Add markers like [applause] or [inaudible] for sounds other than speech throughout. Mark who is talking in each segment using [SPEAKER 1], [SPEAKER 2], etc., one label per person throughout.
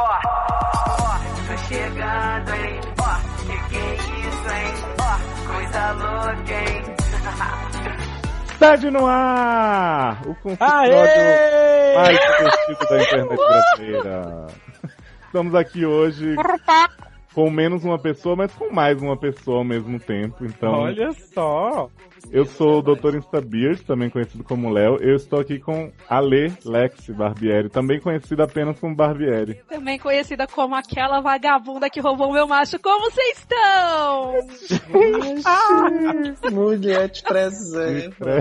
[SPEAKER 1] Ó, ó, tô chegando, hein? Ó, que que é isso, hein? Ó, coisa louca,
[SPEAKER 2] [laughs]
[SPEAKER 1] hein?
[SPEAKER 3] Tarde no ar! O conflito
[SPEAKER 4] Aê!
[SPEAKER 3] mais discutido da internet brasileira. [laughs] Estamos aqui hoje com menos uma pessoa, mas com mais uma pessoa ao mesmo tempo. Então,
[SPEAKER 4] Olha só!
[SPEAKER 3] eu sou o Dr. Instabeard, também conhecido como Léo. Eu estou aqui com Ale Lexi Barbieri, também conhecida apenas como Barbieri.
[SPEAKER 5] Também conhecida como aquela vagabunda que roubou meu macho. Como vocês estão?
[SPEAKER 6] Gente, mulher de
[SPEAKER 4] É,
[SPEAKER 6] presente.
[SPEAKER 3] Credo,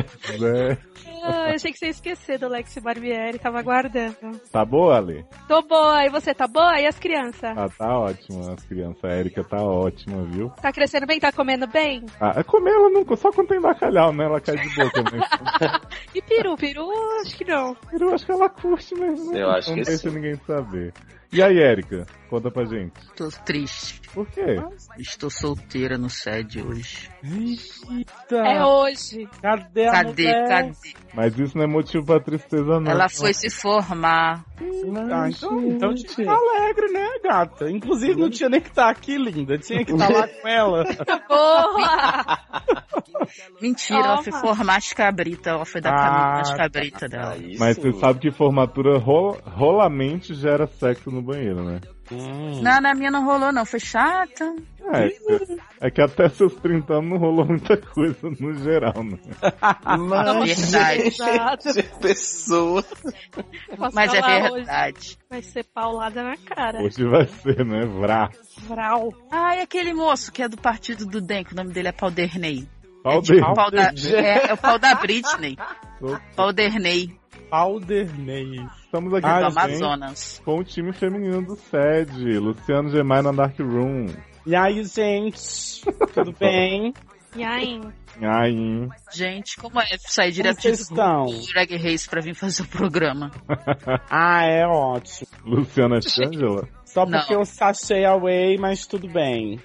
[SPEAKER 3] né?
[SPEAKER 5] Ah, eu achei que você ia esquecer do Lexi Barbieri, tava aguardando.
[SPEAKER 3] Tá boa, Ale?
[SPEAKER 5] Tô boa, e você tá boa? E as crianças?
[SPEAKER 3] Ah, tá ótima, as crianças. A Erika tá ótima, viu?
[SPEAKER 5] Tá crescendo bem? Tá comendo bem?
[SPEAKER 3] Ah, comer ela nunca, só quando tem bacalhau, né? Ela cai de boa também.
[SPEAKER 5] E peru? Peru, acho que não.
[SPEAKER 3] Eu acho que ela curte, mas não,
[SPEAKER 6] Eu acho
[SPEAKER 3] não
[SPEAKER 6] que
[SPEAKER 3] deixa
[SPEAKER 6] sim.
[SPEAKER 3] ninguém saber. E aí, Érica? Conta pra gente.
[SPEAKER 2] Estou triste.
[SPEAKER 3] Por quê?
[SPEAKER 2] Estou solteira no sede hoje.
[SPEAKER 4] Eita!
[SPEAKER 5] É hoje.
[SPEAKER 4] Cadê a
[SPEAKER 2] Cadê?
[SPEAKER 4] mulher?
[SPEAKER 2] Cadê?
[SPEAKER 3] Mas isso não é motivo pra tristeza, não.
[SPEAKER 2] Ela foi se formar.
[SPEAKER 4] Ah, então, então tinha que estar alegre, né, gata? Inclusive, não tinha nem que estar aqui, linda. Tinha que estar lá com ela.
[SPEAKER 5] Tá Boa!
[SPEAKER 2] Mentira, ela foi
[SPEAKER 5] Toma.
[SPEAKER 2] formar as cabritas. Ela foi dar
[SPEAKER 4] Ah,
[SPEAKER 2] caminho nas cabritas dela.
[SPEAKER 3] Mas você sabe que formatura rola, rolamente gera sexo no banheiro, né?
[SPEAKER 2] Não, na minha não rolou, não. Foi chata.
[SPEAKER 3] É, é que até seus 30 anos não rolou muita coisa no geral, né?
[SPEAKER 4] É
[SPEAKER 6] Mas,
[SPEAKER 2] Verdade.
[SPEAKER 6] gente, pessoa.
[SPEAKER 5] Posso
[SPEAKER 2] Mas é
[SPEAKER 5] falar Hoje
[SPEAKER 2] verdade.
[SPEAKER 5] vai ser paulada na
[SPEAKER 2] É.
[SPEAKER 5] cara.
[SPEAKER 3] Hoje vai ser, né? Vrá.
[SPEAKER 5] Vral.
[SPEAKER 2] Ah, e aquele moço que é do partido do DEM, que o nome dele é Pauderney.
[SPEAKER 3] Pau
[SPEAKER 2] é, tipo
[SPEAKER 3] dele,
[SPEAKER 2] o pau da,
[SPEAKER 6] Paul-
[SPEAKER 2] é, é o pau da Britney.
[SPEAKER 3] Tô-
[SPEAKER 2] Pauderney,
[SPEAKER 4] Alderney.
[SPEAKER 3] Estamos aqui
[SPEAKER 4] Ah,
[SPEAKER 2] do
[SPEAKER 3] também
[SPEAKER 2] Amazonas.
[SPEAKER 3] com o time feminino do SED. Luciano Gemai na Dark Room.
[SPEAKER 4] E aí, gente? Tudo bem?
[SPEAKER 5] E aí?
[SPEAKER 3] Ai, hein?
[SPEAKER 2] Gente, como é sair direto
[SPEAKER 4] Como vocês
[SPEAKER 2] de
[SPEAKER 4] estão?
[SPEAKER 2] Drag Race pra vir fazer o programa?
[SPEAKER 4] Ah, é ótimo.
[SPEAKER 3] Luciana Shangela.
[SPEAKER 4] Só
[SPEAKER 2] Não.
[SPEAKER 4] porque eu sachei away, mas tudo bem.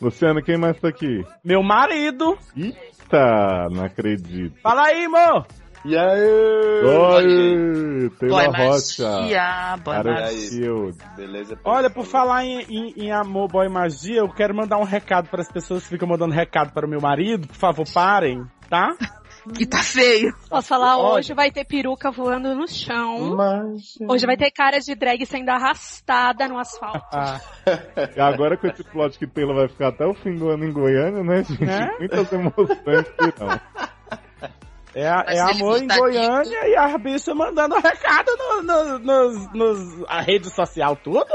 [SPEAKER 3] Luciano, quem mais tá aqui?
[SPEAKER 4] Meu marido!
[SPEAKER 3] Eita, não acredito.
[SPEAKER 4] Fala aí, amor!
[SPEAKER 6] E aí?
[SPEAKER 3] Oi,
[SPEAKER 2] é
[SPEAKER 3] Taylor Rocha.
[SPEAKER 2] Marcia, boa
[SPEAKER 3] Cara
[SPEAKER 2] Mar-
[SPEAKER 6] Maria.
[SPEAKER 3] Shield.
[SPEAKER 6] Beleza, pessoa.
[SPEAKER 4] Olha, por falar em, em- em amor, boy, magia, eu quero mandar um recado para as pessoas que ficam mandando recado para o meu marido. Por favor, parem, tá?
[SPEAKER 2] que tá feio.
[SPEAKER 5] Posso falar
[SPEAKER 4] Olha.
[SPEAKER 5] hoje? Vai ter peruca voando no chão.
[SPEAKER 6] Mas,
[SPEAKER 5] Hoje vai ter cara de drag sendo arrastada no asfalto.
[SPEAKER 4] Ah,
[SPEAKER 3] E agora com esse plot que Taylor vai ficar até o fim do ano em Goiânia, né, gente?
[SPEAKER 4] É?
[SPEAKER 3] Muitas emoções que não.
[SPEAKER 4] é a-
[SPEAKER 2] Mas
[SPEAKER 4] é
[SPEAKER 2] ele
[SPEAKER 4] amor em
[SPEAKER 2] está aqui.
[SPEAKER 4] Goiânia e a bicha mandando recado no, no- nos, nos- a rede social, tudo?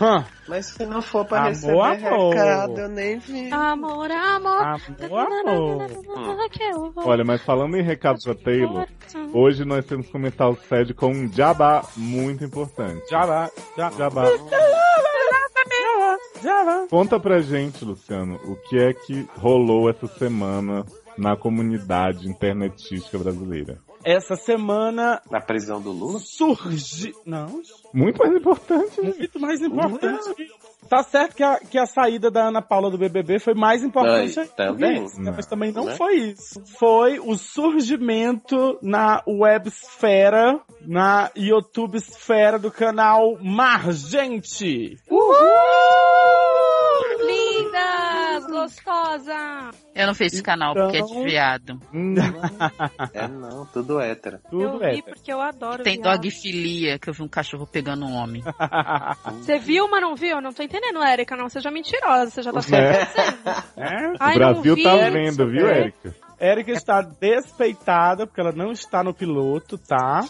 [SPEAKER 4] Hã,
[SPEAKER 6] mas se não for pra
[SPEAKER 4] Amor,
[SPEAKER 6] receber
[SPEAKER 4] amor.
[SPEAKER 6] recado, eu nem vi.
[SPEAKER 5] Amor,
[SPEAKER 2] Ah,
[SPEAKER 5] amor,
[SPEAKER 2] tá
[SPEAKER 4] amor, amor.
[SPEAKER 3] Olha, mas falando em recado pra Taylor, hoje nós temos que começar o SED com um jabá muito importante.
[SPEAKER 4] Já vai, já, já
[SPEAKER 3] Jabá.
[SPEAKER 4] já vai.
[SPEAKER 3] Conta pra gente, Luciano, o que é que rolou essa semana na comunidade internetística brasileira?
[SPEAKER 4] Essa semana
[SPEAKER 6] Na prisão do Lula?
[SPEAKER 4] surge... Não,
[SPEAKER 3] Muito mais importante, né?
[SPEAKER 4] muito mais importante.
[SPEAKER 2] Hum.
[SPEAKER 4] Tá certo que a, que a saída da Ana Paula do BBB foi mais importante
[SPEAKER 6] Ai,
[SPEAKER 4] ainda,
[SPEAKER 6] também.
[SPEAKER 4] isso, né? Mas também não
[SPEAKER 6] Né?
[SPEAKER 4] foi isso. Foi o surgimento na websfera, na youtubesfera do canal Margente.
[SPEAKER 5] Lindas, gostosa.
[SPEAKER 2] Eu não fiz esse canal
[SPEAKER 4] Então-
[SPEAKER 2] porque é de viado.
[SPEAKER 3] Hum,
[SPEAKER 6] É não, tudo hétero.
[SPEAKER 4] Tudo
[SPEAKER 5] eu
[SPEAKER 4] é. [laughs]
[SPEAKER 5] vi porque eu adoro.
[SPEAKER 2] Tem
[SPEAKER 5] viado.
[SPEAKER 2] dogfilia, que eu vi um cachorro pegando um homem.
[SPEAKER 5] Você viu, mas não viu? Não tô entendendo, Érica, não. Seja mentirosa, você já tá
[SPEAKER 3] É.
[SPEAKER 5] sendo.
[SPEAKER 4] né?
[SPEAKER 3] o
[SPEAKER 5] Ai,
[SPEAKER 3] Brasil
[SPEAKER 5] não vi.
[SPEAKER 3] tá vendo, viu,
[SPEAKER 4] É.
[SPEAKER 3] Érica?
[SPEAKER 4] Érica está despeitada, porque ela não está no piloto, tá?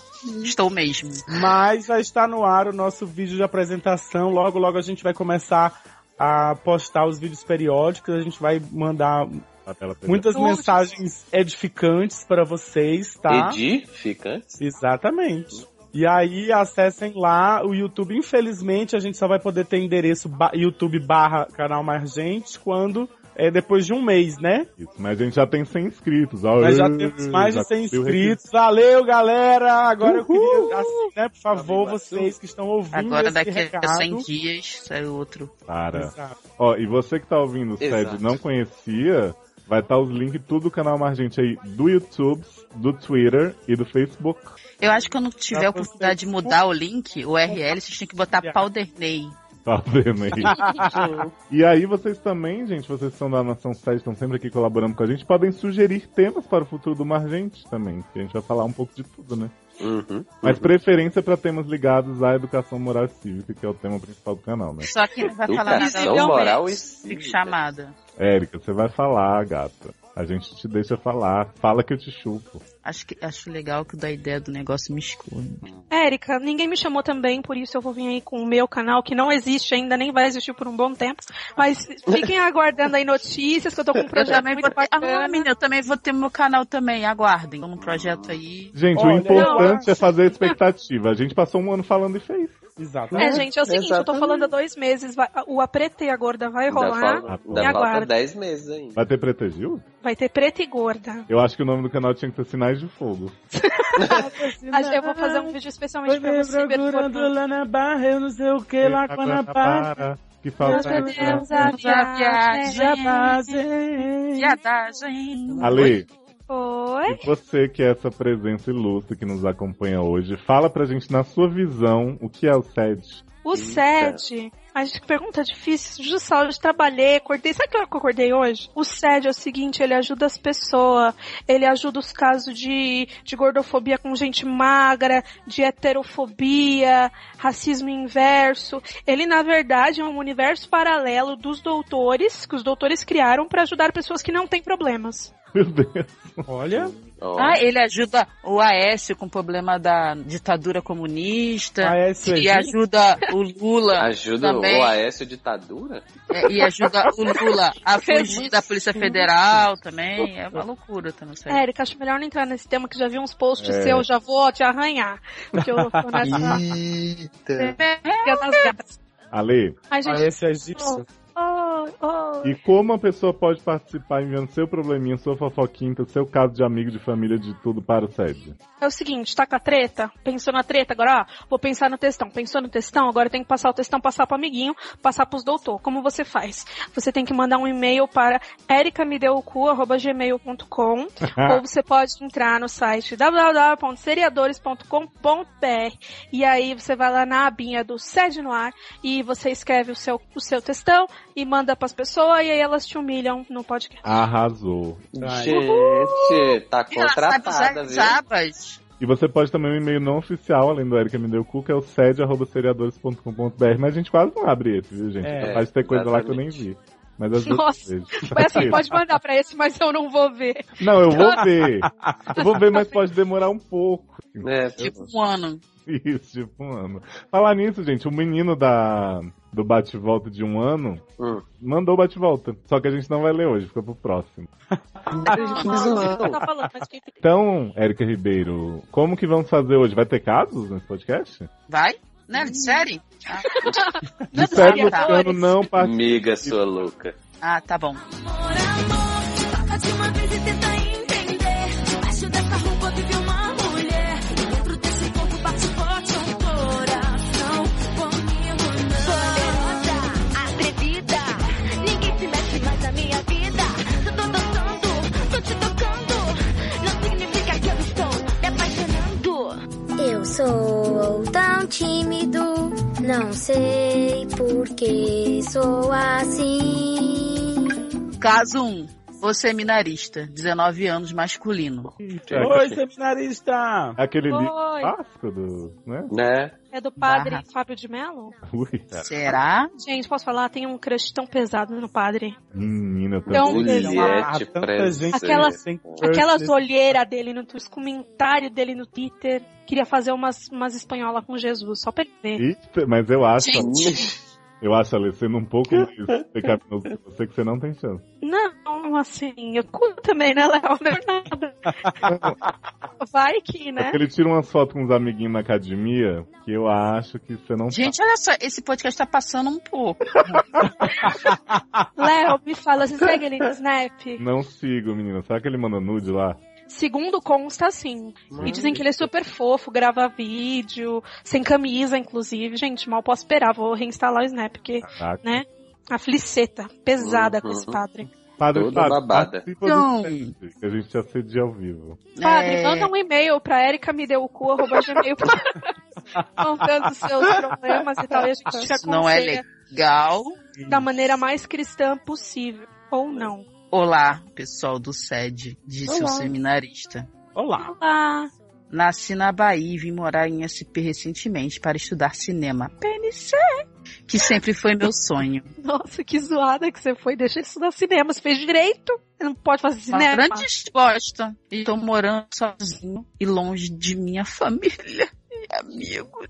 [SPEAKER 2] Estou mesmo.
[SPEAKER 4] Mas já está no ar o nosso vídeo de apresentação. Logo, logo a gente vai começar a postar os vídeos periódicos. A gente vai mandar
[SPEAKER 3] A tela tá
[SPEAKER 4] muitas
[SPEAKER 5] Tudo.
[SPEAKER 4] mensagens edificantes para vocês, tá?
[SPEAKER 6] Edificante.
[SPEAKER 4] Exatamente. E aí, acessem lá o YouTube. Infelizmente, a gente só vai poder ter endereço ba- YouTube barra canal Margente quando é depois de um mês, né?
[SPEAKER 3] Isso, mas a gente já tem 100 inscritos. Ó,
[SPEAKER 4] Nós já
[SPEAKER 3] ê,
[SPEAKER 4] temos mais de
[SPEAKER 3] já
[SPEAKER 4] 100
[SPEAKER 3] cumpriu o requisito.
[SPEAKER 4] inscritos. Valeu, galera! Agora eu
[SPEAKER 3] Uhul!
[SPEAKER 4] queria, assim, né, por favor, vocês que estão ouvindo
[SPEAKER 2] Agora
[SPEAKER 4] esse
[SPEAKER 2] daqui
[SPEAKER 4] recado.
[SPEAKER 2] a 100 dias sai outro.
[SPEAKER 3] Para.
[SPEAKER 4] Exato.
[SPEAKER 3] Ó, e você que tá ouvindo o
[SPEAKER 6] Exato.
[SPEAKER 3] SED e não conhecia, Vai estar os links tudo do canal Margente aí, do YouTube, do Twitter e do Facebook. [laughs]
[SPEAKER 2] Eu acho que quando tiver
[SPEAKER 4] Pra
[SPEAKER 2] a oportunidade de
[SPEAKER 4] vocês-
[SPEAKER 2] mudar o link, o URL, vocês têm que botar
[SPEAKER 4] Yeah.
[SPEAKER 2] Powderney.
[SPEAKER 3] Tá vendo aí? E aí vocês também, gente, vocês que são da Nação 7, estão sempre aqui colaborando com a gente, podem sugerir temas para o futuro do Margente também, que a gente vai falar um pouco de tudo, né?
[SPEAKER 6] Uhum.
[SPEAKER 3] Mas preferência para temas ligados à educação moral e cívica, que é o tema principal do canal, né?
[SPEAKER 2] Só que não vai falar nada.
[SPEAKER 6] Educação
[SPEAKER 5] não,
[SPEAKER 6] moral e
[SPEAKER 2] Fico
[SPEAKER 6] cívica.
[SPEAKER 2] chamada.
[SPEAKER 3] Érica, você vai falar, gata. A gente te deixa falar. Fala que eu te chupo.
[SPEAKER 2] Acho, que, acho legal que o da ideia do negócio me escolhe.
[SPEAKER 5] Érica, ninguém me chamou também, por isso eu vou vir aí com o meu canal, que não existe ainda, nem vai existir por um bom tempo. Mas fiquem aguardando aí notícias, que eu tô com um
[SPEAKER 2] Eu
[SPEAKER 5] projeto
[SPEAKER 2] também
[SPEAKER 5] muito
[SPEAKER 2] vou ter. Ah,
[SPEAKER 5] bacana.
[SPEAKER 2] menina, eu também vou ter meu canal também, aguardem. Tô num projeto aí.
[SPEAKER 3] Gente,
[SPEAKER 4] Olha,
[SPEAKER 3] o importante
[SPEAKER 4] eu
[SPEAKER 3] é fazer a expectativa. A gente passou um ano falando e fez.
[SPEAKER 4] Exatamente.
[SPEAKER 5] É, gente, é o seguinte, eu tô falando há dois meses, vai- o A Preta e a Gorda vai
[SPEAKER 6] Ainda
[SPEAKER 5] rolar,
[SPEAKER 2] né?
[SPEAKER 6] fal-
[SPEAKER 3] Me
[SPEAKER 6] Ainda falta
[SPEAKER 5] aguarda.
[SPEAKER 6] 10 meses ainda.
[SPEAKER 3] Vai ter pretegiu?
[SPEAKER 5] vai ter Preta e Gorda.
[SPEAKER 3] Eu acho que o nome do canal tinha que ser Sinais de Fogo.
[SPEAKER 5] [laughs] Ah, Eu vou fazer um vídeo especialmente
[SPEAKER 4] Foi
[SPEAKER 5] pra
[SPEAKER 4] me
[SPEAKER 5] você,
[SPEAKER 4] procurando
[SPEAKER 5] Bertoldo.
[SPEAKER 4] lá na barra, eu não sei o que, lá com a barra.
[SPEAKER 3] Que
[SPEAKER 5] Nós
[SPEAKER 3] falta.
[SPEAKER 5] perdemos a
[SPEAKER 2] a viagem.
[SPEAKER 5] viagem.
[SPEAKER 4] Já passei.
[SPEAKER 2] Viadagem.
[SPEAKER 3] Ale,
[SPEAKER 5] Oi?
[SPEAKER 3] e você que é essa presença ilustre que nos acompanha hoje, fala pra gente, na sua visão, o que é o SED? [laughs]
[SPEAKER 5] O
[SPEAKER 6] Eita.
[SPEAKER 5] SED. A gente pergunta difícil. Justo a hora de trabalhei, acordei. Sabe que hora que eu acordei hoje? O SED é o seguinte, ele ajuda as pessoas, ele ajuda os casos de, de gordofobia com gente magra, de heterofobia, racismo inverso. Ele, na verdade, é um universo paralelo dos doutores, que os doutores criaram pra ajudar pessoas que não têm problemas.
[SPEAKER 3] Meu Deus.
[SPEAKER 4] Olha,
[SPEAKER 6] Ó,
[SPEAKER 2] Ah, ele ajuda o Aécio com o problema da ditadura
[SPEAKER 6] Ah,
[SPEAKER 2] comunista.
[SPEAKER 4] a S
[SPEAKER 2] e ajuda o Lula.
[SPEAKER 6] ajuda
[SPEAKER 2] também.
[SPEAKER 6] o Aécio ditadura?
[SPEAKER 2] é, e ajuda o Lula a
[SPEAKER 5] Fez
[SPEAKER 2] fugir da Polícia Federal também. É uma loucura também. isso aí.
[SPEAKER 5] Érica, acho melhor não entrar nesse tema que já vi uns posts
[SPEAKER 3] É.
[SPEAKER 5] seus, já vou te arranhar. Porque eu
[SPEAKER 6] [laughs]
[SPEAKER 5] tô nessa.
[SPEAKER 6] Eita.
[SPEAKER 5] Fica nas garras.
[SPEAKER 3] Ale,
[SPEAKER 5] Ai, gente, "Oh,
[SPEAKER 4] A S egípcia.
[SPEAKER 5] Oi, oi.
[SPEAKER 3] e como a pessoa pode participar enviando seu probleminha, sua fofoquinta, seu caso de amigo, de família, de tudo para o SED?
[SPEAKER 5] É o seguinte, tá com a treta? Pensou na treta, agora ó, vou pensar no textão. Pensou no textão, agora tem que passar o textão, passar pro amiguinho, passar pros doutor. Como você faz? Você tem que mandar um e-mail para ericamedeucu.gmail.com ou você pode entrar no site www.seriadores.com.br e aí você vai lá na abinha do Sede no Ar e você escreve o seu, o seu textão e manda pras pessoas e aí elas te humilham no podcast.
[SPEAKER 3] Arrasou.
[SPEAKER 6] Gente, tá
[SPEAKER 2] Ela sabe usar
[SPEAKER 6] contratada, viu?
[SPEAKER 2] jabas.
[SPEAKER 3] E você pode também um e-mail não oficial, além do Erika me deu o cu, que é o sede.seriadores.com.br, mas a gente quase não abre esse, viu, gente?
[SPEAKER 4] É,
[SPEAKER 3] É, capaz de ter coisa lá que eu nem vi. Mas às vezes
[SPEAKER 5] [laughs] Nossa,
[SPEAKER 3] eu vejo.
[SPEAKER 5] Mas assim, pode mandar pra esse, mas eu não vou ver.
[SPEAKER 3] Não, eu vou ver. Eu vou ver, mas pode demorar um pouco. [laughs]
[SPEAKER 6] É,
[SPEAKER 2] Tipo um ano.
[SPEAKER 3] Isso, tipo um ano. Falar nisso, gente, o menino da, do bate-volta de um ano
[SPEAKER 6] Hum.
[SPEAKER 3] mandou o bate-volta. Só que a gente não vai ler hoje, fica pro próximo.
[SPEAKER 5] Não, tá falando, mas quem
[SPEAKER 3] Então, Érica Ribeiro, como que vamos fazer hoje? Vai ter casos nesse podcast?
[SPEAKER 2] Vai? Né? De série? Ah,
[SPEAKER 3] De
[SPEAKER 2] Não,
[SPEAKER 3] sério,
[SPEAKER 2] não, tá.
[SPEAKER 3] Luciano não participa.
[SPEAKER 6] Amiga sua louca.
[SPEAKER 2] ah, tá bom.
[SPEAKER 7] um
[SPEAKER 8] Eu sou tão tímido, não sei por que sou assim.
[SPEAKER 2] Caso 1. O seminarista, 19 anos, masculino.
[SPEAKER 4] Oi, seminarista!
[SPEAKER 3] É Aquele livro
[SPEAKER 5] Oi.
[SPEAKER 3] clássico do. né? [laughs]
[SPEAKER 6] Né?
[SPEAKER 5] É do padre
[SPEAKER 2] Barra.
[SPEAKER 5] Fábio de Mello?
[SPEAKER 3] Ui,
[SPEAKER 2] Será?
[SPEAKER 5] Gente, posso falar? Tem um crush tão pesado no padre.
[SPEAKER 3] menina, tá
[SPEAKER 5] Então,
[SPEAKER 4] é
[SPEAKER 6] Juliette
[SPEAKER 4] Ah, tanta
[SPEAKER 6] Preza.
[SPEAKER 4] um gente
[SPEAKER 5] Aquelas-
[SPEAKER 4] sem
[SPEAKER 5] Aquelas
[SPEAKER 4] Curtis.
[SPEAKER 5] olheiras dele no Twitter, os comentários dele no Twitter. Queria fazer umas, umas espanholas com Jesus, só pra ele ver.
[SPEAKER 3] Eita, mas eu acho,
[SPEAKER 2] Gente,
[SPEAKER 3] eu acho a Alessandra
[SPEAKER 2] [laughs]
[SPEAKER 3] um pouco mais pecaminoso que você, que você não tem chance.
[SPEAKER 5] Não, assim, eu curto também, né, Léo? Não é
[SPEAKER 3] [laughs]
[SPEAKER 5] nada. Vai que,
[SPEAKER 3] É
[SPEAKER 5] né?
[SPEAKER 3] porque ele tira umas fotos com uns amiguinhos na academia que eu acho que você não
[SPEAKER 2] gente, olha só, esse podcast tá passando um pouco.
[SPEAKER 5] Léo, me fala, você segue ele no Snap?
[SPEAKER 3] Não sigo, menina. Será que ele manda nude lá?
[SPEAKER 5] Segundo consta, assim. E dizem que ele é super fofo, grava vídeo, sem camisa, inclusive. Gente, mal posso esperar, vou reinstalar o Snap, porque
[SPEAKER 3] Caraca.
[SPEAKER 5] Né? a fliceta pesada com esse
[SPEAKER 6] Uhum.
[SPEAKER 5] padre.
[SPEAKER 3] Padre
[SPEAKER 6] Toda
[SPEAKER 3] Fábio,
[SPEAKER 6] babada.
[SPEAKER 3] participa do
[SPEAKER 2] Então.
[SPEAKER 3] chat, que a gente assedia ao vivo.
[SPEAKER 5] Padre,
[SPEAKER 2] É.
[SPEAKER 5] manda um e-mail pra Erika me deu o cu, arroba gmail, contando seus problemas e tal, e a gente te
[SPEAKER 2] Isso não é
[SPEAKER 5] aconselha
[SPEAKER 2] legal.
[SPEAKER 5] da maneira mais cristã possível. Ou não.
[SPEAKER 2] Olá, pessoal do SED, disse o
[SPEAKER 5] Olá.
[SPEAKER 2] seminarista.
[SPEAKER 4] Olá.
[SPEAKER 5] Olá.
[SPEAKER 2] Nasci na Bahia e vim morar em SP recentemente para estudar cinema. PNC! Que sempre foi meu sonho.
[SPEAKER 5] Nossa, que zoada que você foi. Deixa isso no cinema. Você fez direito? Você não pode fazer
[SPEAKER 2] Uma
[SPEAKER 5] [laughs] cinema.
[SPEAKER 2] grande resposta. Estou morando sozinho e longe de minha família [laughs] e amigos.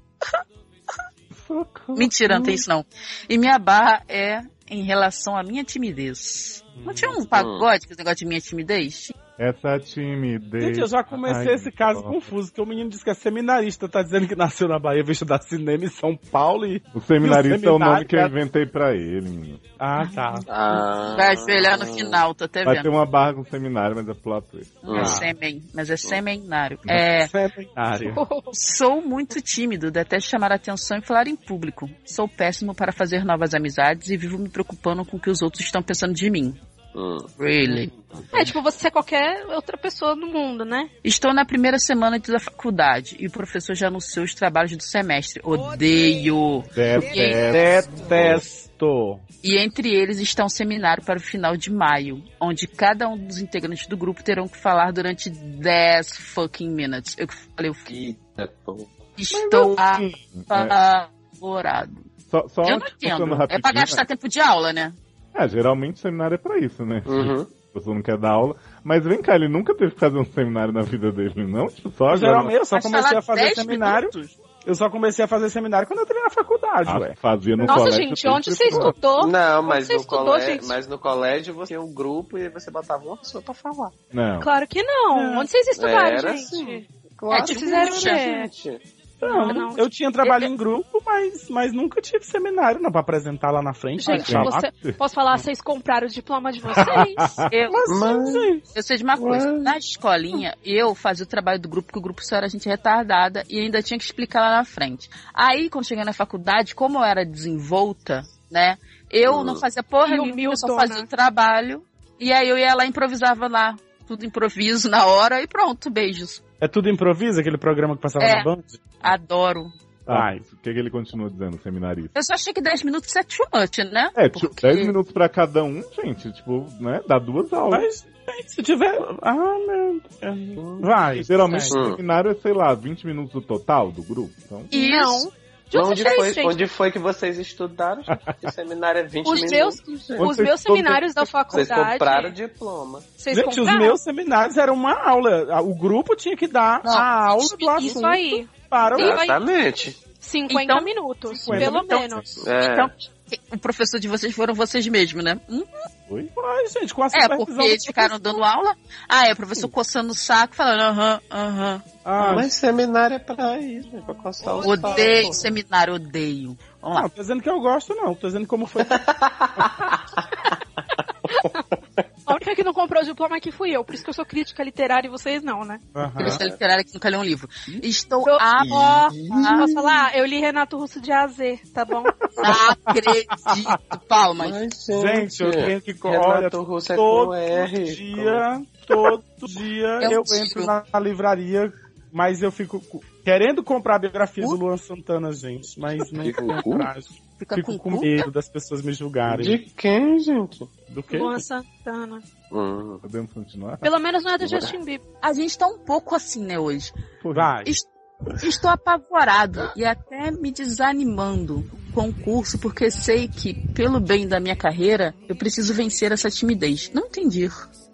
[SPEAKER 2] Mentira, não tem isso não. E minha barra é em relação à minha timidez. Não tinha um pagode com esse negócio de minha timidez?
[SPEAKER 3] Essa timidez.
[SPEAKER 4] Gente, eu já comecei
[SPEAKER 3] Ai,
[SPEAKER 4] esse caso
[SPEAKER 3] nossa.
[SPEAKER 4] confuso, que o menino disse que é seminarista, tá dizendo que nasceu na Bahia, veio estudar cinema em São Paulo e...
[SPEAKER 3] O seminarista é o nome que eu
[SPEAKER 4] cara.
[SPEAKER 3] inventei pra ele, menino.
[SPEAKER 4] Ah, tá.
[SPEAKER 6] Ah,
[SPEAKER 2] Vai ajoelhar no final, tô até
[SPEAKER 3] Vai ter
[SPEAKER 2] Tá vendo.
[SPEAKER 3] uma barra com o seminário, mas é plot twist.
[SPEAKER 2] É
[SPEAKER 6] Ah.
[SPEAKER 5] né?
[SPEAKER 2] sêmen, mas é seminário. É,
[SPEAKER 4] Seminário.
[SPEAKER 2] Sou muito tímido, detesto chamar atenção e falar em público. Sou péssimo para fazer novas amizades e vivo me preocupando com o que os outros estão pensando de mim.
[SPEAKER 6] Hum.
[SPEAKER 2] Really?
[SPEAKER 5] É tipo você é qualquer outra pessoa no mundo, né?
[SPEAKER 2] Estou na primeira semana da faculdade e o professor já anunciou os trabalhos do semestre. Odeio!
[SPEAKER 3] Detesto.
[SPEAKER 4] Detesto.
[SPEAKER 2] E entre eles está um seminário para o final de maio, onde cada um dos integrantes do grupo terão que falar durante 10 fucking minutes. Eu que falei, eu
[SPEAKER 6] Eita, pô.
[SPEAKER 2] estou
[SPEAKER 3] É,
[SPEAKER 2] apavorado.
[SPEAKER 3] só só
[SPEAKER 2] Eu não
[SPEAKER 3] te
[SPEAKER 2] entendo.
[SPEAKER 3] contando
[SPEAKER 2] É pra
[SPEAKER 3] rapidinho,
[SPEAKER 2] gastar tempo de aula, né?
[SPEAKER 3] É, geralmente o seminário é pra isso, né?
[SPEAKER 6] Uhum.
[SPEAKER 3] A pessoa não quer dar aula. Mas vem cá, ele nunca teve que fazer um seminário na vida dele, não? Tipo, só
[SPEAKER 4] Mas,
[SPEAKER 3] agora.
[SPEAKER 4] geralmente, eu só
[SPEAKER 2] Mas falar
[SPEAKER 4] comecei a fazer
[SPEAKER 2] 10
[SPEAKER 4] seminário,
[SPEAKER 2] minutos?
[SPEAKER 4] eu só comecei a fazer seminário quando eu entrei na faculdade,
[SPEAKER 3] Ah,
[SPEAKER 4] ué.
[SPEAKER 3] fazia no
[SPEAKER 5] Nossa,
[SPEAKER 3] colégio,
[SPEAKER 5] gente,
[SPEAKER 3] tem
[SPEAKER 5] onde você
[SPEAKER 3] precisava.
[SPEAKER 5] estudou?
[SPEAKER 6] Não, mas
[SPEAKER 5] você
[SPEAKER 6] no,
[SPEAKER 5] estudou,
[SPEAKER 6] colé-
[SPEAKER 5] gente?
[SPEAKER 6] mas no colégio você tinha um grupo e você botava uma pessoa pra falar.
[SPEAKER 3] Não.
[SPEAKER 5] Claro que não. Onde vocês estudaram,
[SPEAKER 6] Era
[SPEAKER 5] gente?
[SPEAKER 6] assim.
[SPEAKER 2] É tipo
[SPEAKER 5] Vocês eram
[SPEAKER 2] Xuxa.
[SPEAKER 5] é,
[SPEAKER 6] Gente,
[SPEAKER 2] Ah,
[SPEAKER 4] Não,
[SPEAKER 5] Não, não.
[SPEAKER 4] Então, eu tinha trabalho em grupo, mas, mas nunca tive seminário, não, pra apresentar lá na frente.
[SPEAKER 5] Gente,
[SPEAKER 4] pra falar.
[SPEAKER 5] você- posso falar, vocês compraram o diploma de vocês?
[SPEAKER 2] Eu,
[SPEAKER 6] Mas-
[SPEAKER 4] gente.
[SPEAKER 2] Eu sei de uma coisa. Na escolinha, eu fazia o trabalho do grupo, que o grupo só era gente retardada e ainda tinha que explicar lá na frente. Aí, quando cheguei na faculdade, como eu era desenvolta, né? Eu
[SPEAKER 6] Hum.
[SPEAKER 2] não fazia porra
[SPEAKER 5] E
[SPEAKER 2] nenhuma, eu só
[SPEAKER 5] humildona.
[SPEAKER 2] fazia o trabalho. E aí eu ia lá e improvisava lá. Tudo improviso na hora e pronto, beijos.
[SPEAKER 4] É tudo improviso, aquele programa que passava
[SPEAKER 2] É.
[SPEAKER 4] na Band?
[SPEAKER 2] Adoro.
[SPEAKER 4] Ah.
[SPEAKER 3] Tá, o que, que ele continua dizendo, seminarista?
[SPEAKER 2] Eu só achei que 10 minutos é too much, né?
[SPEAKER 3] É, tipo,
[SPEAKER 2] Porque-
[SPEAKER 3] 10 minutos pra cada um, gente, tipo, né? Dá duas aulas.
[SPEAKER 4] Mas, gente, se tiver... Ah, meu... Deus. Vai.
[SPEAKER 3] Geralmente
[SPEAKER 6] Hum.
[SPEAKER 3] o seminário é, sei lá, 20 minutos do total do grupo. Então,
[SPEAKER 2] Isso.
[SPEAKER 5] Não. De onde
[SPEAKER 6] onde,
[SPEAKER 5] vocês,
[SPEAKER 6] foi,
[SPEAKER 5] gente?
[SPEAKER 6] onde foi que vocês estudaram? gente? Que seminário é 20
[SPEAKER 5] Os meus,
[SPEAKER 6] minutos. gente.
[SPEAKER 5] os meus seminários da
[SPEAKER 6] Vocês
[SPEAKER 5] faculdade.
[SPEAKER 6] compraram diploma.
[SPEAKER 5] Vocês
[SPEAKER 4] gente, os
[SPEAKER 5] compraram?
[SPEAKER 4] meus seminários eram uma aula. O grupo tinha que dar
[SPEAKER 2] Não,
[SPEAKER 4] a aula do
[SPEAKER 2] isso
[SPEAKER 4] assunto
[SPEAKER 5] Isso aí.
[SPEAKER 4] para o...
[SPEAKER 5] Sim. vai-
[SPEAKER 6] Exatamente.
[SPEAKER 5] 50
[SPEAKER 2] Então-
[SPEAKER 5] minutos,
[SPEAKER 4] 50
[SPEAKER 5] pelo
[SPEAKER 3] né?
[SPEAKER 2] então-
[SPEAKER 5] menos.
[SPEAKER 6] É.
[SPEAKER 2] Então, o professor de vocês foram vocês mesmos, né? Hum?
[SPEAKER 4] Ai, gente, com a
[SPEAKER 2] É,
[SPEAKER 4] supervisão...
[SPEAKER 2] porque eles ficaram dando aula. Ah, é, o professor coçando o saco, falando aham, aham.
[SPEAKER 4] Ah,
[SPEAKER 6] Mas seminário é pra isso, né? pra coçar o
[SPEAKER 2] Odeio
[SPEAKER 6] saco.
[SPEAKER 2] seminário, odeio. Vamos
[SPEAKER 4] Não,
[SPEAKER 2] lá.
[SPEAKER 4] tô dizendo que eu gosto, não. Tô dizendo como
[SPEAKER 6] [laughs]
[SPEAKER 4] foi.
[SPEAKER 5] A única que não comprou o diploma aqui fui eu, por isso que eu sou crítica literária e vocês não, né?
[SPEAKER 2] Crítica
[SPEAKER 4] é.
[SPEAKER 2] literária que nunca leu um livro. Estou
[SPEAKER 5] Tô-
[SPEAKER 2] apavorada.
[SPEAKER 5] Posso falar? Eu li Renato Russo de AZ, tá bom?
[SPEAKER 2] Acredito. Palmas.
[SPEAKER 6] Mas,
[SPEAKER 4] Gente, eu tenho que... Olha,
[SPEAKER 6] Renato Russo é com
[SPEAKER 4] todo
[SPEAKER 6] R.
[SPEAKER 4] dia, todo dia
[SPEAKER 2] É um
[SPEAKER 4] eu
[SPEAKER 2] tiro.
[SPEAKER 4] entro na, na livraria, mas eu fico cu- querendo comprar a biografia do Luan Santana, gente, mas não
[SPEAKER 6] Fica com
[SPEAKER 4] tenho
[SPEAKER 6] cu?
[SPEAKER 4] coragem.
[SPEAKER 2] Fica
[SPEAKER 4] Fico
[SPEAKER 2] com
[SPEAKER 4] com
[SPEAKER 2] cu.
[SPEAKER 4] medo das pessoas me julgarem.
[SPEAKER 6] De quem, gente?
[SPEAKER 4] Do quê?
[SPEAKER 5] Luan Santana.
[SPEAKER 6] Hum.
[SPEAKER 3] podemos continuar?
[SPEAKER 5] Pelo menos não é do Justin Bieber.
[SPEAKER 2] A gente tá um pouco assim, né, hoje.
[SPEAKER 4] Tipo, Vai.
[SPEAKER 2] Estou apavorado e até me desanimando com o curso, porque sei que, pelo bem da minha carreira, eu preciso vencer essa timidez. Não entendi.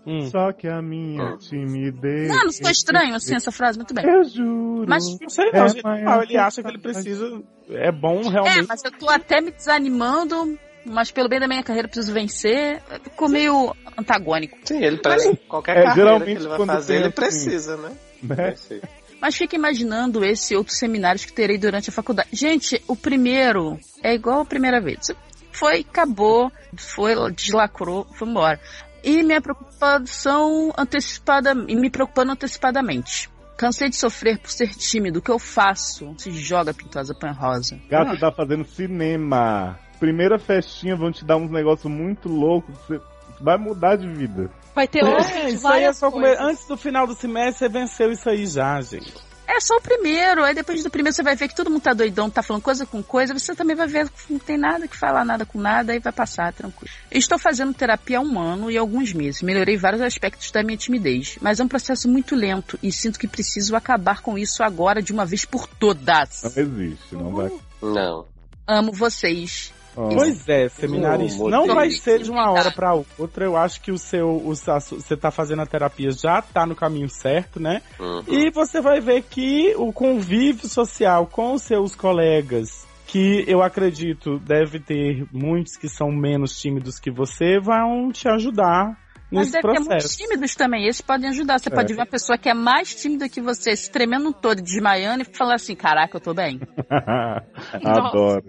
[SPEAKER 4] Hum.
[SPEAKER 3] Só que a
[SPEAKER 4] Ah.
[SPEAKER 3] minha timidez.
[SPEAKER 2] Não, não ficou estranho assim essa frase? Muito bem.
[SPEAKER 3] Eu juro.
[SPEAKER 2] Mas
[SPEAKER 4] Não sei não,
[SPEAKER 3] É,
[SPEAKER 4] gente.
[SPEAKER 3] mas-
[SPEAKER 4] Não, ele acha que ele precisa... É bom
[SPEAKER 2] É,
[SPEAKER 4] realmente.
[SPEAKER 2] mas eu tô até me desanimando, mas pelo bem da minha carreira eu preciso vencer. Ficou meio antagônico.
[SPEAKER 6] Sim, ele parece qualquer
[SPEAKER 3] É,
[SPEAKER 6] carreira
[SPEAKER 3] geralmente
[SPEAKER 6] que ele vai
[SPEAKER 3] quando
[SPEAKER 6] fazer,
[SPEAKER 3] tem
[SPEAKER 6] ele
[SPEAKER 3] assim,
[SPEAKER 6] precisa, né?
[SPEAKER 3] Né?
[SPEAKER 6] Sim.
[SPEAKER 2] Mas fica imaginando esse e outros seminários que terei durante a faculdade. Gente, o primeiro é igual a primeira vez. Foi, acabou, foi, deslacrou, foi embora. E minha preocupação antecipada, e me preocupando antecipadamente. Cansei de sofrer por ser tímido. O que eu faço? Se joga pintosa pan rosa.
[SPEAKER 3] Gato tá fazendo cinema. Primeira festinha vão te dar uns negócios muito loucos. que Você vai mudar de vida.
[SPEAKER 5] Vai ter outros,
[SPEAKER 4] É, isso aí é
[SPEAKER 5] várias
[SPEAKER 4] só come-
[SPEAKER 5] coisas.
[SPEAKER 4] Antes do final do semestre, você venceu isso aí já, gente.
[SPEAKER 2] É só o primeiro, aí depois do primeiro você vai ver que todo mundo tá doidão, tá falando coisa com coisa, você também vai ver que não tem nada que falar, nada com nada, aí vai passar, tranquilo. Eu Estou fazendo terapia há um ano e alguns meses, melhorei vários aspectos da minha timidez, mas é um processo muito lento e sinto que preciso acabar com isso agora de uma vez por
[SPEAKER 3] Não
[SPEAKER 2] todas.
[SPEAKER 3] existe, não vai.
[SPEAKER 6] Não.
[SPEAKER 2] Amo vocês.
[SPEAKER 3] Ó,
[SPEAKER 4] Pois é, seminarista.
[SPEAKER 6] Hum. Ô,
[SPEAKER 4] Não vai
[SPEAKER 2] Deus.
[SPEAKER 4] ser de uma hora pra outra. Eu acho que o seu. o sa- você tá fazendo a terapia já tá no caminho certo, né?
[SPEAKER 6] Uhum.
[SPEAKER 4] E você vai ver que o convívio social com os seus colegas, que eu acredito deve ter muitos que são menos tímidos que você, vão te ajudar
[SPEAKER 2] Mas é
[SPEAKER 4] nesse
[SPEAKER 2] deve ter muitos
[SPEAKER 4] processo.
[SPEAKER 2] tímidos também, esses podem ajudar. Você pode ver uma pessoa que é mais tímida que você, se tremendo todo, desmaiando e falar assim: caraca, eu tô bem.
[SPEAKER 3] [laughs] Adoro.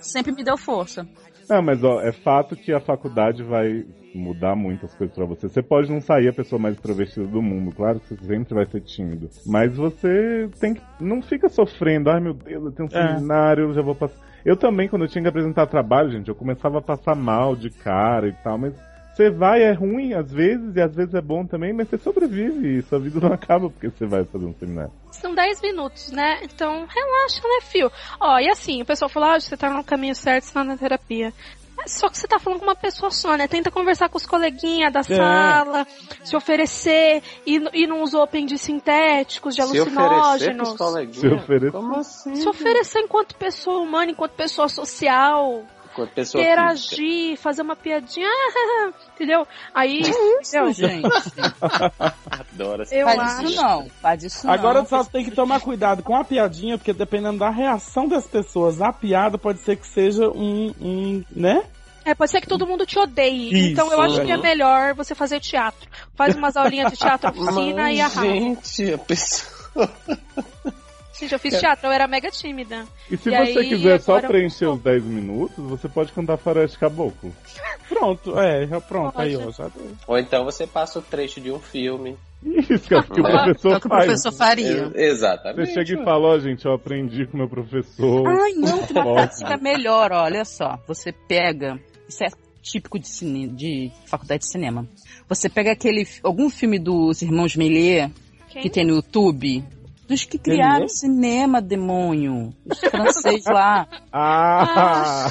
[SPEAKER 2] Sempre me deu força.
[SPEAKER 3] Não, mas ó, é fato que a faculdade vai mudar muitas coisas pra você. Você pode não sair a pessoa mais extrovertida do mundo, claro que você sempre vai ser tímido. Mas você tem que. Não fica sofrendo, ai meu Deus, eu tenho um
[SPEAKER 4] É.
[SPEAKER 3] seminário, eu já vou passar. Eu também, quando eu tinha que apresentar trabalho, gente, eu começava a passar mal de cara e tal, mas. Você vai, é ruim às vezes, e às vezes é bom também, mas você sobrevive e sua vida não acaba porque você vai fazer um seminário.
[SPEAKER 5] São 10 minutos, né? Então, relaxa, né, fio? Ó, e assim, o pessoal fala, ah, você tá no caminho certo, você tá na terapia. Mas Só que você tá falando com uma pessoa só, né? Tenta conversar com os coleguinhas da
[SPEAKER 4] É.
[SPEAKER 5] sala, se oferecer, e, e não usou apendis sintéticos, de
[SPEAKER 6] Se oferecer pros
[SPEAKER 5] alucinógenos.
[SPEAKER 6] coleguinhas.
[SPEAKER 3] Se oferecer.
[SPEAKER 6] Como assim?
[SPEAKER 5] Se oferecer enquanto pessoa humana, enquanto pessoa social,
[SPEAKER 6] Enquanto pessoa física.
[SPEAKER 5] interagir, fazer uma piadinha, [laughs] entendeu? Aí, entendeu?
[SPEAKER 2] gente.
[SPEAKER 6] Adoro essa
[SPEAKER 5] Eu
[SPEAKER 2] Faz
[SPEAKER 5] acho.
[SPEAKER 2] isso não, faz isso não.
[SPEAKER 4] Agora só tem que tomar cuidado com a piadinha, porque dependendo da reação das pessoas à piada, pode ser que seja um, um né?
[SPEAKER 5] É, pode ser que todo mundo te odeie.
[SPEAKER 4] Isso,
[SPEAKER 5] então eu acho que é
[SPEAKER 6] né?
[SPEAKER 5] melhor você fazer teatro. Faz umas aulinhas de teatro oficina e
[SPEAKER 6] Mas,
[SPEAKER 5] arrasa.
[SPEAKER 6] gente, a pessoa...
[SPEAKER 5] Gente, eu fiz teatro, eu era mega tímida.
[SPEAKER 3] E se
[SPEAKER 5] E
[SPEAKER 3] você
[SPEAKER 5] aí,
[SPEAKER 3] quiser só
[SPEAKER 5] agora eu-
[SPEAKER 3] preencher os 10 minutos, você pode cantar Faroeste Caboclo.
[SPEAKER 4] Pronto, é, já pronto, aí, ó.
[SPEAKER 5] Pode.
[SPEAKER 4] Já...
[SPEAKER 6] Ou então você passa o trecho de um filme.
[SPEAKER 3] Isso que é o que o
[SPEAKER 6] Ah,
[SPEAKER 2] É o
[SPEAKER 3] professor
[SPEAKER 2] que o
[SPEAKER 3] faz.
[SPEAKER 2] professor faria.
[SPEAKER 6] É,
[SPEAKER 3] Você
[SPEAKER 6] exatamente.
[SPEAKER 3] chega e fala, ó, gente, eu aprendi com meu professor.
[SPEAKER 2] Ai, não, tem uma
[SPEAKER 3] Nossa.
[SPEAKER 2] prática melhor, ó, olha só. Você pega. Isso é típico de, cine, de faculdade de cinema. Você pega aquele. algum filme dos irmãos Melier
[SPEAKER 5] Quem?
[SPEAKER 2] que tem no YouTube. Dos que criaram
[SPEAKER 4] Méliès?
[SPEAKER 2] cinema, demônio. Os franceses
[SPEAKER 5] [laughs]
[SPEAKER 2] lá.
[SPEAKER 3] Ah!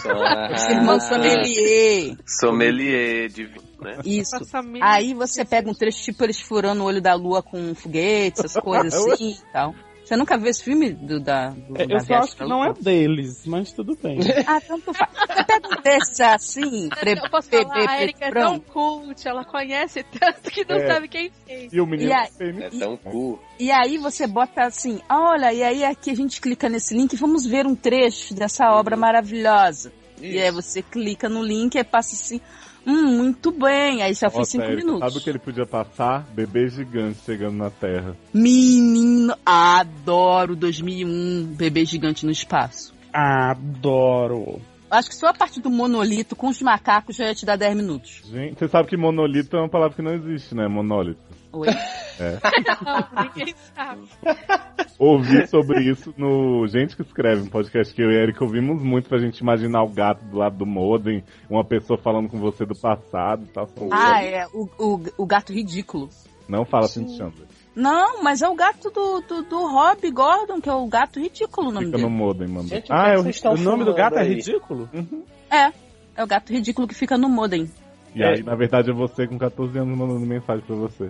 [SPEAKER 2] Os irmãos Sommelier.
[SPEAKER 6] Sommelier de vinho, né?
[SPEAKER 2] Isso.
[SPEAKER 5] Nossa, minha-
[SPEAKER 2] Aí você pega um trecho, tipo, eles furando o olho da lua com um foguete, essas
[SPEAKER 4] [laughs]
[SPEAKER 2] coisas assim e tal. Você nunca viu esse filme do, da, do
[SPEAKER 4] É,
[SPEAKER 2] da
[SPEAKER 4] Eu só
[SPEAKER 2] viagem
[SPEAKER 4] acho que
[SPEAKER 2] pra
[SPEAKER 4] não [laughs]
[SPEAKER 2] lua?
[SPEAKER 4] é deles, mas tudo bem.
[SPEAKER 2] Ah, tanto faz. Você pega um desses assim, pre,
[SPEAKER 5] Eu posso
[SPEAKER 2] pre-
[SPEAKER 5] falar, a
[SPEAKER 2] pre-
[SPEAKER 5] Erika é
[SPEAKER 2] branco.
[SPEAKER 5] tão
[SPEAKER 4] então?
[SPEAKER 5] cult, ela conhece tanto que não
[SPEAKER 3] É.
[SPEAKER 5] sabe quem fez.
[SPEAKER 3] E o menino
[SPEAKER 2] E aí?
[SPEAKER 3] tem-
[SPEAKER 6] É tão cool.
[SPEAKER 2] E aí você bota assim, olha, e aí aqui a gente clica nesse link e vamos ver um trecho dessa obra
[SPEAKER 4] Uhum.
[SPEAKER 2] maravilhosa. E é aí você clica no link e passa assim, hum, muito bem. Aí só foi Tá
[SPEAKER 3] Nossa,
[SPEAKER 2] cinco
[SPEAKER 3] Érica,
[SPEAKER 2] minutos.
[SPEAKER 3] Sabe o que ele podia passar? Bebê gigante chegando na Terra.
[SPEAKER 2] Menino, adoro 2001, Bebê Gigante no Espaço.
[SPEAKER 4] Adoro.
[SPEAKER 2] Acho que só a parte do monolito com os macacos já ia te dar 10 minutos.
[SPEAKER 3] Gente, você sabe que monolito é uma palavra que não existe, né? Monólito.
[SPEAKER 2] Oi.
[SPEAKER 5] Não, ninguém sabe. [laughs]
[SPEAKER 2] [laughs]
[SPEAKER 3] Ouvi sobre isso no Gente que Escreve, um podcast que eu e a Erika ouvimos muito pra gente imaginar o gato do lado do modem, uma pessoa falando com você do passado e tal.
[SPEAKER 2] Ah, é, o, o, o gato ridículo.
[SPEAKER 3] Não fala assim de Chandler.
[SPEAKER 2] Não, mas é o gato do, do, do Rob Gordon, que é o gato ridículo o nome
[SPEAKER 3] Fica
[SPEAKER 2] dele.
[SPEAKER 3] no modem, mano.
[SPEAKER 6] Gente, o que
[SPEAKER 3] ah,
[SPEAKER 6] que
[SPEAKER 3] eu...
[SPEAKER 6] vocês
[SPEAKER 4] O
[SPEAKER 6] estão
[SPEAKER 4] nome do
[SPEAKER 6] fumando
[SPEAKER 4] gato é
[SPEAKER 6] aí?
[SPEAKER 4] ridículo?
[SPEAKER 2] É o gato ridículo que fica no modem.
[SPEAKER 3] E aí, na verdade, é você com 14 anos mandando mensagem pra você.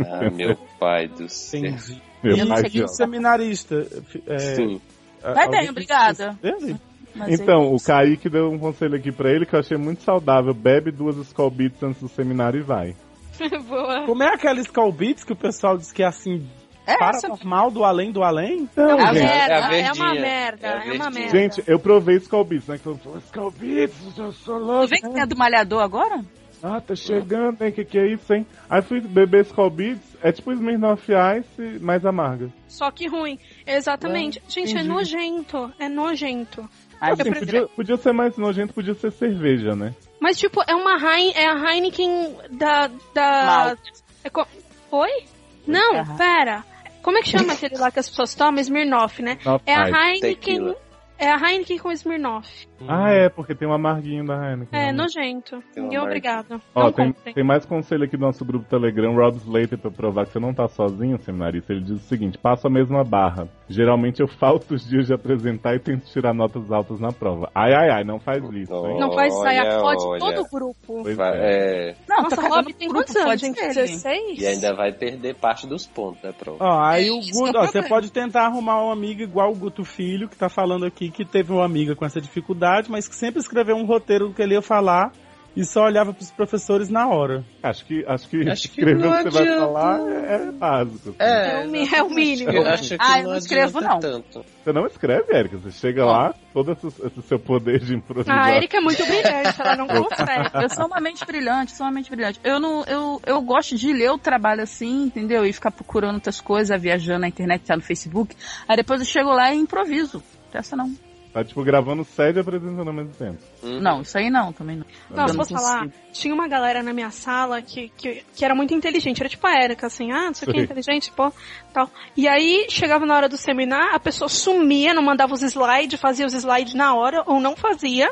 [SPEAKER 6] Ah, meu pai do céu.
[SPEAKER 4] Entendi.
[SPEAKER 3] Meu
[SPEAKER 2] Eu não
[SPEAKER 3] pai
[SPEAKER 2] sei quem
[SPEAKER 3] de-
[SPEAKER 4] é Seminarista. é,
[SPEAKER 6] Sim.
[SPEAKER 4] a-
[SPEAKER 2] Vai
[SPEAKER 4] alguém
[SPEAKER 2] bem, obrigada.
[SPEAKER 4] dele?
[SPEAKER 2] Mas
[SPEAKER 3] Então,
[SPEAKER 2] aí-
[SPEAKER 3] o Kaique deu um conselho aqui pra ele que eu achei muito saudável. Bebe duas Skull Beats antes do seminário e vai.
[SPEAKER 5] Boa.
[SPEAKER 4] Como é aquela Skull Beats que o pessoal diz que é assim,
[SPEAKER 2] é essa.
[SPEAKER 4] paranormal do além do além?
[SPEAKER 3] Então,
[SPEAKER 5] É uma
[SPEAKER 3] gente,
[SPEAKER 5] merda,
[SPEAKER 6] é a
[SPEAKER 5] é uma
[SPEAKER 6] verdinha,
[SPEAKER 5] merda,
[SPEAKER 6] é a
[SPEAKER 5] é uma
[SPEAKER 6] verdinha.
[SPEAKER 5] merda.
[SPEAKER 3] gente, eu provei Skull Beats, né? Que todo mundo falou, Skull Beats, eu sou
[SPEAKER 2] Tu
[SPEAKER 3] louco. né?"
[SPEAKER 2] vê que é do malhador agora?
[SPEAKER 3] Ah, tá chegando, hein? Que que é isso, hein? Aí fui beber Skull Beats, é tipo Smirnoff Ice, mais amarga.
[SPEAKER 5] Só que ruim. Exatamente. gente, é nojento. É nojento.
[SPEAKER 2] Ai,
[SPEAKER 3] Assim,
[SPEAKER 2] gente,
[SPEAKER 3] podia, podia ser mais nojento, podia ser cerveja, né?
[SPEAKER 5] Mas, tipo, é uma Heine, é a Heineken da. da...
[SPEAKER 2] Mal.
[SPEAKER 5] É co- Oi? Não,
[SPEAKER 2] Aham. [laughs]
[SPEAKER 5] pera. Como é que chama aquele lá que as pessoas tomam? Smirnoff, né?
[SPEAKER 3] Nossa,
[SPEAKER 5] É a
[SPEAKER 3] ai,
[SPEAKER 5] Heineken.
[SPEAKER 6] tequila.
[SPEAKER 5] É a Heineken com Smirnoff.
[SPEAKER 3] Ah, é, porque tem uma amarguinha da Heineken. né?
[SPEAKER 5] É,
[SPEAKER 3] realmente.
[SPEAKER 5] nojento.
[SPEAKER 6] Pelo
[SPEAKER 5] Ninguém é
[SPEAKER 6] amor de
[SPEAKER 5] obrigado.
[SPEAKER 3] Ó,
[SPEAKER 5] não
[SPEAKER 3] tem,
[SPEAKER 5] comprem.
[SPEAKER 3] tem mais conselho aqui do nosso grupo Telegram, Rob Slater, pra provar que você não tá sozinho, seminarista. Ele diz o seguinte: passo a mesma barra. Geralmente eu falto os dias de apresentar e tento tirar notas altas na prova. Ai, ai, ai, não faz isso, hein?
[SPEAKER 5] Não faz saia,
[SPEAKER 6] um- Olha,
[SPEAKER 5] fode
[SPEAKER 6] olha.
[SPEAKER 5] todo o grupo.
[SPEAKER 3] Pois é.
[SPEAKER 6] É,
[SPEAKER 2] Não,
[SPEAKER 5] Nossa,
[SPEAKER 2] tá cagando
[SPEAKER 5] Rob
[SPEAKER 2] pro
[SPEAKER 5] tem
[SPEAKER 2] grupo,
[SPEAKER 5] quantos anos,
[SPEAKER 2] pode
[SPEAKER 5] gente?
[SPEAKER 2] ser ele.
[SPEAKER 5] 16?
[SPEAKER 6] e ainda vai perder parte dos pontos, né, Pro?
[SPEAKER 4] Ó, aí o
[SPEAKER 2] Isso
[SPEAKER 4] Guto,
[SPEAKER 2] que é
[SPEAKER 4] ó,
[SPEAKER 2] o
[SPEAKER 4] você
[SPEAKER 2] problema.
[SPEAKER 4] pode tentar arrumar um amigo igual o Guto Filho, que tá falando aqui que teve uma amiga com essa dificuldade, mas que sempre escreveu um roteiro do que ele ia falar e só olhava pros professores na hora.
[SPEAKER 3] Acho que, acho que
[SPEAKER 2] Acho que
[SPEAKER 3] escrever
[SPEAKER 2] não
[SPEAKER 3] o que você vai
[SPEAKER 2] adianta.
[SPEAKER 3] falar é é básico. assim.
[SPEAKER 5] É o
[SPEAKER 6] [laughs]
[SPEAKER 5] mi- é o mínimo.
[SPEAKER 6] Eu acho que
[SPEAKER 2] Ah, eu
[SPEAKER 6] não
[SPEAKER 2] não escrevo,
[SPEAKER 6] adianta
[SPEAKER 2] não.
[SPEAKER 6] tanto.
[SPEAKER 3] Você não escreve, Erika. Você chega lá, todo esse, esse seu poder de improvisar.
[SPEAKER 5] A Erika é muito brilhante,
[SPEAKER 6] [laughs]
[SPEAKER 5] ela não consegue.
[SPEAKER 2] Eu sou uma mente brilhante, sou uma mente brilhante. Eu não, eu, eu gosto de ler o trabalho assim, entendeu? E ficar procurando outras coisas, viajando na internet, tá no Facebook. Aí depois eu chego lá e improviso. Essa não.
[SPEAKER 3] Tá, tipo, gravando sede e apresentando ao mesmo tempo.
[SPEAKER 6] Uhum.
[SPEAKER 2] Não, isso aí não, também não.
[SPEAKER 5] Não,
[SPEAKER 2] Eu
[SPEAKER 5] eu posso
[SPEAKER 2] não
[SPEAKER 5] falar,
[SPEAKER 2] consigo.
[SPEAKER 5] tinha uma galera na minha sala que, que, que era muito inteligente, era tipo a Erika, assim, ah, não sei o que,
[SPEAKER 3] Sei.
[SPEAKER 5] inteligente, pô, tal. E aí, chegava na hora do seminar, a pessoa sumia, não mandava os slides, fazia os slides na hora, ou não fazia,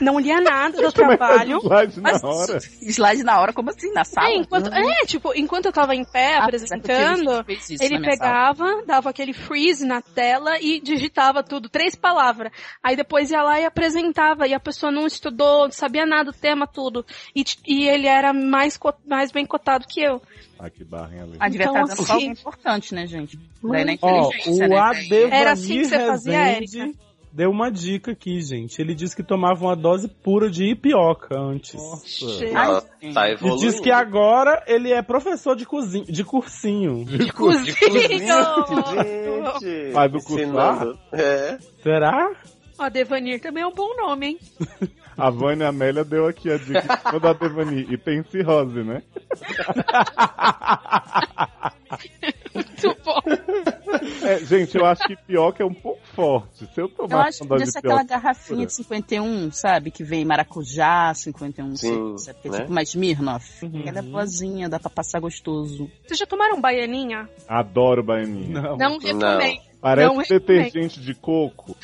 [SPEAKER 5] não lia nada do
[SPEAKER 3] Como é que faz
[SPEAKER 5] trabalho.
[SPEAKER 3] slide
[SPEAKER 2] Mas-
[SPEAKER 3] na
[SPEAKER 2] [laughs]
[SPEAKER 3] hora.
[SPEAKER 2] Slide na hora, como assim? Na sala?
[SPEAKER 5] É, enquanto, é, tipo, enquanto eu tava em pé,
[SPEAKER 2] Ah,
[SPEAKER 5] apresentando,
[SPEAKER 2] fez isso na
[SPEAKER 5] ele
[SPEAKER 2] minha sala.
[SPEAKER 5] pegava, dava aquele freeze na tela e digitava tudo, três palavras. Aí depois ia lá e apresentava, e a pessoa não estudou, não sabia nada do tema, tudo. E, t- e ele era mais, co- mais bem cotado que eu.
[SPEAKER 3] Ah, que barra, ali.
[SPEAKER 2] Ah, devia
[SPEAKER 5] Então,
[SPEAKER 2] estar dando
[SPEAKER 5] assim-
[SPEAKER 2] algo importante, né, gente? Daí na
[SPEAKER 4] Ó,
[SPEAKER 2] inteligência,
[SPEAKER 4] o
[SPEAKER 2] né?
[SPEAKER 4] Adevani
[SPEAKER 5] Era assim que você fazia,
[SPEAKER 4] Rezende deu uma dica aqui, gente. Ele disse que tomava uma dose pura de ipioca antes.
[SPEAKER 5] Gente,
[SPEAKER 6] Ela
[SPEAKER 2] sim.
[SPEAKER 6] tá
[SPEAKER 4] E
[SPEAKER 6] evoluindo.
[SPEAKER 4] diz que agora ele é professor de, cozinha, de cursinho.
[SPEAKER 5] cozinho!
[SPEAKER 6] Gente,
[SPEAKER 3] Vai do curso
[SPEAKER 6] ensinando. É.
[SPEAKER 4] Será?
[SPEAKER 5] Ó, Devanir também é um bom nome, hein?
[SPEAKER 3] A Vânia Amélia deu aqui a dica que vou dar Devani. E tem cirrose, né?
[SPEAKER 5] Muito [laughs] bom.
[SPEAKER 3] É, gente, eu acho que pioca é um pouco forte. Se eu
[SPEAKER 2] Eu
[SPEAKER 3] tomar
[SPEAKER 2] acho que
[SPEAKER 3] uma dose
[SPEAKER 2] podia
[SPEAKER 3] de
[SPEAKER 2] ser aquela
[SPEAKER 3] pioca...
[SPEAKER 2] garrafinha de 51, sabe? Que vem maracujá, 51,
[SPEAKER 6] Sim,
[SPEAKER 2] sabe? Que é
[SPEAKER 6] né?
[SPEAKER 2] tipo uma Smirnoff.
[SPEAKER 4] Uhum.
[SPEAKER 2] Ela é boazinha, dá pra passar gostoso.
[SPEAKER 5] Vocês já tomaram baianinha?
[SPEAKER 3] Adoro baianinha.
[SPEAKER 4] Não.
[SPEAKER 5] Não recomendo.
[SPEAKER 3] Parece
[SPEAKER 5] Não, eu
[SPEAKER 3] detergente de coco.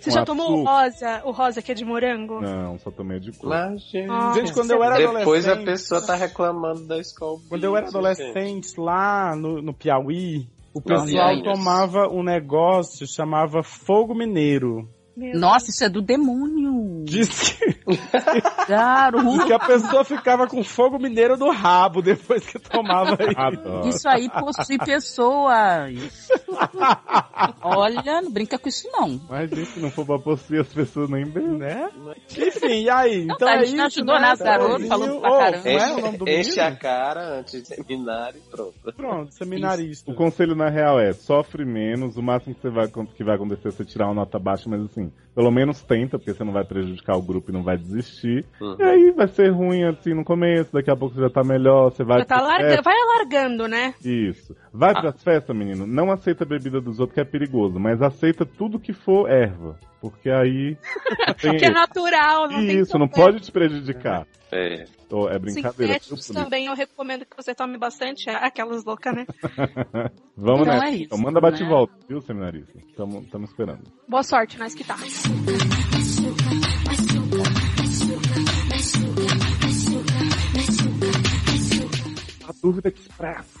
[SPEAKER 5] Você
[SPEAKER 3] Com
[SPEAKER 5] já tomou o
[SPEAKER 3] açúcar.
[SPEAKER 5] rosa, o rosa que é de morango?
[SPEAKER 3] Não, só tomei de coco.
[SPEAKER 6] Mas, gente,
[SPEAKER 5] Nossa.
[SPEAKER 4] Gente, quando
[SPEAKER 2] é
[SPEAKER 4] eu Ah, era
[SPEAKER 6] Depois a
[SPEAKER 4] adolescente...
[SPEAKER 6] pessoa tá reclamando da escola.
[SPEAKER 4] Quando eu era
[SPEAKER 6] Gente.
[SPEAKER 4] adolescente, lá no, no Piauí, o pessoal
[SPEAKER 6] Piauí.
[SPEAKER 4] tomava um negócio chamava fogo mineiro.
[SPEAKER 5] Meu
[SPEAKER 2] Nossa, isso é do demônio.
[SPEAKER 4] Diz
[SPEAKER 2] [laughs]
[SPEAKER 4] que, diz
[SPEAKER 3] [laughs]
[SPEAKER 2] Garoto.
[SPEAKER 4] que a pessoa ficava com fogo mineiro no rabo depois que tomava
[SPEAKER 3] Adoro.
[SPEAKER 2] Isso aí possui
[SPEAKER 3] [laughs]
[SPEAKER 2] pessoas. Olha, não brinca com isso não.
[SPEAKER 3] Mas, gente, se não for pra possuir as pessoas nem bem.
[SPEAKER 4] né? Enfim, e aí? Então
[SPEAKER 2] tá, a
[SPEAKER 4] é
[SPEAKER 2] gente não
[SPEAKER 4] isso,
[SPEAKER 2] ajudou
[SPEAKER 4] né?
[SPEAKER 2] nada, garoto,
[SPEAKER 4] Então,
[SPEAKER 2] falou pra
[SPEAKER 4] oh,
[SPEAKER 2] caramba.
[SPEAKER 4] Não é o nome do
[SPEAKER 6] Enche, enche a
[SPEAKER 4] menino?
[SPEAKER 6] cara antes de seminário e pronto.
[SPEAKER 4] Pronto, seminarista.
[SPEAKER 3] O conselho, na real, é sofre menos. O máximo que, você vai, que vai acontecer é você tirar uma nota baixa, mas assim, pelo menos tenta, porque você não vai prejudicar o grupo e não vai desistir.
[SPEAKER 6] Uhum.
[SPEAKER 3] E aí vai ser ruim, assim, no começo, daqui a pouco você já tá melhor, você vai...
[SPEAKER 5] Já tá
[SPEAKER 3] pro É,
[SPEAKER 5] larga... Vai alargando, né?
[SPEAKER 3] Isso. Vai pras festas, menino. Não aceita a bebida dos outros, que é perigoso, mas aceita tudo que for erva. Porque
[SPEAKER 5] [laughs]
[SPEAKER 3] aí. tem
[SPEAKER 5] Que é natural, não tem né?
[SPEAKER 3] Isso, não
[SPEAKER 5] problema.
[SPEAKER 3] pode te prejudicar.
[SPEAKER 6] É.
[SPEAKER 3] Ô, é brincadeira. viu,
[SPEAKER 5] Sintéticos
[SPEAKER 3] Felipe?
[SPEAKER 5] também eu recomendo que você tome bastante. é, Aquelas loucas, né?
[SPEAKER 3] Vamos
[SPEAKER 2] Não
[SPEAKER 3] nessa.
[SPEAKER 2] é isso,
[SPEAKER 3] então, manda bate e
[SPEAKER 2] né?
[SPEAKER 3] volta, viu, seminarista? Estamos esperando. [laughs]
[SPEAKER 5] Boa sorte, nós que tá.
[SPEAKER 3] A dúvida expressa.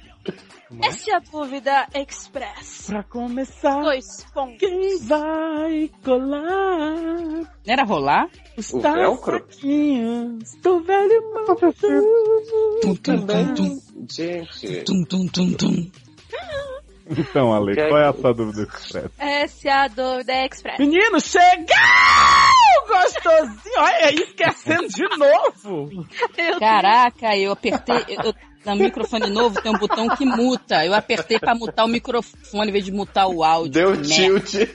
[SPEAKER 5] Essa é a dúvida express.
[SPEAKER 4] Pra começar,
[SPEAKER 5] Dois pontos.
[SPEAKER 4] quem vai colar
[SPEAKER 2] Não era rolar?
[SPEAKER 4] os
[SPEAKER 6] O velcro?
[SPEAKER 4] taquinhos do velho
[SPEAKER 2] Tum, tum, tum, tum,
[SPEAKER 6] Também. Gente.
[SPEAKER 2] tum, tum, tum, tum.
[SPEAKER 3] Então, Ale,
[SPEAKER 6] Ok.
[SPEAKER 3] qual é a sua dúvida expressa?
[SPEAKER 5] Essa é a dúvida express.
[SPEAKER 4] Menino, chegou! Gostosinho! Olha aí, esquecendo de novo!
[SPEAKER 5] Eu
[SPEAKER 2] Caraca, eu apertei. eu- eu- no microfone novo tem um botão que muta. Eu apertei pra mutar o microfone em vez de mutar o áudio. Né?
[SPEAKER 6] Deu
[SPEAKER 2] Que merda.
[SPEAKER 6] tilt.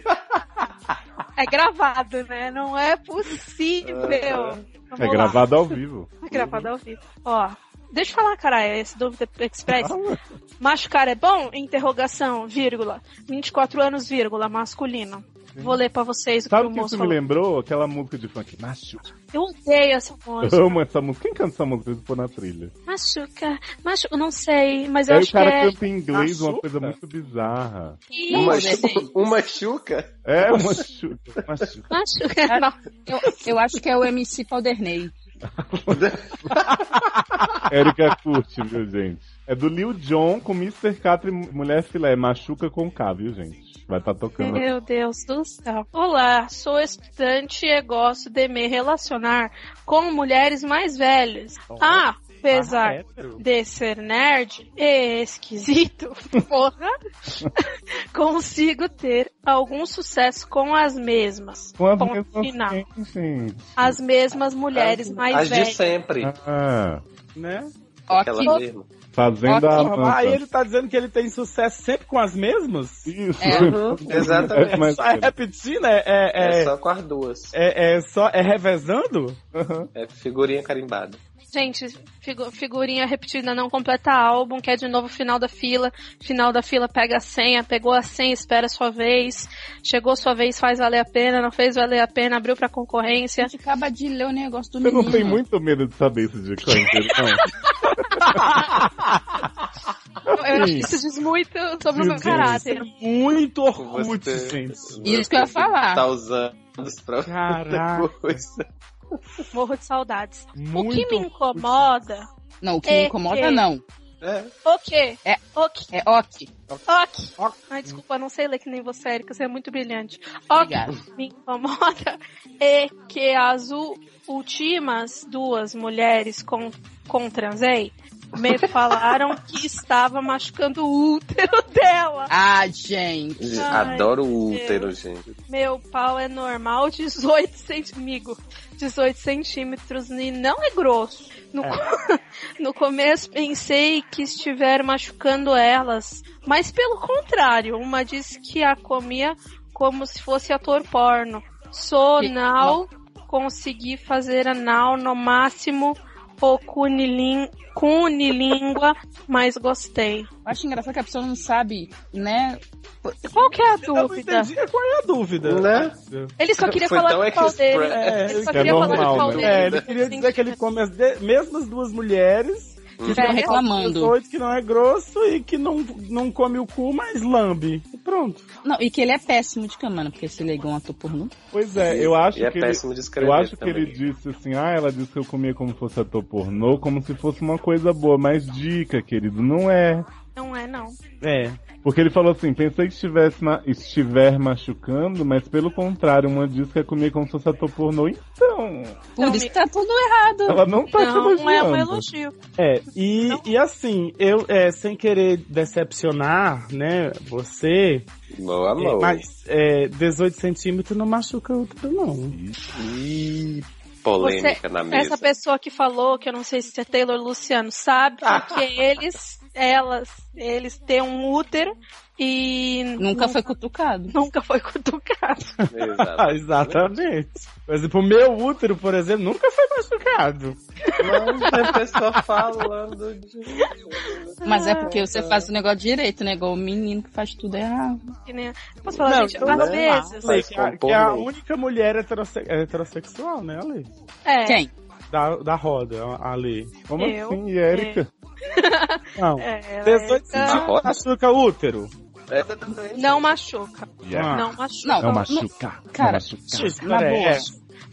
[SPEAKER 5] É gravado, né? Não é possível.
[SPEAKER 6] Aham.
[SPEAKER 5] Vamos
[SPEAKER 3] É
[SPEAKER 5] lá.
[SPEAKER 3] gravado ao vivo.
[SPEAKER 5] É gravado ao vivo. Ó, Deixa eu falar, cara, [laughs] esse dúvida express.
[SPEAKER 3] Ah,
[SPEAKER 5] Machucar é bom? Interrogação, vírgula. 24 anos, vírgula, masculino. Vou ler pra vocês o que
[SPEAKER 3] Sabe
[SPEAKER 5] o
[SPEAKER 3] o que
[SPEAKER 5] moço
[SPEAKER 3] isso me
[SPEAKER 5] falou.
[SPEAKER 3] lembrou? Aquela música de funk. Machuca.
[SPEAKER 5] Eu odeio essa música.
[SPEAKER 3] Amo essa música. Quem canta essa música se pôr na trilha?
[SPEAKER 5] Machuca, machuca, não sei, mas eu
[SPEAKER 3] Aí o
[SPEAKER 5] acho que
[SPEAKER 3] cara
[SPEAKER 5] é.
[SPEAKER 3] canta em inglês uma
[SPEAKER 4] Machuca?
[SPEAKER 3] coisa muito bizarra.
[SPEAKER 5] Ih,
[SPEAKER 6] Uma,
[SPEAKER 5] gente,
[SPEAKER 6] chu- uma chuca?
[SPEAKER 3] É, machuca. Machuca.
[SPEAKER 5] Machuca, não.
[SPEAKER 2] Eu, eu acho que é o MC Palderney.
[SPEAKER 3] Érica curte, viu, gente? É do Lil Jon com Mr. Catra e Mulher Filé. Machuca com K, viu, gente? Vai estar tocando.
[SPEAKER 5] Meu Deus do céu. Olá, sou estudante e gosto de me relacionar com mulheres mais velhas. Ah,
[SPEAKER 4] Tá
[SPEAKER 5] apesar de ser nerd
[SPEAKER 3] [laughs]
[SPEAKER 5] e esquisito, porra, consigo ter algum sucesso com as mesmas.
[SPEAKER 3] Com as
[SPEAKER 5] Ponto
[SPEAKER 3] mesmas
[SPEAKER 5] final.
[SPEAKER 3] quem, gente.
[SPEAKER 5] As mesmas mulheres mais
[SPEAKER 6] As de
[SPEAKER 5] velhas.
[SPEAKER 6] sempre.
[SPEAKER 3] Ah,
[SPEAKER 4] Né?
[SPEAKER 2] Ó,
[SPEAKER 6] Aquela
[SPEAKER 2] que-
[SPEAKER 6] mesma.
[SPEAKER 3] fazendo a
[SPEAKER 2] Ótimo.
[SPEAKER 3] Amanda.
[SPEAKER 4] Aí ele tá dizendo que ele tem sucesso sempre com as mesmas?
[SPEAKER 3] Isso.
[SPEAKER 2] É.
[SPEAKER 6] uhum.
[SPEAKER 5] [laughs]
[SPEAKER 6] Exatamente.
[SPEAKER 3] É,
[SPEAKER 4] É
[SPEAKER 3] mas-
[SPEAKER 4] só repetindo? É, é,
[SPEAKER 6] É.
[SPEAKER 4] é,
[SPEAKER 6] só com as duas.
[SPEAKER 4] é- é só. É revezando?
[SPEAKER 6] É figurinha carimbada.
[SPEAKER 5] Gente, figu- figurinha repetida não completa álbum, quer de novo final da fila, final da fila pega a senha, pegou a senha, espera a sua vez, chegou a sua vez, faz valer a pena, não fez valer a pena, abriu pra concorrência.
[SPEAKER 2] gente acaba de ler o negócio do
[SPEAKER 3] Você
[SPEAKER 2] menino.
[SPEAKER 3] não tem muito medo de saber isso de câncer, não?
[SPEAKER 5] Eu acho que isso diz muito sobre o meu
[SPEAKER 3] Diz
[SPEAKER 5] caráter.
[SPEAKER 4] Muito orgulho,
[SPEAKER 6] Você-
[SPEAKER 4] gente.
[SPEAKER 2] Isso que eu ia falar.
[SPEAKER 6] Tá usando pra outra [laughs]
[SPEAKER 4] Caraca,
[SPEAKER 6] coisa.
[SPEAKER 5] Morro de saudades.
[SPEAKER 4] muito
[SPEAKER 5] o que me
[SPEAKER 4] orgulho.
[SPEAKER 5] incomoda?
[SPEAKER 2] Não, o que
[SPEAKER 5] É
[SPEAKER 2] me incomoda
[SPEAKER 5] que-
[SPEAKER 2] não.
[SPEAKER 6] É.
[SPEAKER 5] O quê?
[SPEAKER 2] É.
[SPEAKER 5] O quê?
[SPEAKER 2] É ok.
[SPEAKER 5] Ok. Ai, desculpa, não sei ler que nem você, Erika, você é muito brilhante. Ok.
[SPEAKER 2] Obrigada.
[SPEAKER 5] me incomoda [laughs] é que as u- últimas duas mulheres com, com transei me falaram que estava machucando o útero [laughs] dela.
[SPEAKER 2] Ah, gente.
[SPEAKER 5] Ai,
[SPEAKER 6] Adoro o útero, gente.
[SPEAKER 5] Meu pau é normal, [laughs] 18 centímetros. 18 centímetros e não é grosso. No, co- [laughs] no começo pensei que estiver machucando elas, mas pelo contrário, uma disse que a comia como se fosse ator porno. Sonal, consegui fazer anal no máximo ou cunilim, cunilíngua, mas gostei.
[SPEAKER 2] Eu acho engraçado que a pessoa não sabe, né?
[SPEAKER 5] Qual que é a
[SPEAKER 4] Eu não
[SPEAKER 5] dúvida?
[SPEAKER 4] entendi qual é a dúvida.
[SPEAKER 6] Né?
[SPEAKER 5] Ele só queria
[SPEAKER 6] Foi
[SPEAKER 5] falar
[SPEAKER 6] tão
[SPEAKER 5] do pau
[SPEAKER 6] express.
[SPEAKER 5] dele.
[SPEAKER 4] É,
[SPEAKER 5] Ele só
[SPEAKER 3] é
[SPEAKER 5] queria falar do
[SPEAKER 3] normal,
[SPEAKER 5] pau
[SPEAKER 3] né?
[SPEAKER 5] dele.
[SPEAKER 4] É, ele queria dizer que ele come as de- mesmas duas mulheres.
[SPEAKER 6] Hum.
[SPEAKER 5] É.
[SPEAKER 2] Estão tá reclamando.
[SPEAKER 4] 18 que não é grosso e que não, não come o cu, mas lambe. E pronto.
[SPEAKER 2] Não, e que ele é péssimo de camana, porque se ele é igual um ator pornô.
[SPEAKER 3] Pois é, eu acho
[SPEAKER 6] E é
[SPEAKER 3] que ele...
[SPEAKER 6] péssimo de escrever
[SPEAKER 3] Eu acho que
[SPEAKER 6] também.
[SPEAKER 3] ele disse assim, ah, ela disse que eu comia como fosse ator pornô, como se fosse uma coisa boa, mas dica, querido, não é.
[SPEAKER 5] Não é, não.
[SPEAKER 4] É.
[SPEAKER 3] Porque ele falou assim, pensei que estivesse ma- estiver machucando, mas pelo contrário, uma diz que é comer como se fosse ator pornô, então,
[SPEAKER 2] Por
[SPEAKER 5] Então,
[SPEAKER 2] isso
[SPEAKER 5] me-
[SPEAKER 2] que tá tudo errado.
[SPEAKER 3] ela não tá te
[SPEAKER 5] Não, é
[SPEAKER 3] elogiando.
[SPEAKER 5] um elogio.
[SPEAKER 4] É, e, e assim, eu, é, sem querer decepcionar, né, você,
[SPEAKER 6] Meu
[SPEAKER 4] é,
[SPEAKER 6] amor.
[SPEAKER 4] mas é, 18 centímetros não machuca outro, não.
[SPEAKER 6] Ih, polêmica na mesa.
[SPEAKER 5] Essa pessoa que falou, que eu não sei se é Taylor Luciano, sabe
[SPEAKER 4] Ah.
[SPEAKER 5] porque eles, elas, eles têm um útero e
[SPEAKER 2] Nunca foi cutucado.
[SPEAKER 5] nunca foi [laughs] cutucado.
[SPEAKER 6] [laughs] Exato.
[SPEAKER 4] [laughs] Ah, exatamente. Mas o meu útero, por exemplo, nunca foi machucado.
[SPEAKER 6] Nossa, a pessoa falando de...
[SPEAKER 2] Mas é porque você
[SPEAKER 5] Ah.
[SPEAKER 2] faz o negócio direito, né? Igual o menino que faz tudo errado.
[SPEAKER 5] Que nem- Posso falar, gente?
[SPEAKER 4] então,
[SPEAKER 5] Às
[SPEAKER 6] não.
[SPEAKER 5] vezes.
[SPEAKER 6] Mas
[SPEAKER 4] que, a, que é a única mulher heterosse- heterossexual, né, Ale?
[SPEAKER 5] É,
[SPEAKER 2] Quem?
[SPEAKER 4] Da, da roda, a- Ale.
[SPEAKER 3] Como
[SPEAKER 5] Eu?
[SPEAKER 3] assim, e Érica?
[SPEAKER 5] [laughs]
[SPEAKER 4] Não.
[SPEAKER 5] é,
[SPEAKER 4] 18
[SPEAKER 5] ela-
[SPEAKER 6] centímetros.
[SPEAKER 4] centímetros machuca útero.
[SPEAKER 6] É.
[SPEAKER 5] Não machuca.
[SPEAKER 4] Ah.
[SPEAKER 5] Não machuca.
[SPEAKER 2] Não,
[SPEAKER 3] Não
[SPEAKER 2] não-
[SPEAKER 3] machucar, não
[SPEAKER 2] cara,
[SPEAKER 3] machucar.
[SPEAKER 2] na
[SPEAKER 4] É,
[SPEAKER 2] boa.
[SPEAKER 4] é.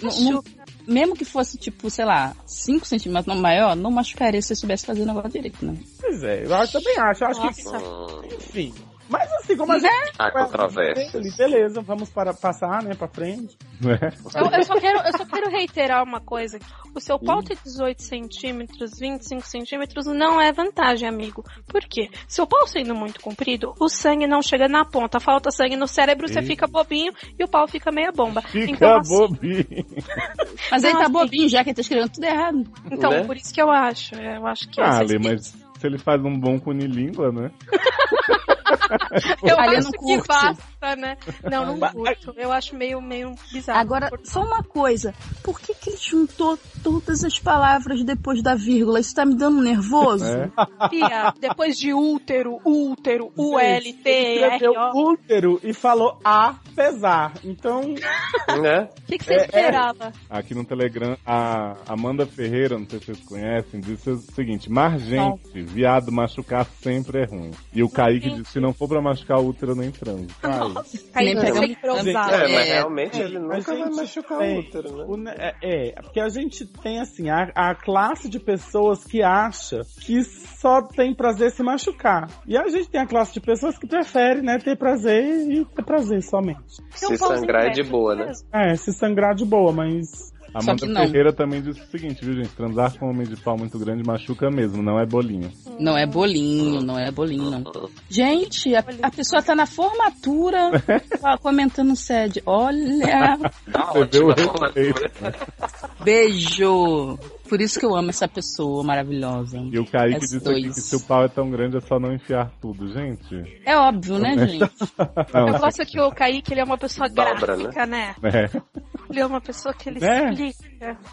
[SPEAKER 2] Não- não- mesmo que fosse, tipo, sei lá, 5 centímetros maior, não machucaria se você soubesse fazer o negócio direito, né?
[SPEAKER 4] Pois é, eu acho- também acho. Eu acho
[SPEAKER 5] Nossa.
[SPEAKER 6] Hum,
[SPEAKER 4] que, enfim. Mas assim, como a gente
[SPEAKER 6] há controvérsias.
[SPEAKER 4] Beleza, vamos para, passar, né, pra frente.
[SPEAKER 5] Eu, eu só quero, eu só quero reiterar uma coisa. O seu pau ter 18 centímetros, 25 centímetros, não é vantagem, amigo. Por quê? Seu pau sendo muito comprido, o sangue não chega na ponta. Falta sangue no cérebro, você
[SPEAKER 3] Ih.
[SPEAKER 5] fica bobinho e o pau fica meia bomba.
[SPEAKER 3] Fica
[SPEAKER 5] então, assim,
[SPEAKER 3] bobinho.
[SPEAKER 2] Mas aí
[SPEAKER 5] Não,
[SPEAKER 2] tá
[SPEAKER 5] assim-
[SPEAKER 2] bobinho, já que ele tá escrevendo tudo errado.
[SPEAKER 5] então
[SPEAKER 6] né?
[SPEAKER 5] por isso que eu acho. é, Eu acho que
[SPEAKER 3] Ah,
[SPEAKER 5] essa-
[SPEAKER 3] Ale, mas se ele faz um bom cunilíngua, né?
[SPEAKER 5] eu
[SPEAKER 2] Ali
[SPEAKER 5] acho
[SPEAKER 2] não
[SPEAKER 5] que
[SPEAKER 2] curte.
[SPEAKER 5] basta. gosta, né? Não, não curto. Eu acho meio, meio bizarro.
[SPEAKER 2] Agora, só uma coisa. Por que que ele juntou todas as palavras depois da vírgula? Isso tá me dando nervoso?
[SPEAKER 3] É.
[SPEAKER 5] Fia, [laughs] depois de útero, útero, ULT,
[SPEAKER 4] Escreveu
[SPEAKER 5] R.O.
[SPEAKER 4] útero e falou apesar. Então,
[SPEAKER 6] Né?
[SPEAKER 5] O que, que
[SPEAKER 3] É,
[SPEAKER 5] você esperava?
[SPEAKER 3] Aqui no Telegram, a Amanda Ferreira, não sei se vocês conhecem, disse o seguinte: Margente, viado machucar sempre é ruim. E o Kaique
[SPEAKER 5] Gente.
[SPEAKER 3] disse: se não for pra machucar o útero, eu
[SPEAKER 2] [laughs]
[SPEAKER 3] não transo.
[SPEAKER 5] Caiu
[SPEAKER 2] pegar
[SPEAKER 5] sem
[SPEAKER 2] um-
[SPEAKER 5] bronzar.
[SPEAKER 6] É, mas
[SPEAKER 2] É.
[SPEAKER 6] realmente ele
[SPEAKER 4] a
[SPEAKER 6] nunca vai
[SPEAKER 4] gente
[SPEAKER 6] machucar
[SPEAKER 4] tem
[SPEAKER 6] o útero, né?
[SPEAKER 4] o ne- é, é, porque a gente tem assim, a, a classe de pessoas que acha que só tem prazer se machucar. E a gente tem a classe de pessoas que prefere, né, ter prazer e ter prazer somente.
[SPEAKER 5] Tem um
[SPEAKER 6] Se
[SPEAKER 5] pauzinho
[SPEAKER 6] sangrar é de
[SPEAKER 5] leve,
[SPEAKER 6] boa, né?
[SPEAKER 5] mesmo.
[SPEAKER 4] É, se sangrar de boa, mas
[SPEAKER 3] A
[SPEAKER 2] Só
[SPEAKER 3] Amanda
[SPEAKER 2] que não.
[SPEAKER 3] Ferreira também disse o seguinte, viu, gente? Transar com um homem de pau muito grande machuca mesmo, não é bolinho.
[SPEAKER 2] Não é bolinho, não é bolinho, não. Gente, a, a pessoa tá na [laughs] formatura tá comentando sede. Olha,
[SPEAKER 6] Tá
[SPEAKER 3] Você vê o
[SPEAKER 6] ótimo. né?
[SPEAKER 3] respeito.
[SPEAKER 2] beijo. Por isso que eu amo essa pessoa maravilhosa.
[SPEAKER 3] E o Kaique
[SPEAKER 2] É
[SPEAKER 3] disse aqui
[SPEAKER 2] dois.
[SPEAKER 3] que se o pau é tão grande é só não enfiar tudo, gente. [laughs]
[SPEAKER 2] É óbvio, né, gente?
[SPEAKER 5] Eu
[SPEAKER 2] [laughs]
[SPEAKER 3] Não,
[SPEAKER 5] gosto que o Kaique ele é uma pessoa
[SPEAKER 6] Dobra,
[SPEAKER 5] gráfica, né?
[SPEAKER 3] é.
[SPEAKER 5] Ele é uma pessoa que ele
[SPEAKER 3] É.
[SPEAKER 5] explica.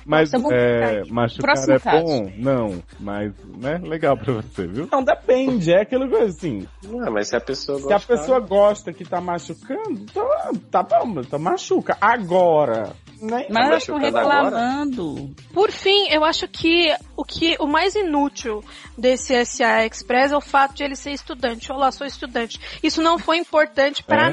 [SPEAKER 3] Mas
[SPEAKER 2] Nossa, eu vou ficar
[SPEAKER 3] é,
[SPEAKER 2] aqui.
[SPEAKER 3] machucar
[SPEAKER 2] Próximo
[SPEAKER 3] é
[SPEAKER 2] caso.
[SPEAKER 3] bom? Não. Mas, né, legal pra você, viu?
[SPEAKER 4] não depende, é aquilo que assim.
[SPEAKER 6] Não, mas se a pessoa
[SPEAKER 4] Se
[SPEAKER 6] gosta.
[SPEAKER 4] a pessoa
[SPEAKER 6] né?
[SPEAKER 4] gosta que tá machucando, então, tá bom, então machuca. Agora, né?
[SPEAKER 2] Mas elas estão
[SPEAKER 6] machucando agora?
[SPEAKER 2] reclamando.
[SPEAKER 5] Por fim, eu acho que o que o mais inútil desse SA Express é o fato de ele ser estudante. Olá, sou estudante. Isso não foi importante pra
[SPEAKER 3] É,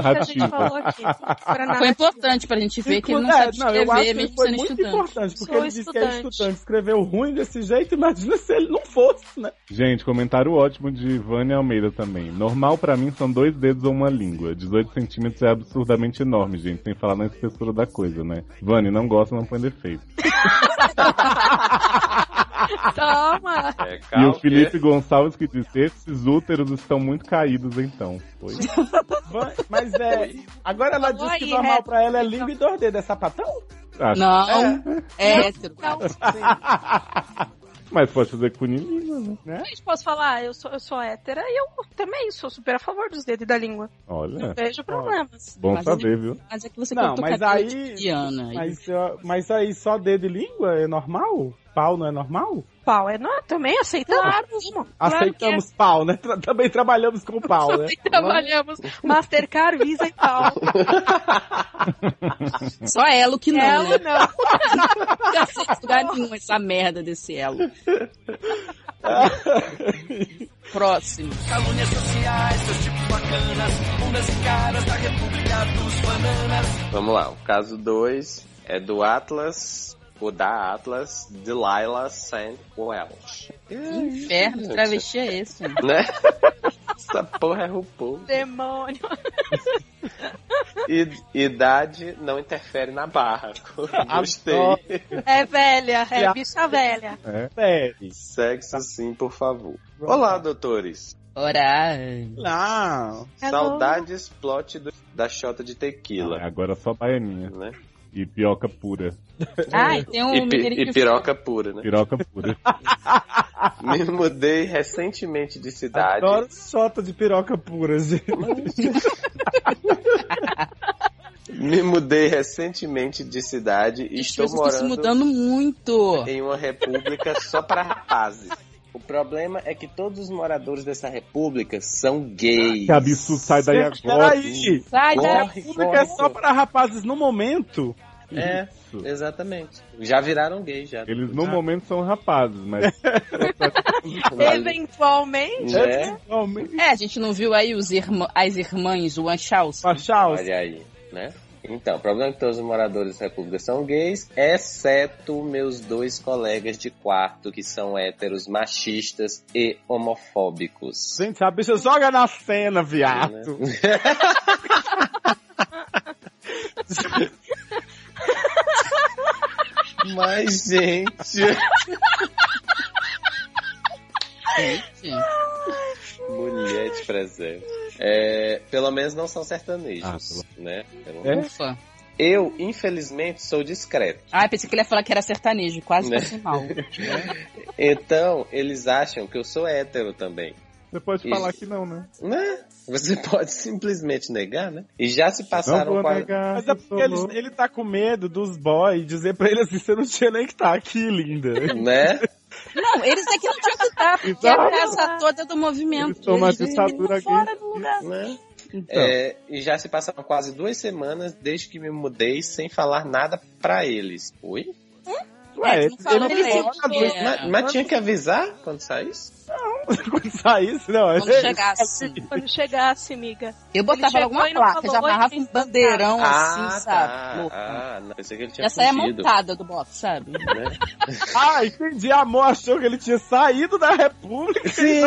[SPEAKER 3] para
[SPEAKER 5] do que a gente
[SPEAKER 3] narrativa.
[SPEAKER 5] falou aqui. Pra nada.
[SPEAKER 2] Foi importante pra gente ver que ele não sabe escrever,
[SPEAKER 4] é, não, eu acho
[SPEAKER 2] mesmo
[SPEAKER 4] que foi
[SPEAKER 2] sendo
[SPEAKER 4] muito
[SPEAKER 2] estudante.
[SPEAKER 4] importante, porque
[SPEAKER 5] Sou
[SPEAKER 4] ele disse que é
[SPEAKER 5] estudante.
[SPEAKER 4] estudante, escreveu ruim desse jeito, imagina se ele não fosse, né?
[SPEAKER 3] Gente, comentário ótimo de Vânia Almeida também. Normal pra mim são dois dedos ou uma língua. 18 centímetros é absurdamente enorme, gente. Sem falar na espessura da coisa, né? Vânia, não gosta, não põe defeito.
[SPEAKER 5] Toma!
[SPEAKER 6] É,
[SPEAKER 3] E
[SPEAKER 6] calma,
[SPEAKER 3] o Felipe Gonçalves que disse, esses úteros estão muito caídos então. Foi.
[SPEAKER 2] [laughs]
[SPEAKER 4] Van- Mas é. Agora ela
[SPEAKER 5] Falou
[SPEAKER 4] disse que
[SPEAKER 5] aí,
[SPEAKER 4] normal
[SPEAKER 5] é.
[SPEAKER 4] pra ela é língua e dois dedos, é sapatão?
[SPEAKER 3] Acho.
[SPEAKER 2] Não, é, hétero.
[SPEAKER 5] Então,
[SPEAKER 3] Mas pode fazer cunilinho, né?
[SPEAKER 5] gente, posso falar? "Ah, Eu sou, eu sou hétera e eu também sou super a favor dos dedos e da língua. Não
[SPEAKER 3] Olha,
[SPEAKER 5] vejo problemas.
[SPEAKER 3] bom
[SPEAKER 2] Mas
[SPEAKER 3] saber, viu?
[SPEAKER 2] Mas é que você
[SPEAKER 4] Não,
[SPEAKER 2] cortou
[SPEAKER 4] mas
[SPEAKER 2] cabelo
[SPEAKER 4] aí-
[SPEAKER 2] de Diana.
[SPEAKER 4] Mas, ó, mas aí só dedo e língua é normal? Pau não é normal?
[SPEAKER 5] Pau, é não, também aceitamos. Claro, é.
[SPEAKER 4] Aceitamos pau, né? Tra- também trabalhamos com pau, né?
[SPEAKER 5] que é. trabalhamos Mastercard, Visa e pau.
[SPEAKER 2] Só elo que não, né?
[SPEAKER 5] Ela não.
[SPEAKER 2] Não tem acesso em lugar nenhum essa merda desse
[SPEAKER 6] [laughs]
[SPEAKER 2] elo. Próximo.
[SPEAKER 6] Vamos lá, o caso 2 é do Atlas, ou da Atlas, Delilah St. Welsh.
[SPEAKER 2] Inferno, que travesti é esse? gente?
[SPEAKER 6] Né? [laughs] Essa porra é RuPaul.
[SPEAKER 5] Demônio.
[SPEAKER 6] I- idade não interfere na barra. [laughs] Gostei.
[SPEAKER 5] É velha, é
[SPEAKER 3] [laughs]
[SPEAKER 5] bicha velha.
[SPEAKER 3] É.
[SPEAKER 4] Sério.
[SPEAKER 6] Sexo sim, assim, por favor. Olá, doutores.
[SPEAKER 2] Ora. Ah,
[SPEAKER 4] Não.
[SPEAKER 5] Hello.
[SPEAKER 6] Saudades plot do- da shota de tequila.
[SPEAKER 3] Agora só
[SPEAKER 4] Ah, é.
[SPEAKER 3] baianinha.
[SPEAKER 6] Né?
[SPEAKER 3] E pioca pura.
[SPEAKER 2] Ai, tem um
[SPEAKER 6] E, pi-
[SPEAKER 2] Miguel que-
[SPEAKER 6] e piroca pura, né?
[SPEAKER 3] Piroca pura.
[SPEAKER 6] Me mudei recentemente de cidade.
[SPEAKER 4] Adoro chota de piroca pura, gente.
[SPEAKER 6] Me mudei recentemente de cidade e
[SPEAKER 2] As
[SPEAKER 6] estou
[SPEAKER 2] pessoas estão se
[SPEAKER 6] morando
[SPEAKER 2] mudando muito.
[SPEAKER 6] em uma república só para rapazes. O problema é que todos os moradores dessa república são gays.
[SPEAKER 3] que absurdo, sai daí
[SPEAKER 4] Gente,
[SPEAKER 3] agora.
[SPEAKER 4] Peraí.
[SPEAKER 2] Sai
[SPEAKER 6] Corre,
[SPEAKER 2] da...
[SPEAKER 4] A pública é só para rapazes no momento.
[SPEAKER 6] É,
[SPEAKER 3] Isso.
[SPEAKER 6] exatamente. Já viraram gays, já.
[SPEAKER 3] Eles no momento são rapazes,
[SPEAKER 6] [laughs]
[SPEAKER 3] mas
[SPEAKER 5] Eventualmente.
[SPEAKER 6] Né?
[SPEAKER 4] Homem.
[SPEAKER 2] É, a gente não viu aí os irmã... as irmãs, o Anchaus.
[SPEAKER 4] Machado.
[SPEAKER 6] Olha aí, né? Então, o problema é que todos os moradores da república são gays, exceto meus dois colegas de quarto, que são héteros machistas e homofóbicos.
[SPEAKER 4] Gente, a bicha joga na cena, viado.
[SPEAKER 6] Mas, gente...
[SPEAKER 2] Gente,
[SPEAKER 6] Mulher de presente. É, pelo menos não são sertanejos,
[SPEAKER 3] Ah,
[SPEAKER 6] né? Pelo
[SPEAKER 3] É?
[SPEAKER 2] ufa.
[SPEAKER 6] Eu, infelizmente, sou discreto.
[SPEAKER 2] Ai, pensei que ele ia falar que era sertanejo, quase
[SPEAKER 6] Né?
[SPEAKER 2] passei mal.
[SPEAKER 6] Então, eles acham que eu sou hétero também.
[SPEAKER 3] Você pode
[SPEAKER 6] Isso.
[SPEAKER 3] falar que não, né?
[SPEAKER 6] Né? Você pode simplesmente negar, né? E já se
[SPEAKER 3] Não
[SPEAKER 6] passaram
[SPEAKER 3] vou
[SPEAKER 6] quase.
[SPEAKER 3] negar.
[SPEAKER 4] Mas
[SPEAKER 3] que
[SPEAKER 4] é
[SPEAKER 3] eu sou
[SPEAKER 4] porque ele,
[SPEAKER 3] louco.
[SPEAKER 4] ele tá com medo dos boys dizer pra ele assim: você não tinha nem que tá aqui, linda.
[SPEAKER 6] [laughs]
[SPEAKER 4] Então,
[SPEAKER 6] Né?
[SPEAKER 2] Não, eles aqui não tinham que estar. Que é a graça toda do movimento.
[SPEAKER 3] Eles estão na
[SPEAKER 2] Eles-
[SPEAKER 3] ditadura
[SPEAKER 5] Fora
[SPEAKER 3] gay.
[SPEAKER 5] do lugar.
[SPEAKER 6] né?
[SPEAKER 4] [laughs] Então,
[SPEAKER 6] É, e já se passaram quase duas semanas desde que me mudei sem falar nada pra eles. Oi?
[SPEAKER 4] ué,
[SPEAKER 2] eles não falam
[SPEAKER 4] ele- ele
[SPEAKER 2] pra
[SPEAKER 3] Tá
[SPEAKER 4] mora
[SPEAKER 2] ele,
[SPEAKER 4] dois-
[SPEAKER 2] É.
[SPEAKER 6] Mas, mas tinha que avisar quando saísse?
[SPEAKER 4] quando saísse, não.
[SPEAKER 2] Quando
[SPEAKER 4] ele-
[SPEAKER 2] chegasse.
[SPEAKER 5] Quando chegasse, amiga.
[SPEAKER 9] Eu botava
[SPEAKER 5] chegou
[SPEAKER 9] alguma
[SPEAKER 5] e não
[SPEAKER 9] placa,
[SPEAKER 5] falou,
[SPEAKER 9] já
[SPEAKER 5] "Oi,
[SPEAKER 9] amarrava
[SPEAKER 5] quem
[SPEAKER 9] um
[SPEAKER 5] tá?"
[SPEAKER 9] bandeirão assim,
[SPEAKER 6] ah,
[SPEAKER 9] sabe?
[SPEAKER 6] tá.
[SPEAKER 9] Louco.
[SPEAKER 6] Ah, não, pensei que ele tinha
[SPEAKER 2] Essa aí é a
[SPEAKER 6] fugido,
[SPEAKER 2] montada do box, sabe?
[SPEAKER 6] né?
[SPEAKER 4] Ah, entendi. A amor achou que ele tinha saído da República.
[SPEAKER 6] Sim,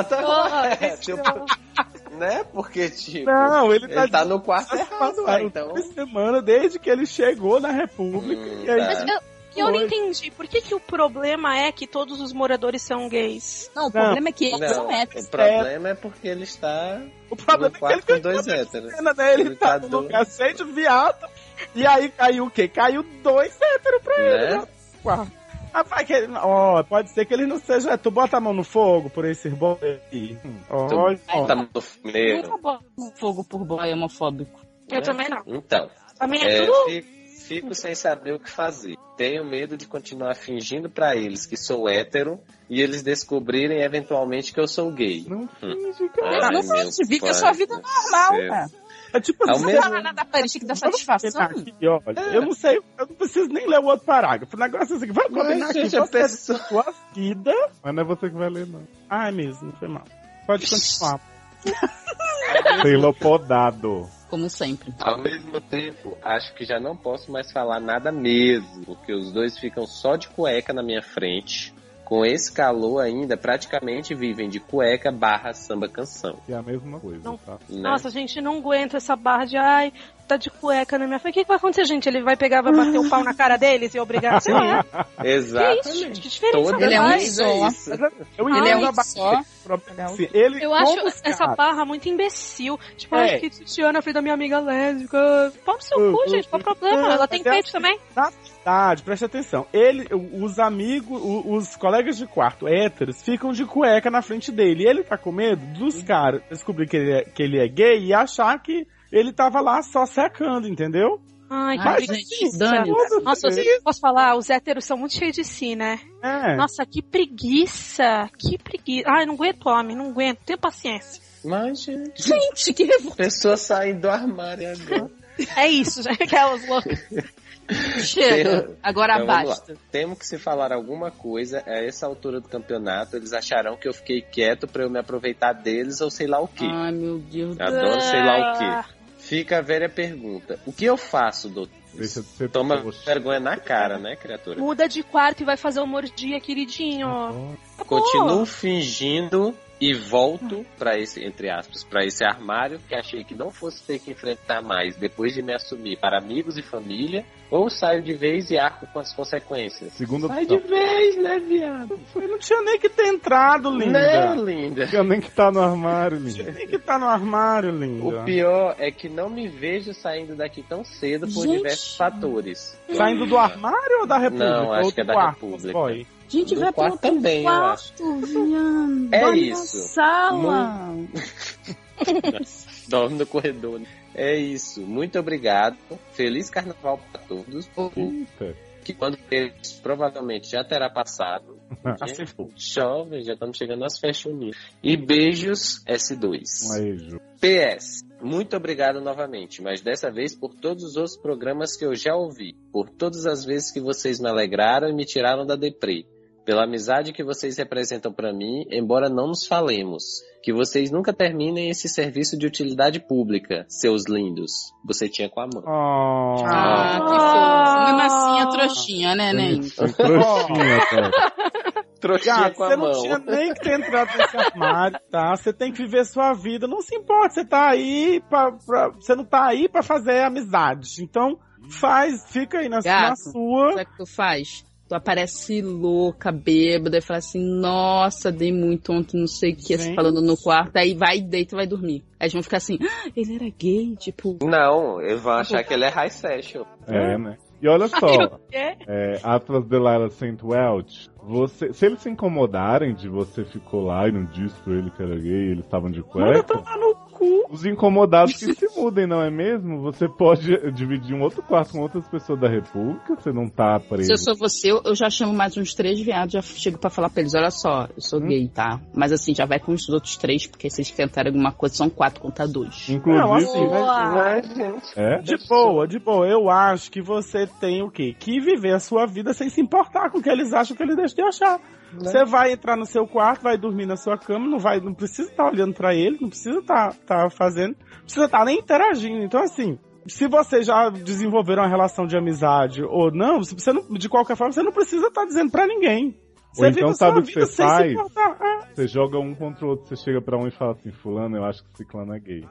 [SPEAKER 6] exatamente.
[SPEAKER 5] Porra, senhor.
[SPEAKER 6] né? Porque, tipo,
[SPEAKER 4] Não, ele tá.
[SPEAKER 6] ele tá no quarto errado,
[SPEAKER 4] Passaram
[SPEAKER 6] né? então.
[SPEAKER 4] duas semanas desde que ele chegou na República.
[SPEAKER 6] Hum,
[SPEAKER 4] e aí,
[SPEAKER 6] tá.
[SPEAKER 5] Mas eu, que eu não entendi. Por que, que o problema é que todos os moradores são gays?
[SPEAKER 9] Não, o problema é que eles
[SPEAKER 6] Não,
[SPEAKER 9] são
[SPEAKER 6] o
[SPEAKER 9] héteros.
[SPEAKER 6] problema é porque ele está
[SPEAKER 4] o
[SPEAKER 6] no
[SPEAKER 4] problema é que ele
[SPEAKER 6] quarto com
[SPEAKER 4] fez
[SPEAKER 6] dois héteros.
[SPEAKER 4] cena, né? Ele,
[SPEAKER 6] Ele
[SPEAKER 4] tá
[SPEAKER 6] tá
[SPEAKER 4] no
[SPEAKER 6] doido.
[SPEAKER 4] lugar cheio de viado. E aí caiu o quê? Caiu dois héteros pra ele.
[SPEAKER 6] Né?
[SPEAKER 4] Né? Uá. Rapaz, que ele- ó, pode ser que ele não seja. Tu bota a mão no fogo por esse boi aí. Olha, ó.
[SPEAKER 6] Tá muito
[SPEAKER 2] Nunca
[SPEAKER 6] fumeiro.
[SPEAKER 2] bota um fogo por boy homofóbico.
[SPEAKER 5] Eu também não.
[SPEAKER 6] Então,
[SPEAKER 5] A minha é
[SPEAKER 6] é,
[SPEAKER 5] tudo
[SPEAKER 6] fi- fico sem saber o que fazer. Tenho medo de continuar fingindo pra eles que sou hétero e eles descobrirem eventualmente que eu sou gay. Hum. Ah,
[SPEAKER 3] Não finge, cara.
[SPEAKER 2] Mas não
[SPEAKER 6] meu
[SPEAKER 2] finge, vive a
[SPEAKER 6] pai
[SPEAKER 2] sua vida
[SPEAKER 6] do
[SPEAKER 2] normal,
[SPEAKER 6] céu.
[SPEAKER 2] cara.
[SPEAKER 4] É tipo
[SPEAKER 6] Ao
[SPEAKER 4] assim,
[SPEAKER 6] mesmo-
[SPEAKER 2] Não nada pra ele, tinha que dar
[SPEAKER 4] Ele
[SPEAKER 2] satisfação.
[SPEAKER 4] tá aqui, olha, eu não sei, eu não preciso nem ler o outro parágrafo. O negócio é assim, vamos combinar
[SPEAKER 6] Mas,
[SPEAKER 4] aqui.
[SPEAKER 6] gente, a
[SPEAKER 4] Você
[SPEAKER 6] pessoa...
[SPEAKER 5] assim.
[SPEAKER 4] sua vida.
[SPEAKER 3] Mas não é você que vai ler, não.
[SPEAKER 4] Ah, é mesmo, foi mal. Pode continuar.
[SPEAKER 3] Taylor podado.
[SPEAKER 2] Como sempre.
[SPEAKER 6] Ao mesmo tempo, acho que já não posso mais falar nada mesmo, porque os dois ficam só de cueca na minha frente. Com esse calor ainda, praticamente vivem de cueca barra samba canção.
[SPEAKER 3] Que é a mesma coisa,
[SPEAKER 5] Não.
[SPEAKER 3] tá?
[SPEAKER 6] né?
[SPEAKER 5] Nossa, gente, não aguento essa barra de ai, tá de cueca na minha frente. O que, que vai acontecer, gente? Ele vai pegar, vai bater o pau na cara deles e obrigar, sei lá. Que isso,
[SPEAKER 6] Exatamente.
[SPEAKER 5] gente? Que diferença
[SPEAKER 6] Toda
[SPEAKER 2] Ele é um
[SPEAKER 5] faz?
[SPEAKER 6] vez
[SPEAKER 2] isola.
[SPEAKER 6] isso.
[SPEAKER 4] Eu
[SPEAKER 2] Ele é
[SPEAKER 4] entendo a
[SPEAKER 2] um
[SPEAKER 4] barra-
[SPEAKER 2] só. é um
[SPEAKER 4] Assim, ele
[SPEAKER 5] Eu acho
[SPEAKER 4] como,
[SPEAKER 5] essa
[SPEAKER 4] cara?
[SPEAKER 5] barra muito imbecil. Tipo,
[SPEAKER 4] É.
[SPEAKER 5] ai, que sutiã na frente da minha amiga lésbica. Pau no seu cu, gente, qual o problema? Ela tem
[SPEAKER 4] Mas é
[SPEAKER 5] peito também.
[SPEAKER 4] Na verdade, preste atenção. Ele, os amigos, o- os colegas de quarto héteros ficam de cueca na frente dele. E ele tá com medo dos caras descobrir que ele, é, que ele é gay e achar que ele tava lá só secando, entendeu?
[SPEAKER 5] Ai, que
[SPEAKER 2] Ai, gente,
[SPEAKER 5] preguiça.
[SPEAKER 2] dane
[SPEAKER 5] Nossa, eu posso falar, os héteros são muito cheios de si, né?
[SPEAKER 4] É.
[SPEAKER 5] Nossa, que preguiça. Que preguiça. Ai, não aguento, homem, não aguento. Tenho paciência.
[SPEAKER 6] Mas, gente,
[SPEAKER 2] Gente, que revolta.
[SPEAKER 6] pessoa saindo do armário [laughs] agora.
[SPEAKER 5] É isso, [laughs] gente. Aquelas loucas.
[SPEAKER 2] Chega. Agora
[SPEAKER 6] Então, vamos
[SPEAKER 2] abasta.
[SPEAKER 6] Temos que se falar alguma coisa a essa altura do campeonato. Eles acharão que eu fiquei quieto pra eu me aproveitar deles ou sei lá o quê.
[SPEAKER 2] Ai, meu Deus.
[SPEAKER 6] Adoro sei lá o quê. Fica a velha pergunta. O que eu faço, doutor?
[SPEAKER 3] Deixa de ser
[SPEAKER 6] Toma
[SPEAKER 3] trouxa.
[SPEAKER 6] vergonha na cara, né, criatura?
[SPEAKER 5] Muda de quarto e vai fazer o mordia, queridinho. Acabou.
[SPEAKER 6] Continuo fingindo e volto pra esse, entre aspas, pra esse armário que achei que não fosse ter que enfrentar mais depois de me assumir para amigos e família, ou saio de vez e arco com as consequências.
[SPEAKER 3] Segunda
[SPEAKER 6] Sai de
[SPEAKER 3] opção.
[SPEAKER 6] vez, né, viado?
[SPEAKER 4] Ele não tinha nem que ter entrado, linda.
[SPEAKER 6] Né, linda?
[SPEAKER 3] Eu nem que tá no armário,
[SPEAKER 4] Não tinha
[SPEAKER 3] linda.
[SPEAKER 4] nem que tá no armário, linda.
[SPEAKER 6] O pior é que não me vejo saindo daqui tão cedo por
[SPEAKER 2] Gente.
[SPEAKER 6] diversos fatores.
[SPEAKER 4] Saindo do armário ou da República?
[SPEAKER 6] Não, acho
[SPEAKER 4] Ou
[SPEAKER 6] que é
[SPEAKER 4] do
[SPEAKER 6] da
[SPEAKER 4] quarto,
[SPEAKER 6] República.
[SPEAKER 4] boy?
[SPEAKER 2] Gente,
[SPEAKER 6] Do
[SPEAKER 2] vai pra
[SPEAKER 6] quarto
[SPEAKER 2] outro
[SPEAKER 6] também, eu acho.
[SPEAKER 2] quarto, viando.
[SPEAKER 6] É
[SPEAKER 2] Vai
[SPEAKER 6] isso.
[SPEAKER 2] Na sala.
[SPEAKER 6] [laughs] Dorme no corredor. né? É isso. Muito obrigado. Feliz carnaval pra todos.
[SPEAKER 3] Eita.
[SPEAKER 6] Que quando eles provavelmente já terá passado. é
[SPEAKER 4] Assim,
[SPEAKER 6] Chove, já estamos chegando às fashionistas. E beijos, S2.
[SPEAKER 3] Aí, Ju.
[SPEAKER 6] PS, muito obrigado novamente, mas dessa vez por todos os outros programas que eu já ouvi, por todas as vezes que vocês me alegraram e me tiraram da deprê, pela amizade que vocês representam pra mim, embora não nos falemos, que vocês nunca terminem esse serviço de utilidade pública, seus lindos. Você tinha com a mão.
[SPEAKER 4] Oh.
[SPEAKER 2] Ah, que
[SPEAKER 5] Ah.
[SPEAKER 2] fofo. Uma massinha trouxinha, né, Nen?
[SPEAKER 3] Foi Ah, Trouxinha, cara.
[SPEAKER 6] Trouxinha
[SPEAKER 4] Gato,
[SPEAKER 6] com
[SPEAKER 4] Ah, você
[SPEAKER 6] a
[SPEAKER 4] não
[SPEAKER 6] mão.
[SPEAKER 4] tinha nem que ter entrado nesse armário, tá? Você tem que viver sua vida. Não se importa, você tá aí pra, pra- você não tá aí pra fazer amizade. Então, faz, fica aí na,
[SPEAKER 2] Gato.
[SPEAKER 4] na sua.
[SPEAKER 2] Sabe o que tu faz? Tu aparece louca, bêbada, e fala assim, nossa, dei muito ontem, não sei o que, assim,
[SPEAKER 4] Gente.
[SPEAKER 2] falando no quarto, aí vai, deita e vai dormir. Aí eles vão ficar assim, ah, ele era gay, tipo,
[SPEAKER 6] Não, eu vou achar que ele é high session.
[SPEAKER 3] É, né? E olha só,
[SPEAKER 5] quê?
[SPEAKER 3] é, Atlas Delara Saint Welch, você, se eles se incomodarem de você ficou lá e não disse pra ele que era gay, eles estavam de
[SPEAKER 4] Manda
[SPEAKER 3] cueca,
[SPEAKER 4] tomar no cu.
[SPEAKER 3] os incomodados que se mudem, não é mesmo? Você pode [laughs] dividir um outro quarto com outras pessoas da República, você não tá
[SPEAKER 2] Se eu
[SPEAKER 3] preso.
[SPEAKER 2] sou você, eu eu já chamo mais uns três viados, já chego pra falar pra eles, olha só, eu sou
[SPEAKER 3] Hum.
[SPEAKER 2] gay, tá? Mas assim, já vai com os outros três, porque se eles tentarem alguma coisa, são quatro contra dois.
[SPEAKER 4] Não,
[SPEAKER 3] Inclusive,
[SPEAKER 4] assim, vai-
[SPEAKER 6] Ai, gente.
[SPEAKER 3] é?
[SPEAKER 4] de boa, de boa. Eu acho que você tem o quê? Que viver a sua vida sem se importar com o que eles acham que eles deixam de achar.
[SPEAKER 3] Né?
[SPEAKER 4] Você vai entrar no seu quarto, vai dormir na sua cama, não vai, não precisa estar olhando pra ele, não precisa estar tá fazendo, não precisa estar nem interagindo. Então assim, se você já desenvolveram uma relação de amizade ou não, se você não, de qualquer forma, você não precisa estar dizendo pra ninguém.
[SPEAKER 3] Ou
[SPEAKER 4] Você
[SPEAKER 3] então
[SPEAKER 4] vive a
[SPEAKER 3] sabe
[SPEAKER 4] sua
[SPEAKER 3] o que
[SPEAKER 4] vida
[SPEAKER 3] você
[SPEAKER 4] sem
[SPEAKER 3] faz?
[SPEAKER 4] se importar. É.
[SPEAKER 3] Você joga um contra o outro, você chega pra um e fala assim, fulano, eu acho que ciclano é gay.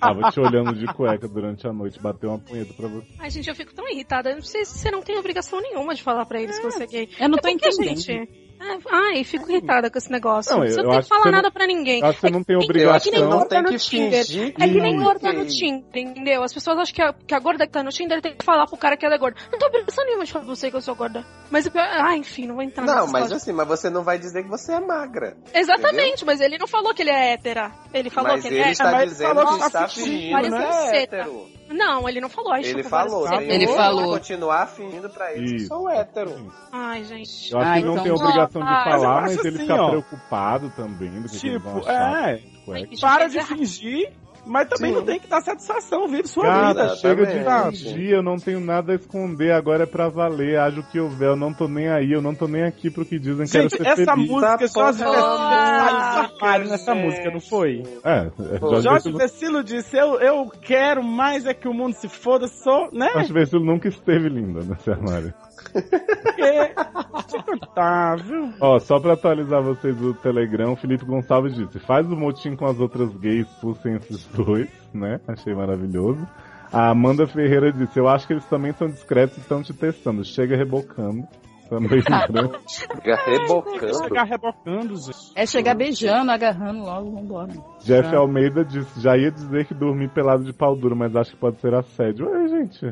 [SPEAKER 3] Tava te olhando de cueca durante a noite, bateu uma punheta pra você.
[SPEAKER 5] Ai, gente, eu fico tão irritada. Eu não sei se Você não tem obrigação nenhuma de falar pra eles que você é gay.
[SPEAKER 2] Eu não tô
[SPEAKER 5] É porque,
[SPEAKER 2] entendendo.
[SPEAKER 5] Gente, é, ai, fico irritada com esse negócio.
[SPEAKER 3] Não, eu-
[SPEAKER 5] você
[SPEAKER 3] eu
[SPEAKER 5] não tem
[SPEAKER 3] acho
[SPEAKER 5] que
[SPEAKER 3] que você
[SPEAKER 5] falar
[SPEAKER 3] não-
[SPEAKER 5] nada pra ninguém.
[SPEAKER 3] Acho que você não tem
[SPEAKER 6] Eu acho que
[SPEAKER 5] nem
[SPEAKER 6] não
[SPEAKER 3] obrigação. Assim.
[SPEAKER 5] gorda
[SPEAKER 6] tem
[SPEAKER 5] no
[SPEAKER 6] que
[SPEAKER 5] Tinder.
[SPEAKER 6] fingir.
[SPEAKER 5] É que nem
[SPEAKER 6] Ih,
[SPEAKER 5] gorda
[SPEAKER 6] gay.
[SPEAKER 5] no Tinder, entendeu? As pessoas acham que a, que a gorda que tá no Tinder tem que falar pro cara que ela é gorda. Não tem obrigação nenhuma de falar pra você que eu sou gorda. Mas o pior. Ah, enfim, não vou entrar
[SPEAKER 6] Não,
[SPEAKER 5] nessa
[SPEAKER 6] mas
[SPEAKER 5] história.
[SPEAKER 6] assim, mas você não vai dizer que você é magra.
[SPEAKER 5] Exatamente, mas ele não falou que ele é hétera. Ele falou
[SPEAKER 6] mas
[SPEAKER 5] que
[SPEAKER 6] ele
[SPEAKER 5] ele é.
[SPEAKER 6] está
[SPEAKER 4] mas ele
[SPEAKER 6] dizendo
[SPEAKER 4] falou
[SPEAKER 6] que
[SPEAKER 4] que
[SPEAKER 6] está
[SPEAKER 4] tá
[SPEAKER 6] fingindo,
[SPEAKER 5] fingindo,
[SPEAKER 6] que
[SPEAKER 5] né?
[SPEAKER 6] é
[SPEAKER 5] Seta.
[SPEAKER 6] hétero.
[SPEAKER 5] Não, ele não falou. Ai,
[SPEAKER 6] Ele
[SPEAKER 5] chupa
[SPEAKER 6] falou, né?
[SPEAKER 5] várias-
[SPEAKER 6] tem
[SPEAKER 2] Ele
[SPEAKER 6] que
[SPEAKER 2] falou.
[SPEAKER 6] continuar fingindo pra eles que
[SPEAKER 3] Isso.
[SPEAKER 6] sou hétero.
[SPEAKER 5] Ai, gente.
[SPEAKER 3] Eu acho
[SPEAKER 2] Ah,
[SPEAKER 3] que não
[SPEAKER 2] então-
[SPEAKER 3] tem obrigação de
[SPEAKER 5] Ah, mas eu
[SPEAKER 3] falar,
[SPEAKER 4] acho
[SPEAKER 3] mas ele
[SPEAKER 4] assim,
[SPEAKER 3] fica
[SPEAKER 4] ó.
[SPEAKER 3] preocupado também do que que eles vão
[SPEAKER 4] Tipo,
[SPEAKER 3] achar
[SPEAKER 4] é,
[SPEAKER 3] de cueca.
[SPEAKER 5] Isso
[SPEAKER 4] para
[SPEAKER 5] quer
[SPEAKER 4] de
[SPEAKER 5] dizer-
[SPEAKER 4] fingir, mas também
[SPEAKER 6] Sim.
[SPEAKER 4] não tem que dar satisfação, vive sua vida.
[SPEAKER 3] Cara,
[SPEAKER 6] Exatamente.
[SPEAKER 3] chega de fingir, eu não tenho nada a esconder, agora é pra valer, haja o que houver, eu não tô nem aí, eu não tô nem aqui pro que dizem, quero
[SPEAKER 4] Gente,
[SPEAKER 3] ser
[SPEAKER 4] essa
[SPEAKER 3] feliz.
[SPEAKER 4] música,
[SPEAKER 6] Tá
[SPEAKER 4] Jorge
[SPEAKER 6] porra.
[SPEAKER 4] Vecino saiu
[SPEAKER 5] Ah,
[SPEAKER 4] do armário nessa música, não foi?
[SPEAKER 3] É, é,
[SPEAKER 6] Pô,
[SPEAKER 3] Jorge
[SPEAKER 4] Jorge
[SPEAKER 3] Vecino-
[SPEAKER 4] Vecilo disse, eu, eu quero mais é que o mundo se foda, sou, né?
[SPEAKER 3] Jorge Vecino nunca esteve linda né, nesse armário.
[SPEAKER 4] Porque... Deixa eu contar, viu?
[SPEAKER 3] Ó, só pra atualizar vocês do Telegram, o Felipe Gonçalves disse: faz o motim com as outras gays, expulsem esses dois, [laughs] né? Achei maravilhoso. A Amanda Ferreira disse: eu acho que eles também são discretos e estão te testando. Chega rebocando. Também, né?
[SPEAKER 6] Fica rebocando.
[SPEAKER 4] Chegar rebocando, gente.
[SPEAKER 2] É chegar beijando, agarrando logo, vambora.
[SPEAKER 3] Jeff Almeida disse: já ia dizer que dormi pelado de pau duro, mas acho que pode ser assédio. Ué, gente.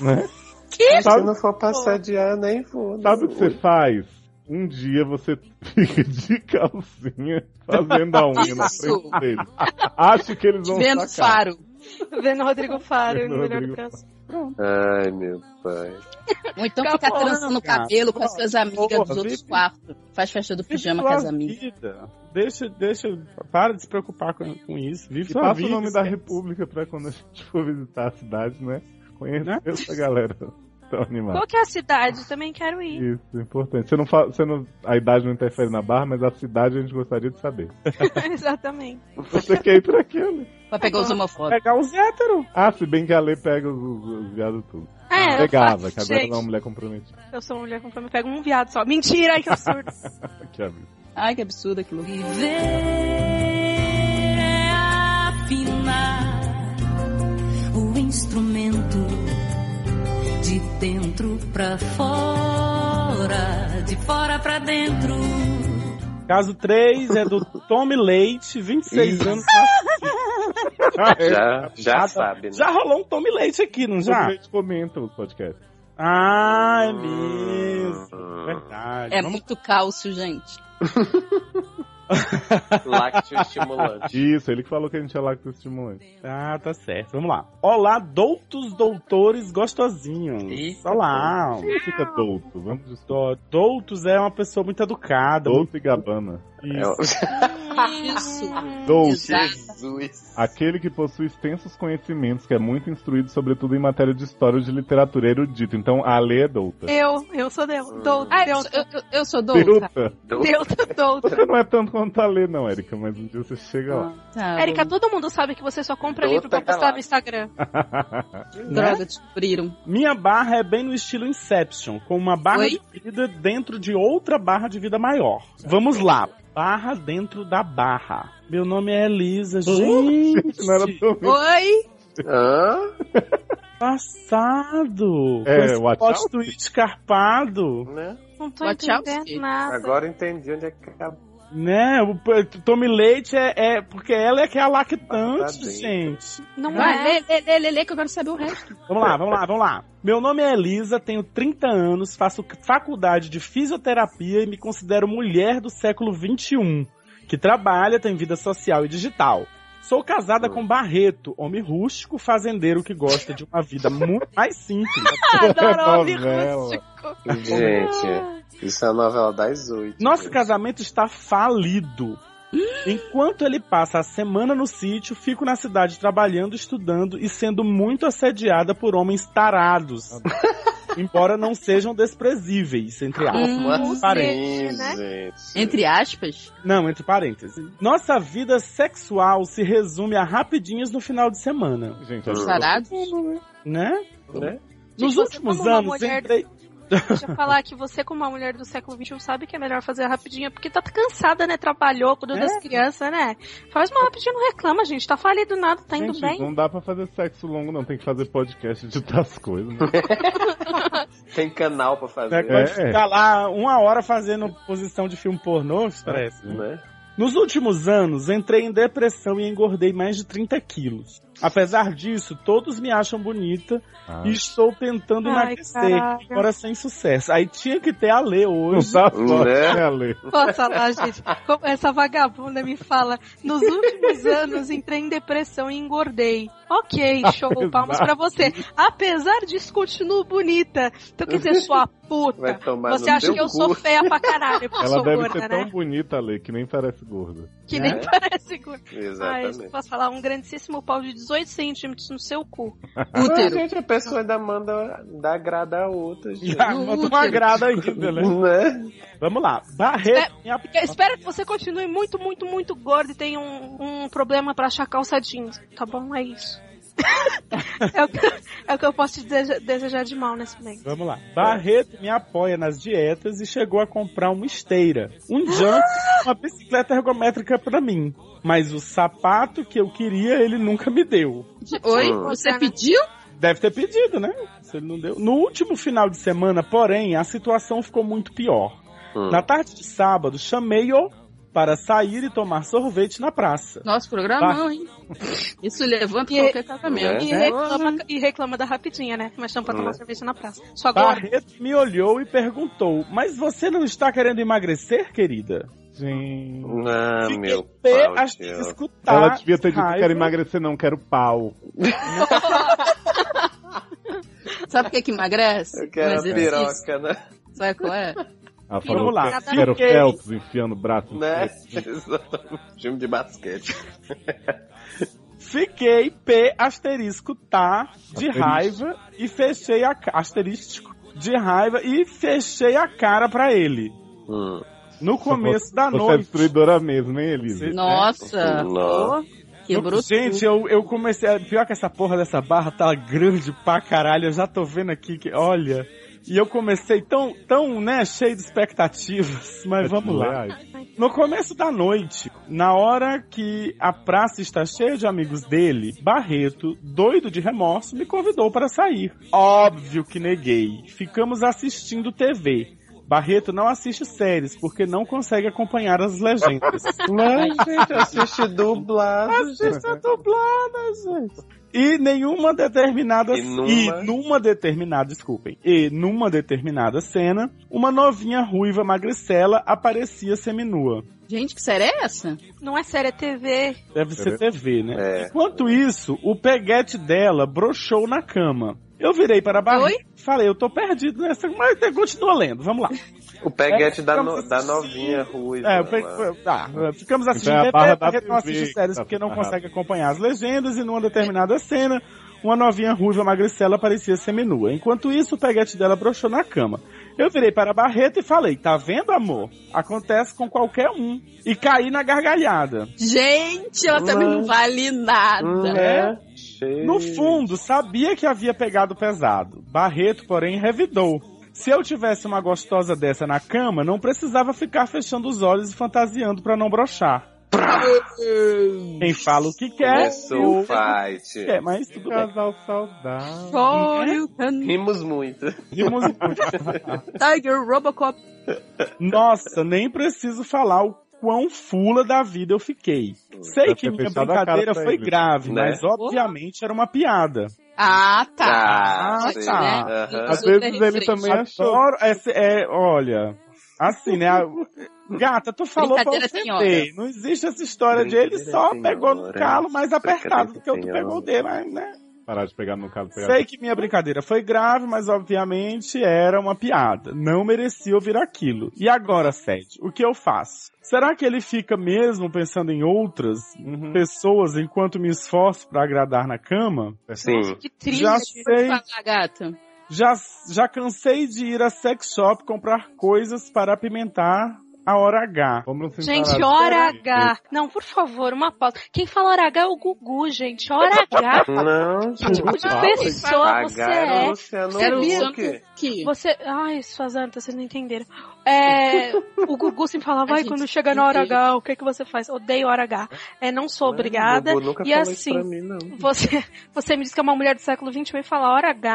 [SPEAKER 3] né?
[SPEAKER 6] Se não for passar de ano, nem vou.
[SPEAKER 3] Sabe o que você faz? Um dia você [laughs] fica de calcinha fazendo a unha na
[SPEAKER 2] Isso.
[SPEAKER 3] frente deles. Acho que eles vão
[SPEAKER 2] Vendo
[SPEAKER 3] sacar.
[SPEAKER 2] faro.
[SPEAKER 5] Vendo Rodrigo Faro,
[SPEAKER 3] Vendo
[SPEAKER 5] no melhor
[SPEAKER 3] Rodrigo
[SPEAKER 5] do caso.
[SPEAKER 6] Ai, meu pai.
[SPEAKER 2] Ou então
[SPEAKER 5] Fica
[SPEAKER 2] ficar
[SPEAKER 5] bom,
[SPEAKER 2] trançando o
[SPEAKER 4] cara.
[SPEAKER 2] cabelo com as suas amigas dos
[SPEAKER 4] Porra,
[SPEAKER 2] outros
[SPEAKER 4] vive-
[SPEAKER 2] quartos. Faz festa do pijama com
[SPEAKER 4] Vive
[SPEAKER 2] as
[SPEAKER 4] sua
[SPEAKER 2] amigas.
[SPEAKER 4] vida. Deixa, deixa, para de se preocupar com, com isso. Vive
[SPEAKER 3] E
[SPEAKER 4] sua
[SPEAKER 3] passa
[SPEAKER 4] vida.
[SPEAKER 3] o nome da
[SPEAKER 4] esquece.
[SPEAKER 3] República pra quando a gente for visitar a cidade, né? Conhecer essa galera tão animada.
[SPEAKER 5] Qual que é a cidade? Também quero ir.
[SPEAKER 3] Isso, importante. Você não fala, você não, a idade não interfere na barra, mas a cidade a gente gostaria de saber.
[SPEAKER 5] [laughs] Exatamente.
[SPEAKER 3] Você quer ir pra aquele?
[SPEAKER 2] Pra pegar os homofóbicos.
[SPEAKER 4] Pegar os héteros.
[SPEAKER 3] Ah, se bem que a lei pega os, os, os viados tudo.
[SPEAKER 5] É, eu
[SPEAKER 3] Ah, Pegava,
[SPEAKER 5] faço,
[SPEAKER 3] que agora
[SPEAKER 5] gente.
[SPEAKER 3] não é uma mulher comprometida.
[SPEAKER 5] Eu sou uma mulher com fome, eu pego um viado só. Mentira, ai que absurdo.
[SPEAKER 3] Que absurdo.
[SPEAKER 2] Ai, que absurdo aquilo.
[SPEAKER 7] Viver é afinar o instrumento de dentro pra fora, de fora pra dentro.
[SPEAKER 4] Caso 3 é do Tommy Leite, 26
[SPEAKER 6] Ih.
[SPEAKER 4] anos.
[SPEAKER 6] Já, já sabe, né?
[SPEAKER 4] Já rolou um Tommy Leite aqui, não já?
[SPEAKER 3] A gente comenta os podcasts.
[SPEAKER 4] Ah, é mesmo.
[SPEAKER 6] Hum.
[SPEAKER 4] Verdade.
[SPEAKER 2] É
[SPEAKER 4] Vamos-
[SPEAKER 2] muito cálcio, gente.
[SPEAKER 6] Lácteo estimulante.
[SPEAKER 3] Isso, ele que falou que a gente é lactoestimulante.
[SPEAKER 4] Ah, tá certo. Vamos lá. Olá, doutos, doutores, gostosinhos.
[SPEAKER 6] Eita,
[SPEAKER 4] Olá.
[SPEAKER 3] Ele fica douto, vamos discutir.
[SPEAKER 4] Do- Doutos é uma pessoa muito educada. muito
[SPEAKER 3] Douto e Gabana.
[SPEAKER 6] É o-
[SPEAKER 2] [laughs] Isso.
[SPEAKER 3] Douto.
[SPEAKER 6] Jesus.
[SPEAKER 3] Aquele que possui extensos conhecimentos, que é muito instruído, sobretudo em matéria de história ou de literatura erudita. Então, a lei é douta.
[SPEAKER 5] Eu, eu sou Deus. Dou,
[SPEAKER 2] Ah, eu,
[SPEAKER 5] Deus,
[SPEAKER 2] sou- eu- eu sou douta.
[SPEAKER 3] Douta.
[SPEAKER 5] Deus, [laughs] Deus.
[SPEAKER 3] Você não é tanto quanto a lei, não, Erika, mas um dia você chega lá.
[SPEAKER 2] Ah, tá,
[SPEAKER 5] Érica,
[SPEAKER 2] bom.
[SPEAKER 5] todo mundo sabe que você só compra
[SPEAKER 6] Dou
[SPEAKER 5] livro pra postar
[SPEAKER 6] pra caralho.
[SPEAKER 5] no Instagram. Ah.
[SPEAKER 3] [laughs]
[SPEAKER 2] droga, descobriram.
[SPEAKER 4] Minha barra é bem no estilo Inception, com uma barra
[SPEAKER 2] Oi?
[SPEAKER 4] de vida dentro de outra barra de vida maior. Vamos lá. Barra dentro da barra. Meu nome é Elisa, gente.
[SPEAKER 3] Não era tão ruim.
[SPEAKER 2] Oi!
[SPEAKER 6] Hã?
[SPEAKER 4] Passado.
[SPEAKER 3] É,
[SPEAKER 4] Com esse
[SPEAKER 3] watch
[SPEAKER 4] plot
[SPEAKER 3] out?
[SPEAKER 4] twist escarpado.
[SPEAKER 6] Né?
[SPEAKER 5] Não tô
[SPEAKER 2] Watch out,
[SPEAKER 5] entendendo
[SPEAKER 2] filho.
[SPEAKER 5] nada.
[SPEAKER 6] Agora eu entendi onde é que acabou.
[SPEAKER 4] Né? O p- Tome leite é, é- Porque ela é que é a
[SPEAKER 3] Tá
[SPEAKER 4] lactante,
[SPEAKER 6] Parabéns.
[SPEAKER 4] gente.
[SPEAKER 5] Não
[SPEAKER 2] Vai,
[SPEAKER 5] é.
[SPEAKER 2] lê, lê, lê, lê, lê, que eu quero saber o resto.
[SPEAKER 4] Vamos lá, vamos lá, vamos lá. Meu nome é Elisa, tenho 30 anos, faço faculdade de fisioterapia e me considero mulher do século XXI, que trabalha, tem vida social e digital. Sou casada com Barreto, homem rústico, fazendeiro que gosta de uma vida muito mais simples.
[SPEAKER 5] Adoro homem
[SPEAKER 3] Novela.
[SPEAKER 5] rústico. Ah,
[SPEAKER 6] Gente, isso é a novela das oito.
[SPEAKER 4] Nosso
[SPEAKER 6] gente.
[SPEAKER 4] casamento está falido. Enquanto ele passa a semana no sítio, fico na cidade trabalhando, estudando e sendo muito assediada por homens tarados.
[SPEAKER 5] [laughs]
[SPEAKER 4] Embora não sejam desprezíveis, entre aspas.
[SPEAKER 5] Hum,
[SPEAKER 4] Parei.
[SPEAKER 6] Sim,
[SPEAKER 5] né?
[SPEAKER 6] gente.
[SPEAKER 2] Entre aspas.
[SPEAKER 4] Não, entre parênteses. Nossa vida sexual se resume a rapidinhas no final de semana,
[SPEAKER 3] Gente,
[SPEAKER 6] Hum.
[SPEAKER 2] Sarados.
[SPEAKER 4] né?
[SPEAKER 6] Né?
[SPEAKER 4] Nos
[SPEAKER 5] você
[SPEAKER 4] últimos
[SPEAKER 5] como uma
[SPEAKER 4] anos,
[SPEAKER 5] mulher-
[SPEAKER 4] entrei...
[SPEAKER 5] Deixa eu falar que você, como uma mulher do século XXI, sabe que é melhor fazer rapidinha, porque tá cansada, né? Trabalhou, cuidou
[SPEAKER 4] É.
[SPEAKER 5] das crianças, né? Faz uma rapidinha, não reclama, gente. Tá falido nada, tá indo
[SPEAKER 3] gente,
[SPEAKER 5] bem.
[SPEAKER 3] não dá pra fazer sexo longo, não. Tem que fazer podcast de outras coisas.
[SPEAKER 5] [laughs]
[SPEAKER 3] né?
[SPEAKER 6] Tem canal pra fazer.
[SPEAKER 4] né,
[SPEAKER 3] É.
[SPEAKER 4] ficar lá uma hora fazendo posição de filme pornô, parece.
[SPEAKER 6] Né?
[SPEAKER 4] Nos últimos anos, entrei em depressão e engordei mais de 30 quilos. Apesar disso, todos me acham bonita
[SPEAKER 3] Ah,
[SPEAKER 4] e estou tentando
[SPEAKER 5] Ai,
[SPEAKER 4] emagrecer,
[SPEAKER 5] caraca.
[SPEAKER 4] embora sem sucesso. Aí tinha que ter a Lê
[SPEAKER 3] não
[SPEAKER 4] hoje.
[SPEAKER 3] dá sorte,
[SPEAKER 6] Né?
[SPEAKER 3] né, Ale?
[SPEAKER 5] Nossa, lá, gente, como essa vagabunda me fala, nos últimos anos entrei em depressão e engordei. Ok,
[SPEAKER 6] Ah,
[SPEAKER 5] show, palmas pra você. Apesar disso, continuo bonita. Então quer dizer, sua
[SPEAKER 6] Vai
[SPEAKER 5] puta.
[SPEAKER 6] tomar
[SPEAKER 5] Tá. Você
[SPEAKER 6] no
[SPEAKER 5] acha
[SPEAKER 6] teu
[SPEAKER 5] que eu
[SPEAKER 6] cu.
[SPEAKER 5] sou feia pra caralho, porque eu
[SPEAKER 3] Ela
[SPEAKER 5] sou
[SPEAKER 3] deve
[SPEAKER 5] gorda,
[SPEAKER 3] ser
[SPEAKER 5] né?
[SPEAKER 3] tão bonita, Ale, que nem parece gorda.
[SPEAKER 5] Que
[SPEAKER 6] né?
[SPEAKER 5] nem parece gorda. Ai,
[SPEAKER 6] Exatamente.
[SPEAKER 5] posso falar, um grandíssimo pau de 18 centímetros no seu cu.
[SPEAKER 6] Ah,
[SPEAKER 2] Útero.
[SPEAKER 6] gente, a pessoa ainda manda dar agrada a outra, gente.
[SPEAKER 4] [laughs] Já mandou uma grada ainda, né?
[SPEAKER 6] Né?
[SPEAKER 4] Vamos lá. Barreto, minha
[SPEAKER 5] Eu espero que você continue muito, muito, muito gordo e tenha um, um problema pra achar calça jeans. Tá bom? É isso. [laughs] é, o que, é o que eu posso te deseja- desejar de mal nesse momento.
[SPEAKER 4] Vamos lá. Barreto me apoia nas dietas e chegou a comprar uma esteira, um jump, uma bicicleta ergométrica pra mim. Mas o sapato que eu queria ele nunca me deu.
[SPEAKER 2] Oi?
[SPEAKER 6] Hum.
[SPEAKER 2] Você é pediu?
[SPEAKER 4] Deve ter pedido, né? Se ele não deu. No último final de semana, porém, a situação ficou muito pior.
[SPEAKER 6] Hum.
[SPEAKER 4] Na tarde de sábado, chamei-o para sair e tomar sorvete na praça.
[SPEAKER 2] Nosso programa não, hein? Isso levanta
[SPEAKER 5] E-
[SPEAKER 2] qualquer
[SPEAKER 4] É?
[SPEAKER 2] casamento.
[SPEAKER 5] E reclama, e reclama da rapidinha, né? Mas não pra
[SPEAKER 4] Hum.
[SPEAKER 5] tomar
[SPEAKER 6] É.
[SPEAKER 5] cerveja na praça. Só agora.
[SPEAKER 4] Barreto me olhou e perguntou: Mas você não está querendo emagrecer, querida?
[SPEAKER 3] Gente.
[SPEAKER 6] Ah,
[SPEAKER 4] Fiquei
[SPEAKER 6] meu
[SPEAKER 4] pé
[SPEAKER 6] pau,
[SPEAKER 4] a
[SPEAKER 6] Deus.
[SPEAKER 4] escutar.
[SPEAKER 3] Ela devia ter dito,
[SPEAKER 4] tá raiva.
[SPEAKER 3] quero emagrecer, não, quero pau.
[SPEAKER 2] Sabe o é que que emagrece?
[SPEAKER 6] Eu quero a
[SPEAKER 5] é
[SPEAKER 2] Um exercício.
[SPEAKER 6] piroca, né?
[SPEAKER 2] Sabe qual
[SPEAKER 4] [laughs]
[SPEAKER 2] é?
[SPEAKER 3] Ela
[SPEAKER 5] Vamos
[SPEAKER 3] falou,
[SPEAKER 4] lá.
[SPEAKER 3] quero
[SPEAKER 4] Fiquei-
[SPEAKER 3] Phelps enfiando o braço. no é
[SPEAKER 6] Né?
[SPEAKER 3] peito.
[SPEAKER 6] Exatamente. Time de basquete.
[SPEAKER 4] Fiquei P asterisco tá de
[SPEAKER 3] Asterisco.
[SPEAKER 4] raiva e fechei a ca- asterístico de raiva e fechei a cara pra ele.
[SPEAKER 6] Hum.
[SPEAKER 4] No começo da
[SPEAKER 3] Você é
[SPEAKER 4] noite.
[SPEAKER 3] destruidora mesmo, hein, Elisa?
[SPEAKER 4] Você-
[SPEAKER 2] Nossa!
[SPEAKER 6] Nossa.
[SPEAKER 2] pô, Quebrou
[SPEAKER 4] É. Gente, eu, eu comecei. Pior que essa porra dessa barra tá grande pra caralho. Eu já tô vendo aqui que. Olha. E eu comecei tão, tão, né, cheio de expectativas. [laughs] Mas vamos lá.
[SPEAKER 3] Reais.
[SPEAKER 4] No começo da noite, na hora que a praça está cheia de amigos dele, Barreto, doido de remorso, me convidou para sair. Óbvio que neguei. Ficamos assistindo TV. Barreto não assiste séries porque não consegue acompanhar as legendas.
[SPEAKER 6] Não, gente, assiste dublado.
[SPEAKER 4] [laughs] Assista dublada, gente. E nenhuma determinada
[SPEAKER 6] E numa-
[SPEAKER 4] e numa determinada, desculpem, e numa determinada cena, uma novinha ruiva magricela aparecia seminua.
[SPEAKER 2] Gente, que série é essa?
[SPEAKER 4] Ah.
[SPEAKER 5] Não é sério, é TV.
[SPEAKER 4] Deve ser TV, né?
[SPEAKER 6] É.
[SPEAKER 4] Enquanto isso, o peguete dela brochou na cama. Eu virei para a barra
[SPEAKER 2] Oi?
[SPEAKER 4] e falei, eu tô perdido nessa, mas continua lendo, vamos lá.
[SPEAKER 6] O peguete
[SPEAKER 4] É,
[SPEAKER 6] da,
[SPEAKER 4] ficamos
[SPEAKER 6] no- da
[SPEAKER 4] assistindo.
[SPEAKER 6] novinha ruiva.
[SPEAKER 4] É, pe-
[SPEAKER 6] mano.
[SPEAKER 4] pe- tá, ficamos assistindo
[SPEAKER 3] Então é a
[SPEAKER 4] TV,
[SPEAKER 3] barra da
[SPEAKER 4] porque não
[SPEAKER 3] TV
[SPEAKER 4] assiste
[SPEAKER 3] que
[SPEAKER 4] séries
[SPEAKER 3] tá
[SPEAKER 4] porque não
[SPEAKER 3] ferrada.
[SPEAKER 4] consegue acompanhar as legendas e numa determinada cena, uma novinha ruiva magricela parecia seminua. Enquanto isso, o peguete dela brochou na cama. Eu virei para a barreta e falei, tá vendo, amor? Acontece com qualquer um. E caí na gargalhada.
[SPEAKER 2] Gente, ela também não vale
[SPEAKER 6] Hum,
[SPEAKER 2] nada.
[SPEAKER 6] é. Cheio.
[SPEAKER 4] No fundo, sabia que havia pegado pesado. Barreto, porém, revidou. Se eu tivesse uma gostosa dessa na cama, não precisava ficar fechando os olhos e fantasiando pra não brochar. Quem fala o que
[SPEAKER 6] É
[SPEAKER 4] quer,
[SPEAKER 6] Começou o
[SPEAKER 4] ouve o
[SPEAKER 6] fight.
[SPEAKER 4] que quer, mas tudo bem.
[SPEAKER 3] Casal
[SPEAKER 4] Hum.
[SPEAKER 3] saudável.
[SPEAKER 2] Fório, can-
[SPEAKER 6] Rimos muito.
[SPEAKER 4] Rimos muito.
[SPEAKER 2] Tiger, Robocop.
[SPEAKER 4] Nossa, nem preciso falar o quão fula da vida eu fiquei. Sei
[SPEAKER 3] Deve
[SPEAKER 4] que
[SPEAKER 3] ter
[SPEAKER 4] minha
[SPEAKER 3] fechado a cara
[SPEAKER 4] brincadeira
[SPEAKER 3] pra
[SPEAKER 4] foi
[SPEAKER 3] ele.
[SPEAKER 4] grave,
[SPEAKER 6] Né?
[SPEAKER 4] mas obviamente era uma piada.
[SPEAKER 9] Ah, tá.
[SPEAKER 6] Ah,
[SPEAKER 4] Ah,
[SPEAKER 6] sim.
[SPEAKER 4] tá.
[SPEAKER 6] Aham.
[SPEAKER 3] Às
[SPEAKER 9] Super
[SPEAKER 3] vezes ele
[SPEAKER 9] referente.
[SPEAKER 3] também achou.
[SPEAKER 4] Adoro essa, é, olha, assim, né? a- Gata, tu falou pra
[SPEAKER 2] Brincadeira tem
[SPEAKER 4] ofender. Não existe essa história de ele só
[SPEAKER 6] Brincadeira
[SPEAKER 4] pegou
[SPEAKER 6] tem
[SPEAKER 4] no
[SPEAKER 6] hora.
[SPEAKER 4] calo mais apertado do que o tu
[SPEAKER 6] Brincadeira
[SPEAKER 4] pegou
[SPEAKER 6] tem
[SPEAKER 4] dele, mas, né?
[SPEAKER 3] Parar de pegar no caso. Pegar
[SPEAKER 4] Sei que minha brincadeira foi grave, mas obviamente era uma piada. Não merecia ouvir aquilo. E agora, Sede, o que eu faço? Será que ele fica mesmo pensando em outras
[SPEAKER 3] Uhum.
[SPEAKER 4] pessoas enquanto me esforço pra agradar na cama?
[SPEAKER 6] Sim.
[SPEAKER 2] Que triste.
[SPEAKER 4] Já
[SPEAKER 2] Pode
[SPEAKER 4] sei,
[SPEAKER 2] falar, gata.
[SPEAKER 4] já, já cansei de ir a sex shop comprar coisas para apimentar a hora H.
[SPEAKER 3] Vamos se
[SPEAKER 5] Gente,
[SPEAKER 4] tá
[SPEAKER 3] encarar.
[SPEAKER 5] hora H. Não, por favor, uma pausa. Quem fala hora H é o Gugu, gente. Hora
[SPEAKER 6] Ah,
[SPEAKER 5] H.
[SPEAKER 6] Não,
[SPEAKER 5] Que tipo de pessoa você é?
[SPEAKER 6] Luciano
[SPEAKER 2] Era o
[SPEAKER 6] Huck.
[SPEAKER 2] Luciano que...
[SPEAKER 5] Você. Ai, suas antas, vocês não entenderam. É, o Gugu sempre falava,
[SPEAKER 2] A
[SPEAKER 5] vai,
[SPEAKER 2] gente
[SPEAKER 5] quando chega na hora
[SPEAKER 2] entende.
[SPEAKER 5] H, o que, que você faz? Odeio hora H. É, não sou obrigada.
[SPEAKER 6] Gugu nunca
[SPEAKER 5] E
[SPEAKER 6] falou isso
[SPEAKER 5] assim,
[SPEAKER 6] pra mim, não.
[SPEAKER 5] Você, você me diz que é uma mulher do século XXI e fala hora H?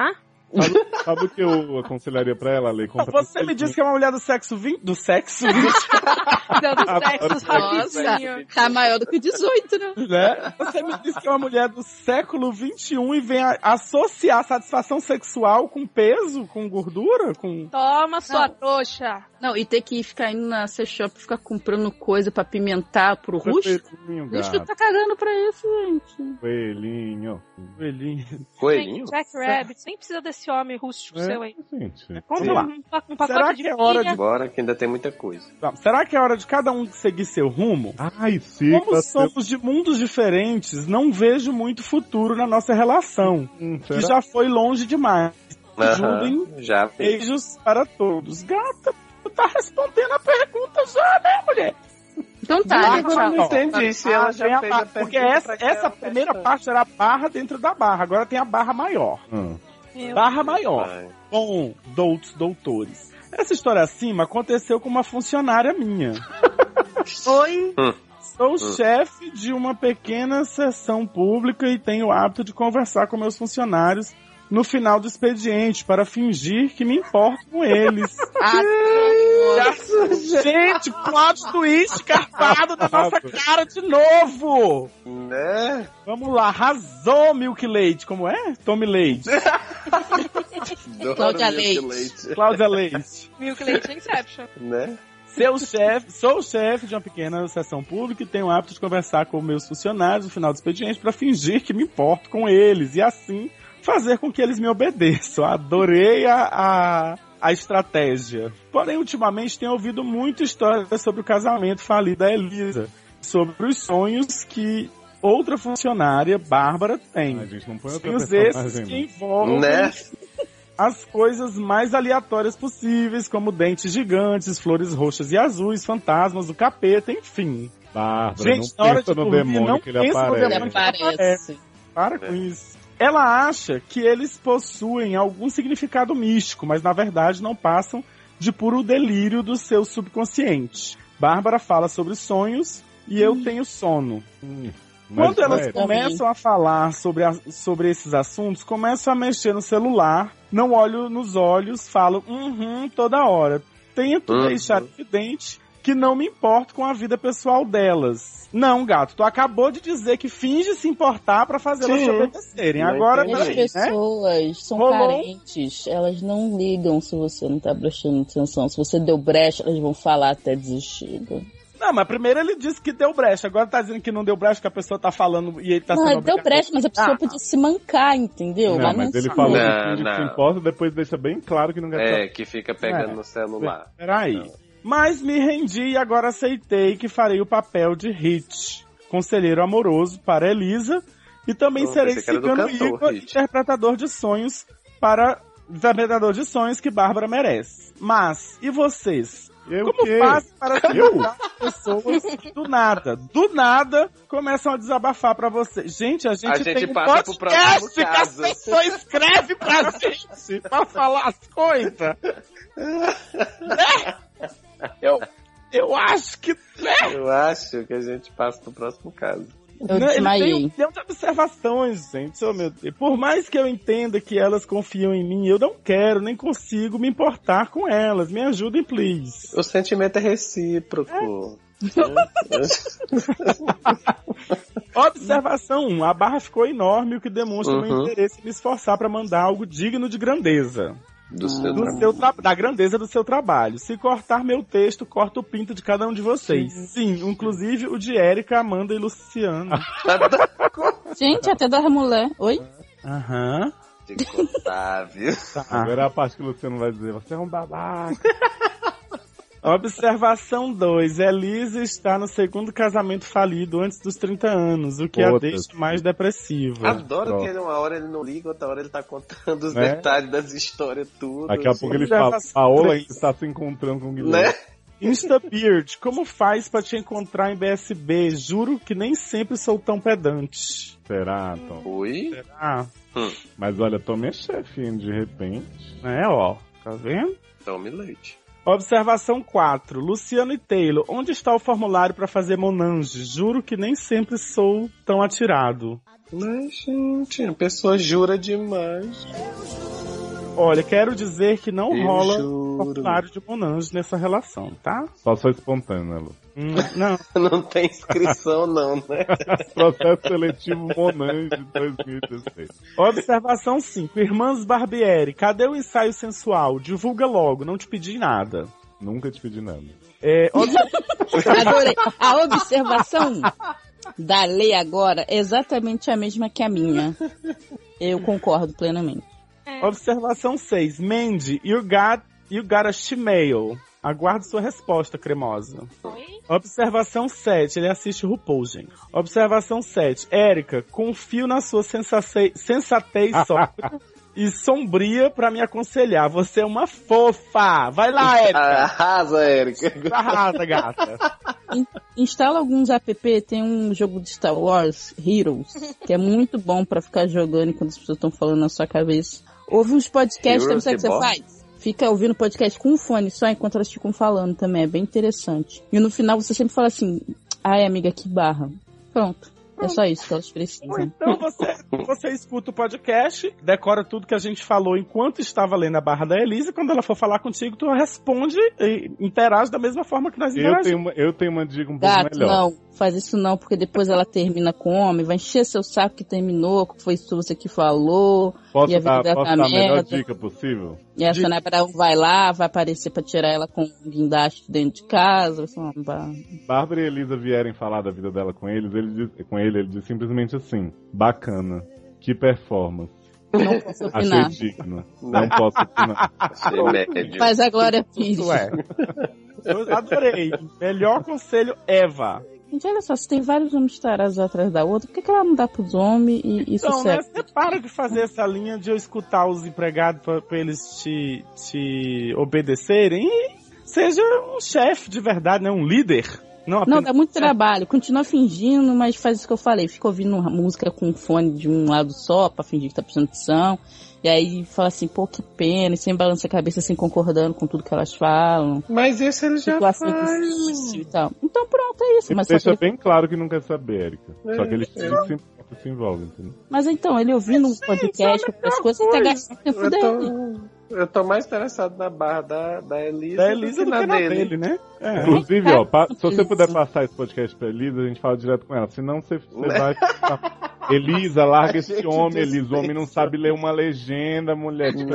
[SPEAKER 3] Sabe o que eu aconselharia pra ela, Lê? Compra
[SPEAKER 4] Você me disse que é uma mulher do sexo 20? Do sexo 20,
[SPEAKER 5] Dando sexos
[SPEAKER 2] Nossa.
[SPEAKER 5] rapidinho.
[SPEAKER 2] Tá maior do que 18, né?
[SPEAKER 4] né? Você me disse que é uma mulher do século 21 e vem a- associar satisfação sexual com peso, com gordura, com...
[SPEAKER 5] Toma, sua
[SPEAKER 2] Não.
[SPEAKER 5] trouxa.
[SPEAKER 2] Não, e ter que ficar indo na C-Shop ficar comprando coisa pra pimentar pro Rusto.
[SPEAKER 3] coelhinho,
[SPEAKER 2] O Rusto
[SPEAKER 3] gato.
[SPEAKER 2] tá cagando pra isso, gente.
[SPEAKER 3] Coelhinho.
[SPEAKER 4] Ele...
[SPEAKER 6] Coelhinho?
[SPEAKER 5] Gente, Jack Rabbit, nem precisa desse homem rústico
[SPEAKER 3] É,
[SPEAKER 5] seu aí.
[SPEAKER 3] gente.
[SPEAKER 5] Compra
[SPEAKER 6] Sim.
[SPEAKER 5] um, pa- um pacote
[SPEAKER 4] Será
[SPEAKER 5] de
[SPEAKER 4] que é hora
[SPEAKER 5] pilha.
[SPEAKER 6] Bora que ainda tem muita coisa.
[SPEAKER 4] Tá, Será que é hora de cada um seguir seu rumo?
[SPEAKER 3] Ai, é
[SPEAKER 4] Como
[SPEAKER 3] cicla.
[SPEAKER 4] somos de mundos diferentes, não vejo muito futuro na nossa relação,
[SPEAKER 3] Hum,
[SPEAKER 4] que
[SPEAKER 3] será?
[SPEAKER 4] já foi longe demais.
[SPEAKER 6] Aham,
[SPEAKER 4] Julem.
[SPEAKER 6] Já fez.
[SPEAKER 4] Beijos para todos. Gata, tu tá respondendo a pergunta já, né, mulher?
[SPEAKER 2] Então tá,
[SPEAKER 4] Barra
[SPEAKER 2] gente, tchau.
[SPEAKER 4] não. tá,
[SPEAKER 6] entendi se ela já
[SPEAKER 4] Tem a
[SPEAKER 6] fez
[SPEAKER 4] barra,
[SPEAKER 6] a
[SPEAKER 4] porque
[SPEAKER 6] pergunta
[SPEAKER 4] essa,
[SPEAKER 6] pra
[SPEAKER 4] essa
[SPEAKER 6] ela,
[SPEAKER 4] primeira
[SPEAKER 6] tá.
[SPEAKER 4] parte era a barra dentro da barra, agora tem a barra maior.
[SPEAKER 3] Hum.
[SPEAKER 5] Meu
[SPEAKER 4] Barra tá maior.
[SPEAKER 6] Ai.
[SPEAKER 4] Bom, doutos, doutores. Essa história acima aconteceu com uma funcionária minha.
[SPEAKER 2] Oi.
[SPEAKER 4] Sou
[SPEAKER 6] Hum.
[SPEAKER 4] chefe de uma pequena sessão pública e tenho o hábito de conversar com meus funcionários no final do expediente para fingir que me importo com eles.
[SPEAKER 2] Ah,
[SPEAKER 4] Gente, plot twist carpado na nossa cara de novo!
[SPEAKER 6] Né?
[SPEAKER 4] Vamos lá, arrasou Milk Leite, como é? Tome Leite,
[SPEAKER 6] Adoro
[SPEAKER 5] é
[SPEAKER 2] Cláudia
[SPEAKER 6] milk
[SPEAKER 2] Leite.
[SPEAKER 4] Cláudia Leite.
[SPEAKER 5] Meu cliente é Inception.
[SPEAKER 6] Né?
[SPEAKER 4] Seu chefe, sou chefe de uma pequena sessão pública e tenho o hábito de conversar com meus funcionários no final do expediente para fingir que me importo com eles e assim fazer com que eles me obedeçam. Adorei a, a, a estratégia. Porém, ultimamente tenho ouvido muita história sobre o casamento falido da Elisa, sobre os sonhos que outra funcionária, Bárbara,
[SPEAKER 3] A
[SPEAKER 4] tem.
[SPEAKER 3] gente não põe outra
[SPEAKER 4] Sonhos esses
[SPEAKER 3] personagem.
[SPEAKER 4] que
[SPEAKER 3] não.
[SPEAKER 4] envolvem
[SPEAKER 6] Né?
[SPEAKER 4] as coisas mais aleatórias possíveis, como dentes gigantes, flores roxas e azuis, fantasmas, o capeta, enfim.
[SPEAKER 3] Bárbara,
[SPEAKER 4] Gente, na
[SPEAKER 3] não
[SPEAKER 4] hora
[SPEAKER 3] pensa
[SPEAKER 4] de
[SPEAKER 3] no
[SPEAKER 4] dormir,
[SPEAKER 3] demônio
[SPEAKER 4] não é.
[SPEAKER 3] que ele
[SPEAKER 4] pensa no
[SPEAKER 3] aparece.
[SPEAKER 4] demônio.
[SPEAKER 2] Parece.
[SPEAKER 4] Para com isso. Ela acha que eles possuem algum significado místico, mas na verdade não passam de puro delírio do seu subconsciente. Bárbara fala sobre sonhos e eu tenho sono.
[SPEAKER 3] Hum, mas
[SPEAKER 4] Quando elas
[SPEAKER 3] sério,
[SPEAKER 4] começam a falar sobre, a- sobre esses assuntos, começam a mexer no celular, não olho nos olhos, falo uhum toda hora. Tento
[SPEAKER 6] Uhum.
[SPEAKER 4] deixar evidente que não me importo com a vida pessoal delas. Não, gato, tu acabou de dizer que finge se importar pra fazê-las
[SPEAKER 6] Sim.
[SPEAKER 4] te obedecerem.
[SPEAKER 6] Não
[SPEAKER 4] Agora,
[SPEAKER 6] entendi.
[SPEAKER 2] As
[SPEAKER 4] peraí, né?
[SPEAKER 2] pessoas são
[SPEAKER 4] Rolou.
[SPEAKER 2] carentes, elas não ligam se você não tá prestando atenção. Se você deu brecha, elas vão falar até
[SPEAKER 4] Tá
[SPEAKER 2] Ah, desistido.
[SPEAKER 4] Não, mas primeiro ele disse que deu brecha, agora tá dizendo que não deu brecha, que a pessoa tá falando e ele tá
[SPEAKER 2] não,
[SPEAKER 4] sendo
[SPEAKER 2] deu brecha, mas a pessoa
[SPEAKER 4] Ah.
[SPEAKER 2] podia se mancar, entendeu?
[SPEAKER 3] Não, mas ele
[SPEAKER 2] se
[SPEAKER 3] falou
[SPEAKER 2] manca.
[SPEAKER 6] Não,
[SPEAKER 3] que finge que se
[SPEAKER 6] não.
[SPEAKER 3] importa, depois deixa bem claro que não quer
[SPEAKER 6] É, que fica pegando
[SPEAKER 4] É.
[SPEAKER 6] no celular.
[SPEAKER 4] Peraí. Mas me rendi e agora aceitei que farei o papel de Hit, conselheiro amoroso para Elisa, e também
[SPEAKER 6] Eu
[SPEAKER 4] serei
[SPEAKER 6] pensei que era do
[SPEAKER 4] cigano
[SPEAKER 6] cantor,
[SPEAKER 4] Igor,
[SPEAKER 6] Hit.
[SPEAKER 4] interpretador de sonhos para interpretador de sonhos que Bárbara merece. Mas, e vocês?
[SPEAKER 3] Eu
[SPEAKER 4] Como
[SPEAKER 3] quê?
[SPEAKER 4] faz para
[SPEAKER 3] [laughs]
[SPEAKER 4] se
[SPEAKER 3] Eu?
[SPEAKER 6] [laughs]
[SPEAKER 4] juntar com pessoas que do nada, do nada, começam a desabafar pra vocês? Gente, a gente,
[SPEAKER 6] A gente
[SPEAKER 4] tem um
[SPEAKER 6] passa pro
[SPEAKER 4] podcast que
[SPEAKER 6] próximo
[SPEAKER 4] as
[SPEAKER 6] caso.
[SPEAKER 4] pessoas escrevem pra gente pra falar as coisas. Né?
[SPEAKER 6] Eu,
[SPEAKER 4] Eu acho que É.
[SPEAKER 6] eu acho que a gente passa pro próximo caso.
[SPEAKER 2] Eu
[SPEAKER 4] Não, ele tem um
[SPEAKER 2] desmaiei.
[SPEAKER 4] milhão de observações, gente. Oh, meu Deus. Por mais que eu entenda que elas confiam em mim, eu não quero nem consigo me importar com elas. Me ajudem, please.
[SPEAKER 6] O sentimento é recíproco.
[SPEAKER 5] [laughs]
[SPEAKER 4] Observação 1. A barra ficou enorme, o que demonstra o meu
[SPEAKER 6] Uhum.
[SPEAKER 4] interesse em me esforçar para mandar algo digno de grandeza.
[SPEAKER 6] Do seu
[SPEAKER 4] do
[SPEAKER 6] trabalho.
[SPEAKER 4] seu tra- da grandeza do seu trabalho. Se cortar meu texto, corta o pinto de cada um de vocês. Sim, inclusive o de Érica, Amanda e Luciano.
[SPEAKER 6] Tá
[SPEAKER 2] Gente, até das mulheres. Oi?
[SPEAKER 4] Aham.
[SPEAKER 6] Tem que contar, viu?
[SPEAKER 3] Agora é a parte que o Luciano vai dizer, você é um babaca.
[SPEAKER 4] Observação 2. Elisa está no segundo casamento falido antes dos 30 anos, o que a
[SPEAKER 3] Foda-se.
[SPEAKER 4] deixa mais depressiva.
[SPEAKER 6] Adoro
[SPEAKER 3] Pronto.
[SPEAKER 6] que ele, uma hora ele não liga, outra hora ele tá contando os
[SPEAKER 3] Né?
[SPEAKER 6] detalhes das histórias, tudo.
[SPEAKER 3] Daqui a
[SPEAKER 6] assim,
[SPEAKER 3] pouco ele
[SPEAKER 4] Já
[SPEAKER 3] fala,
[SPEAKER 4] faz
[SPEAKER 3] Paola
[SPEAKER 4] três.
[SPEAKER 3] está se encontrando com o Guilherme.
[SPEAKER 6] Né?
[SPEAKER 4] Instabeard, como faz pra te encontrar em BSB? Juro que nem sempre sou tão pedante.
[SPEAKER 3] Será, Tom?
[SPEAKER 6] Oi?
[SPEAKER 4] Ah,
[SPEAKER 3] Mas olha, tô minha chefe hein, de repente.
[SPEAKER 4] é, ó. Tá vendo?
[SPEAKER 6] Tome leite.
[SPEAKER 4] Observação 4. Luciano e Taylor, onde está o formulário para fazer Monange? Juro que nem sempre sou tão atirado.
[SPEAKER 6] Mas, Né, gente, a pessoa jura demais. [laughs]
[SPEAKER 4] Olha, quero dizer que não
[SPEAKER 6] Eu
[SPEAKER 4] rola
[SPEAKER 6] juro.
[SPEAKER 4] formulário de Monange nessa relação, tá?
[SPEAKER 3] Só sou espontânea, Lu.
[SPEAKER 4] Hum, Não,
[SPEAKER 6] Não tem inscrição, não, né?
[SPEAKER 3] Processo seletivo Monange 2016.
[SPEAKER 4] Observação 5. Irmãs Barbieri, cadê o ensaio sensual? Divulga logo, não te pedi nada.
[SPEAKER 3] Nunca te pedi nada.
[SPEAKER 4] É, obser-
[SPEAKER 2] Adorei. A observação da lei agora é exatamente a mesma que a minha. Eu concordo plenamente.
[SPEAKER 4] observação 6. Mandy, you got, you got a shemale. Aguardo sua resposta, cremosa.
[SPEAKER 5] Oi?
[SPEAKER 4] Observação 7, ele assiste RuPaul, gente. Observação 7, Érica, confio na sua sensace- sensatez
[SPEAKER 3] Ah.
[SPEAKER 4] só e sombria pra me aconselhar. Você é uma fofa. Vai lá,
[SPEAKER 3] [laughs]
[SPEAKER 4] Érica.
[SPEAKER 6] Arrasa, Erika.
[SPEAKER 4] Arrasa, gata.
[SPEAKER 2] Instala alguns app, tem um jogo de Star Wars, Heroes, que é muito bom pra ficar jogando enquanto as pessoas estão falando na sua cabeça. Ouve uns podcasts, também,
[SPEAKER 6] Heroes
[SPEAKER 2] sabe o que você
[SPEAKER 6] Reborn?
[SPEAKER 2] faz? Fica ouvindo podcast com o fone só enquanto elas ficam falando também, é bem interessante. E no final você sempre fala assim, ai amiga, que barra. Pronto. É só isso que elas
[SPEAKER 4] Ou
[SPEAKER 3] Uhum.
[SPEAKER 2] precisam.
[SPEAKER 4] então você, você escuta o podcast, decora tudo que a gente falou enquanto estava lendo a barra da Elisa. e Quando ela for falar contigo, tu responde e interage da mesma forma que
[SPEAKER 3] [laughs]
[SPEAKER 4] nós
[SPEAKER 3] Eu
[SPEAKER 4] interagimos.
[SPEAKER 3] tenho, uma, eu tenho uma dica um pouco
[SPEAKER 2] Gato,
[SPEAKER 3] melhor.
[SPEAKER 2] não, faz isso não, porque depois ela termina com o homem, vai encher seu saco que terminou, que foi isso você que falou, E a
[SPEAKER 3] Posso
[SPEAKER 2] vida
[SPEAKER 3] dar,
[SPEAKER 2] dela
[SPEAKER 3] posso
[SPEAKER 2] tá
[SPEAKER 3] dar a melhor
[SPEAKER 2] merda.
[SPEAKER 3] dica possível?
[SPEAKER 2] e a
[SPEAKER 4] De-
[SPEAKER 2] Sônia Abraão vai lá, vai aparecer pra tirar ela com um guindaste dentro de casa, vai ser uma barra.
[SPEAKER 3] Bárbara e Elisa vierem falar da vida dela com eles, ele diz, com ele, ele diz simplesmente assim: bacana, que performance,
[SPEAKER 2] não posso
[SPEAKER 3] achei
[SPEAKER 2] opinar.
[SPEAKER 3] digno, não posso opinar.
[SPEAKER 6] Achei médio.
[SPEAKER 2] Faz a Glória Pires.
[SPEAKER 4] Ué. [laughs] Eu adorei. Melhor conselho, Eva.
[SPEAKER 2] Gente, olha só, se tem vários homens tarados atrás da outra, por que, que ela não dá pros homens e isso
[SPEAKER 4] Então, né?
[SPEAKER 2] serve?
[SPEAKER 4] Você para de fazer essa linha de eu escutar os empregados pra, pra eles te, te obedecerem e seja um chefe de verdade, né? Um líder. Não,
[SPEAKER 2] Não,
[SPEAKER 4] apenas...
[SPEAKER 2] dá muito trabalho. Continua fingindo, mas faz isso que eu falei. Fica ouvindo uma música com um fone de um lado só, pra fingir que tá prestando atenção. E aí fala assim, pô, que pena. E sem balança a cabeça, assim, concordando com tudo que elas falam.
[SPEAKER 6] Mas esse ele já
[SPEAKER 2] Situação
[SPEAKER 6] faz.
[SPEAKER 2] difícil e tal. Então pronto, é isso.
[SPEAKER 3] Ele
[SPEAKER 2] Mas, só que
[SPEAKER 3] deixa
[SPEAKER 2] ele-
[SPEAKER 3] bem claro que não quer saber, Erika. Só que ele,
[SPEAKER 6] É.
[SPEAKER 3] ele se, importa, se envolve, entendeu?
[SPEAKER 2] mas então, ele ouvindo um podcast, as coisas, ele tá
[SPEAKER 4] coisa.
[SPEAKER 2] gastando o tempo
[SPEAKER 6] Eu
[SPEAKER 2] dele.
[SPEAKER 6] tô, eu tô mais interessado na barra da, da Elisa,
[SPEAKER 4] Da Elisa é do que na dele, né? É.
[SPEAKER 3] Inclusive, ó, pa- se você
[SPEAKER 2] Isso.
[SPEAKER 3] puder passar esse podcast pra Elisa, a gente fala direto com ela. Senão você, você
[SPEAKER 6] Né?
[SPEAKER 3] vai. ficar- Elisa, larga
[SPEAKER 6] A
[SPEAKER 3] esse
[SPEAKER 6] gente
[SPEAKER 3] homem, Elisa. O
[SPEAKER 6] dispensa.
[SPEAKER 3] homem não sabe ler uma legenda, mulher. Tipo,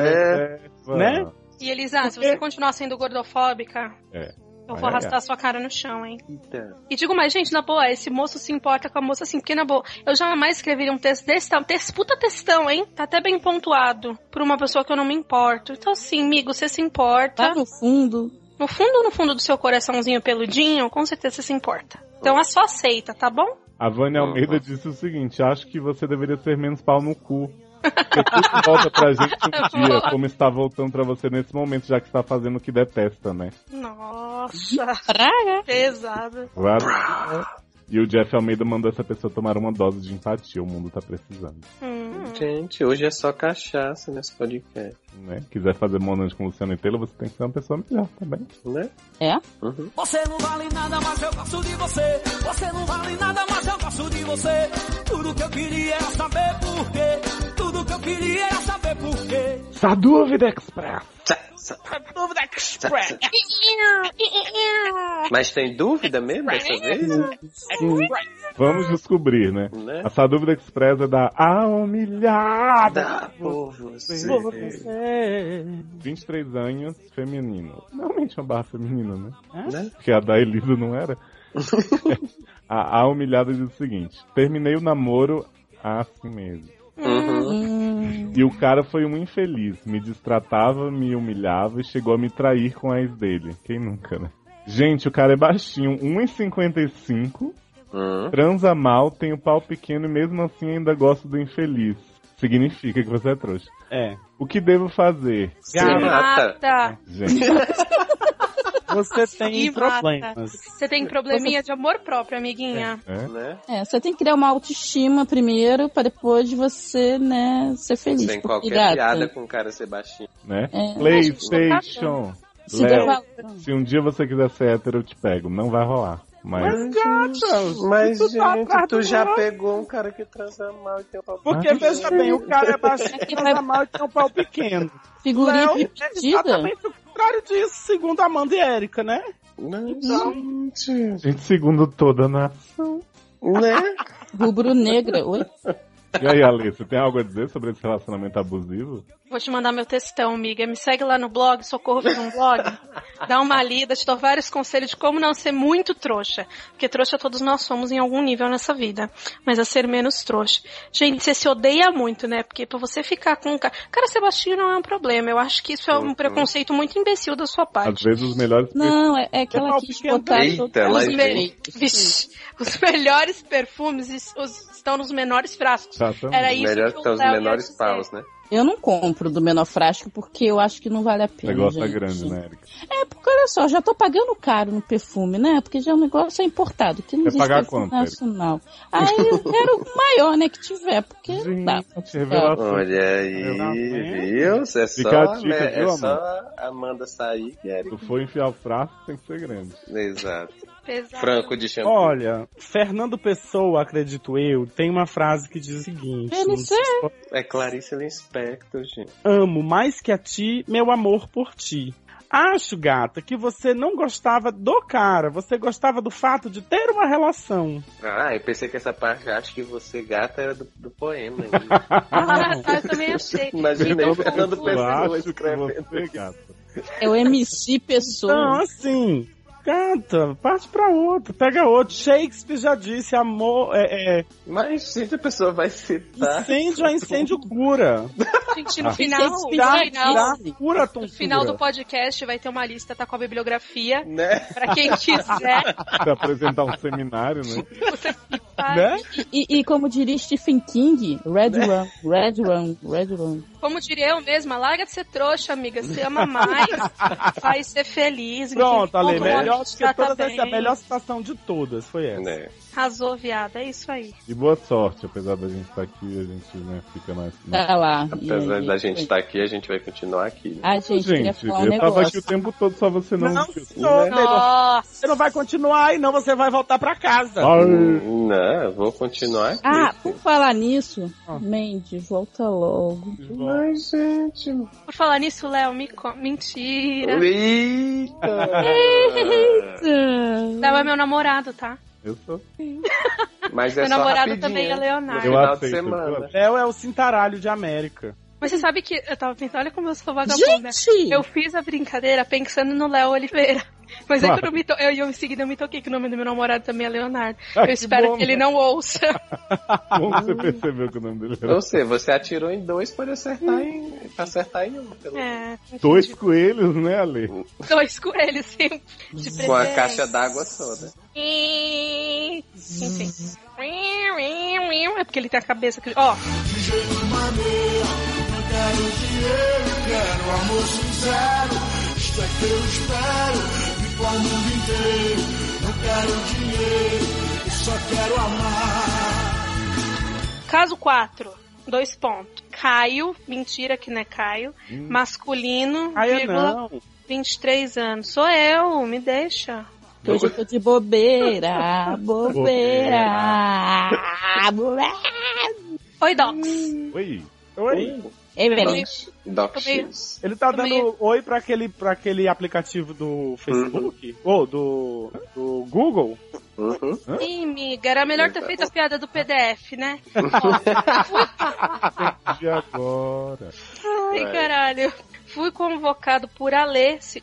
[SPEAKER 6] Né?
[SPEAKER 4] Né?
[SPEAKER 5] E Elisa, se você continuar sendo gordofóbica,
[SPEAKER 3] É.
[SPEAKER 5] eu
[SPEAKER 3] Vai,
[SPEAKER 5] vou arrastar
[SPEAKER 3] é.
[SPEAKER 5] sua cara no chão, hein?
[SPEAKER 6] Eita.
[SPEAKER 5] E digo mais, gente, na boa, esse moço se importa com a moça assim, porque na boa, eu jamais escreveria um texto desse tal, texto, puta textão, hein? Tá até bem pontuado, por uma pessoa que eu não me importo. Então assim, amigo, você se importa,
[SPEAKER 2] Tá no fundo.
[SPEAKER 5] no fundo, no fundo do seu coraçãozinho peludinho, com certeza você se importa. Então é só aceita, tá bom?
[SPEAKER 3] A Vânia
[SPEAKER 6] Uhum.
[SPEAKER 3] Almeida disse o seguinte: acho que você deveria ser menos pau no cu. Porque tudo volta pra gente um
[SPEAKER 5] [laughs]
[SPEAKER 3] dia, como está voltando pra você nesse momento, já que está fazendo o que detesta, né?
[SPEAKER 5] Nossa, [laughs]
[SPEAKER 2] Praga.
[SPEAKER 5] pesado.
[SPEAKER 3] Claro. E o Jeff Almeida mandou essa pessoa tomar uma dose de empatia, o mundo tá precisando.
[SPEAKER 5] Hum.
[SPEAKER 6] Gente, hoje é só cachaça nesse podcast,
[SPEAKER 3] Né? Quiser fazer monange com o Luciano e Taylor, você tem que ser uma pessoa melhor tá também.
[SPEAKER 6] né?
[SPEAKER 2] É?
[SPEAKER 6] Uhum.
[SPEAKER 8] Você não vale nada, mas eu gosto de você. Você não vale nada, mas eu gosto de você. Tudo que eu queria era saber por quê. Tudo que eu queria era saber por quê.
[SPEAKER 3] Essa dúvida express!
[SPEAKER 6] Tchá, tchá.
[SPEAKER 8] Dúvida
[SPEAKER 6] Mas tem dúvida mesmo dessa vez?
[SPEAKER 3] Vamos descobrir, né?
[SPEAKER 6] Né?
[SPEAKER 3] Essa dúvida expressa é da Almilhada.
[SPEAKER 6] Dá por você.
[SPEAKER 4] Por você. é,
[SPEAKER 3] 23 anos, feminino. Normalmente é uma barra feminina, né?
[SPEAKER 6] Né?
[SPEAKER 3] Porque a da Elisa não era. a, a humilhada diz o seguinte: terminei o namoro assim mesmo.
[SPEAKER 2] Hum.
[SPEAKER 6] Uhum.
[SPEAKER 9] Hum,
[SPEAKER 3] E o cara foi um infeliz. Me destratava, me humilhava e chegou a me trair com a ex dele. Quem nunca, né? Gente, o cara é baixinho, 1,55,
[SPEAKER 6] Uhum.
[SPEAKER 3] transa mal, tem o pau pequeno e mesmo assim ainda gosta do infeliz. Significa que você é trouxa.
[SPEAKER 4] É.
[SPEAKER 3] O que devo fazer?
[SPEAKER 6] Se
[SPEAKER 4] Gata.
[SPEAKER 6] mata.
[SPEAKER 5] Mata.
[SPEAKER 3] Gente,
[SPEAKER 2] [laughs]
[SPEAKER 4] Você
[SPEAKER 5] E
[SPEAKER 4] tem
[SPEAKER 5] mata.
[SPEAKER 4] problemas.
[SPEAKER 5] Você tem probleminha de amor próprio, amiguinha.
[SPEAKER 3] é?
[SPEAKER 6] Né?
[SPEAKER 9] É, você tem que criar uma autoestima primeiro, pra depois você, né, ser feliz.
[SPEAKER 6] Sem
[SPEAKER 9] Porque,
[SPEAKER 6] qualquer
[SPEAKER 9] gata,
[SPEAKER 6] piada com o cara ser baixinho.
[SPEAKER 3] né?
[SPEAKER 9] É.
[SPEAKER 3] PlayStation.
[SPEAKER 9] Se
[SPEAKER 3] Léo,
[SPEAKER 9] der valor.
[SPEAKER 3] se um dia você quiser ser hétero, eu te pego. Não vai rolar. Mas,
[SPEAKER 6] Mas,
[SPEAKER 4] tu tá gente, atrás tu do já outro.
[SPEAKER 6] pegou um cara que transa mal e tem um uma
[SPEAKER 4] Porque, veja bem, o cara é baixinho, mas mal e tem um pau pequeno.
[SPEAKER 9] Figurinha
[SPEAKER 4] Léo é
[SPEAKER 9] repetida.
[SPEAKER 4] exatamente o contrário disso, segundo Amanda e Érica, né?
[SPEAKER 6] Gente,
[SPEAKER 3] gente, segundo toda na.
[SPEAKER 6] né?
[SPEAKER 9] Rubro-negra. Oi?
[SPEAKER 3] E aí, Ale, você tem algo a dizer sobre esse relacionamento abusivo?
[SPEAKER 5] Vou te mandar meu textão, amiga. Me segue lá no blog, socorro por um [laughs] blog. Dá uma lida, te dou vários conselhos de como não ser muito trouxa. Porque trouxa todos nós somos em algum nível nessa vida. Mas a ser menos trouxa. Gente, você se odeia muito, né? Porque pra você ficar com um cara. Cara, Sebastião não é um problema. Eu acho que isso é um preconceito muito imbecil da sua
[SPEAKER 3] Às
[SPEAKER 5] parte.
[SPEAKER 3] vezes os melhores.
[SPEAKER 9] Não, é, é que ela
[SPEAKER 4] Pau
[SPEAKER 9] quis
[SPEAKER 4] pequeno.
[SPEAKER 9] botar
[SPEAKER 6] Eita,
[SPEAKER 9] todos os
[SPEAKER 6] lá
[SPEAKER 5] vem.
[SPEAKER 9] defeitos.
[SPEAKER 5] Vixe, os melhores perfumes es- os- estão nos menores frascos.
[SPEAKER 3] Exatamente.
[SPEAKER 5] Era isso
[SPEAKER 6] Melhor
[SPEAKER 5] que
[SPEAKER 6] que
[SPEAKER 5] o
[SPEAKER 6] tá os
[SPEAKER 5] Léo ia
[SPEAKER 6] menores
[SPEAKER 5] dizer.
[SPEAKER 6] paus, né?
[SPEAKER 9] Eu não compro do menor frasco porque eu acho que não vale a
[SPEAKER 3] O
[SPEAKER 9] pena.
[SPEAKER 3] negócio tá
[SPEAKER 9] gente.
[SPEAKER 3] grande, né, Erika?
[SPEAKER 9] É, porque olha só, já tô pagando caro no perfume, né? Porque já é um negócio é importado, que não
[SPEAKER 3] Quer
[SPEAKER 9] existe
[SPEAKER 3] pagar
[SPEAKER 9] perfume
[SPEAKER 3] quanto, Erika?
[SPEAKER 9] nacional. Aí eu quero o maior, né, que tiver, porque não dá.
[SPEAKER 3] Gente, revelação.
[SPEAKER 4] é
[SPEAKER 6] Olha
[SPEAKER 3] Não,
[SPEAKER 6] aí,
[SPEAKER 3] né?
[SPEAKER 6] viu? É só,
[SPEAKER 3] Fica a dica,
[SPEAKER 6] né, é
[SPEAKER 3] viu,
[SPEAKER 6] só a Amanda sair que era.
[SPEAKER 3] Se for enfiar o frasco, tem que ser grande.
[SPEAKER 6] Exato.
[SPEAKER 5] Pesado.
[SPEAKER 6] Franco de shampoo.
[SPEAKER 4] Olha, Fernando Pessoa, acredito eu, tem uma frase que diz o seguinte:
[SPEAKER 9] Eu não sei.
[SPEAKER 6] É Clarice Lispector, gente.
[SPEAKER 4] Amo mais que a ti, meu amor por ti. Acho, gata, que você não gostava do cara, você gostava do fato de ter uma relação.
[SPEAKER 6] Ah, eu pensei que essa parte, acho que você gata era do, do poema. né?
[SPEAKER 5] Ah, tá, eu também
[SPEAKER 6] [laughs]
[SPEAKER 5] achei.
[SPEAKER 6] Imaginei o Fernando
[SPEAKER 3] Então, Eu
[SPEAKER 6] Pessoa
[SPEAKER 3] acho que
[SPEAKER 6] escrevendo.
[SPEAKER 3] você, gata.
[SPEAKER 9] É o MC Pessoa.
[SPEAKER 4] Então, assim, gata, parte pra outro, pega outro. Shakespeare já disse: amor, é, é,
[SPEAKER 6] Mas, gente, a pessoa vai
[SPEAKER 9] Tá.
[SPEAKER 6] citar.
[SPEAKER 4] incêndio a incêndio cura.
[SPEAKER 5] Gente, no
[SPEAKER 3] Ah.
[SPEAKER 5] final, no
[SPEAKER 9] Já-
[SPEAKER 5] final,
[SPEAKER 9] já-
[SPEAKER 4] Dá cura, tontura.
[SPEAKER 5] no final do podcast vai ter uma lista, tá com a bibliografia.
[SPEAKER 6] Né?
[SPEAKER 5] Pra
[SPEAKER 4] [laughs]
[SPEAKER 5] quem quiser, tá?
[SPEAKER 3] Pra apresentar um seminário, né?
[SPEAKER 5] faz.
[SPEAKER 4] Né?
[SPEAKER 9] E, e como diria Stephen King, Red
[SPEAKER 3] Né?
[SPEAKER 9] Run, Red Run, Red Run.
[SPEAKER 5] como diria eu mesma, larga de ser trouxa, amiga. Se ama mais, faz ser feliz.
[SPEAKER 4] Pronto, Ale,
[SPEAKER 5] Encontra um homem
[SPEAKER 4] melhor
[SPEAKER 5] que
[SPEAKER 4] acho
[SPEAKER 5] te
[SPEAKER 4] que todas
[SPEAKER 5] trata
[SPEAKER 4] as, a
[SPEAKER 5] bem.
[SPEAKER 4] melhor citação de todas foi essa.
[SPEAKER 6] Né?
[SPEAKER 5] Arrasou, viada, é isso aí.
[SPEAKER 3] E boa sorte, apesar da gente estar aqui, a gente né, fica mais.
[SPEAKER 9] Tá lá. E
[SPEAKER 6] Apesar
[SPEAKER 9] aí,
[SPEAKER 6] da gente
[SPEAKER 9] foi.
[SPEAKER 6] estar aqui, a gente vai continuar aqui. né?
[SPEAKER 9] Ah, gente, queria
[SPEAKER 3] Gente,
[SPEAKER 9] falar um
[SPEAKER 3] eu tava aqui
[SPEAKER 9] negócio.
[SPEAKER 3] o tempo todo, só você não.
[SPEAKER 4] Não,
[SPEAKER 3] viu.
[SPEAKER 4] senhor, Taylor,
[SPEAKER 5] Nossa,
[SPEAKER 4] você não vai continuar aí, não, você vai voltar pra casa.
[SPEAKER 3] Ai,
[SPEAKER 6] Hum, Não, eu vou continuar aqui.
[SPEAKER 9] Ah, por falar nisso,
[SPEAKER 4] Ah.
[SPEAKER 9] Mandy, volta logo.
[SPEAKER 6] Mas, gente.
[SPEAKER 5] por falar nisso, Léo, me co... mentira.
[SPEAKER 6] Eita! Ah.
[SPEAKER 5] Léo é meu namorado, tá?
[SPEAKER 3] eu sou.
[SPEAKER 6] Mas é
[SPEAKER 5] Meu
[SPEAKER 6] só
[SPEAKER 5] namorado
[SPEAKER 6] rapidinho,
[SPEAKER 5] também é
[SPEAKER 6] hein?
[SPEAKER 5] Leonardo.
[SPEAKER 6] No
[SPEAKER 3] Eu
[SPEAKER 6] final de
[SPEAKER 3] aceito,
[SPEAKER 6] semana.
[SPEAKER 4] Léo é o cintaralho de América.
[SPEAKER 5] Mas você sabe que eu tava pensando, olha como eu sou vagabunda.
[SPEAKER 9] Gente!
[SPEAKER 5] Eu fiz a brincadeira pensando no Léo Oliveira. Mas aí
[SPEAKER 3] Claro.
[SPEAKER 5] quando eu, me to... eu, eu em seguida eu me toquei que o nome do meu namorado também é Leonardo.
[SPEAKER 3] Ah,
[SPEAKER 5] eu espero
[SPEAKER 3] bom.
[SPEAKER 5] que ele não ouça.
[SPEAKER 3] Como você percebeu que o nome dele era
[SPEAKER 6] Ou seja, você atirou em dois, pode acertar em. pra acertar em um. Pelo...
[SPEAKER 5] É,
[SPEAKER 3] Dois coelhos, né, Ale?
[SPEAKER 5] dois coelhos sempre de
[SPEAKER 6] Com a
[SPEAKER 5] presente.
[SPEAKER 6] caixa d'água toda.
[SPEAKER 5] Enfim. É porque ele tem a cabeça. que ele- Ó, caso 4. Dois pontos. Caio, mentira que não é Caio. Masculino,
[SPEAKER 4] Ah, eu
[SPEAKER 5] vírgula,
[SPEAKER 4] não.
[SPEAKER 5] 23 anos. Sou eu, me deixa.
[SPEAKER 9] Que Hoje eu tô de
[SPEAKER 3] [laughs]
[SPEAKER 9] bobeira, bobeira, bobeira.
[SPEAKER 5] Oi, Docs.
[SPEAKER 3] Oi.
[SPEAKER 4] Oi.
[SPEAKER 9] É verdade.
[SPEAKER 6] Doc- DocX.
[SPEAKER 4] Ele tá
[SPEAKER 5] Também-
[SPEAKER 4] dando oi pra aquele, pra aquele aplicativo do Facebook? Ou do, do Google?
[SPEAKER 6] Uhum.
[SPEAKER 5] Ih, miga, era melhor ter feito a piada do PDF, né?
[SPEAKER 3] De agora.
[SPEAKER 5] Ai,
[SPEAKER 6] Vai.
[SPEAKER 5] caralho. Fui convocado por Alê, se-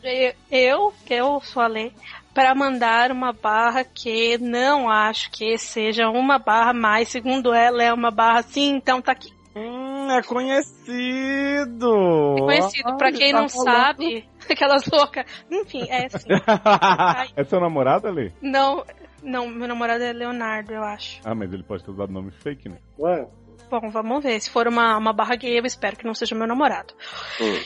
[SPEAKER 5] eu, que eu sou Alê, para mandar uma barra que não acho que seja uma barra mais, segundo ela, é uma barra sim, então tá aqui.
[SPEAKER 4] Hum, é conhecido!
[SPEAKER 5] Conhecido, pra
[SPEAKER 4] tá
[SPEAKER 5] quem não sabe, [laughs] aquelas loucas. Enfim, é assim. Ai,
[SPEAKER 3] [laughs] É seu namorado, Ale?
[SPEAKER 5] não, não, meu namorado é Leonardo, eu acho.
[SPEAKER 3] Ah, mas ele pode ter usado nome fake, né?
[SPEAKER 6] Ué.
[SPEAKER 5] Bom, vamos ver. Se for uma, uma barra gay, eu espero que não seja meu namorado.
[SPEAKER 6] Hum.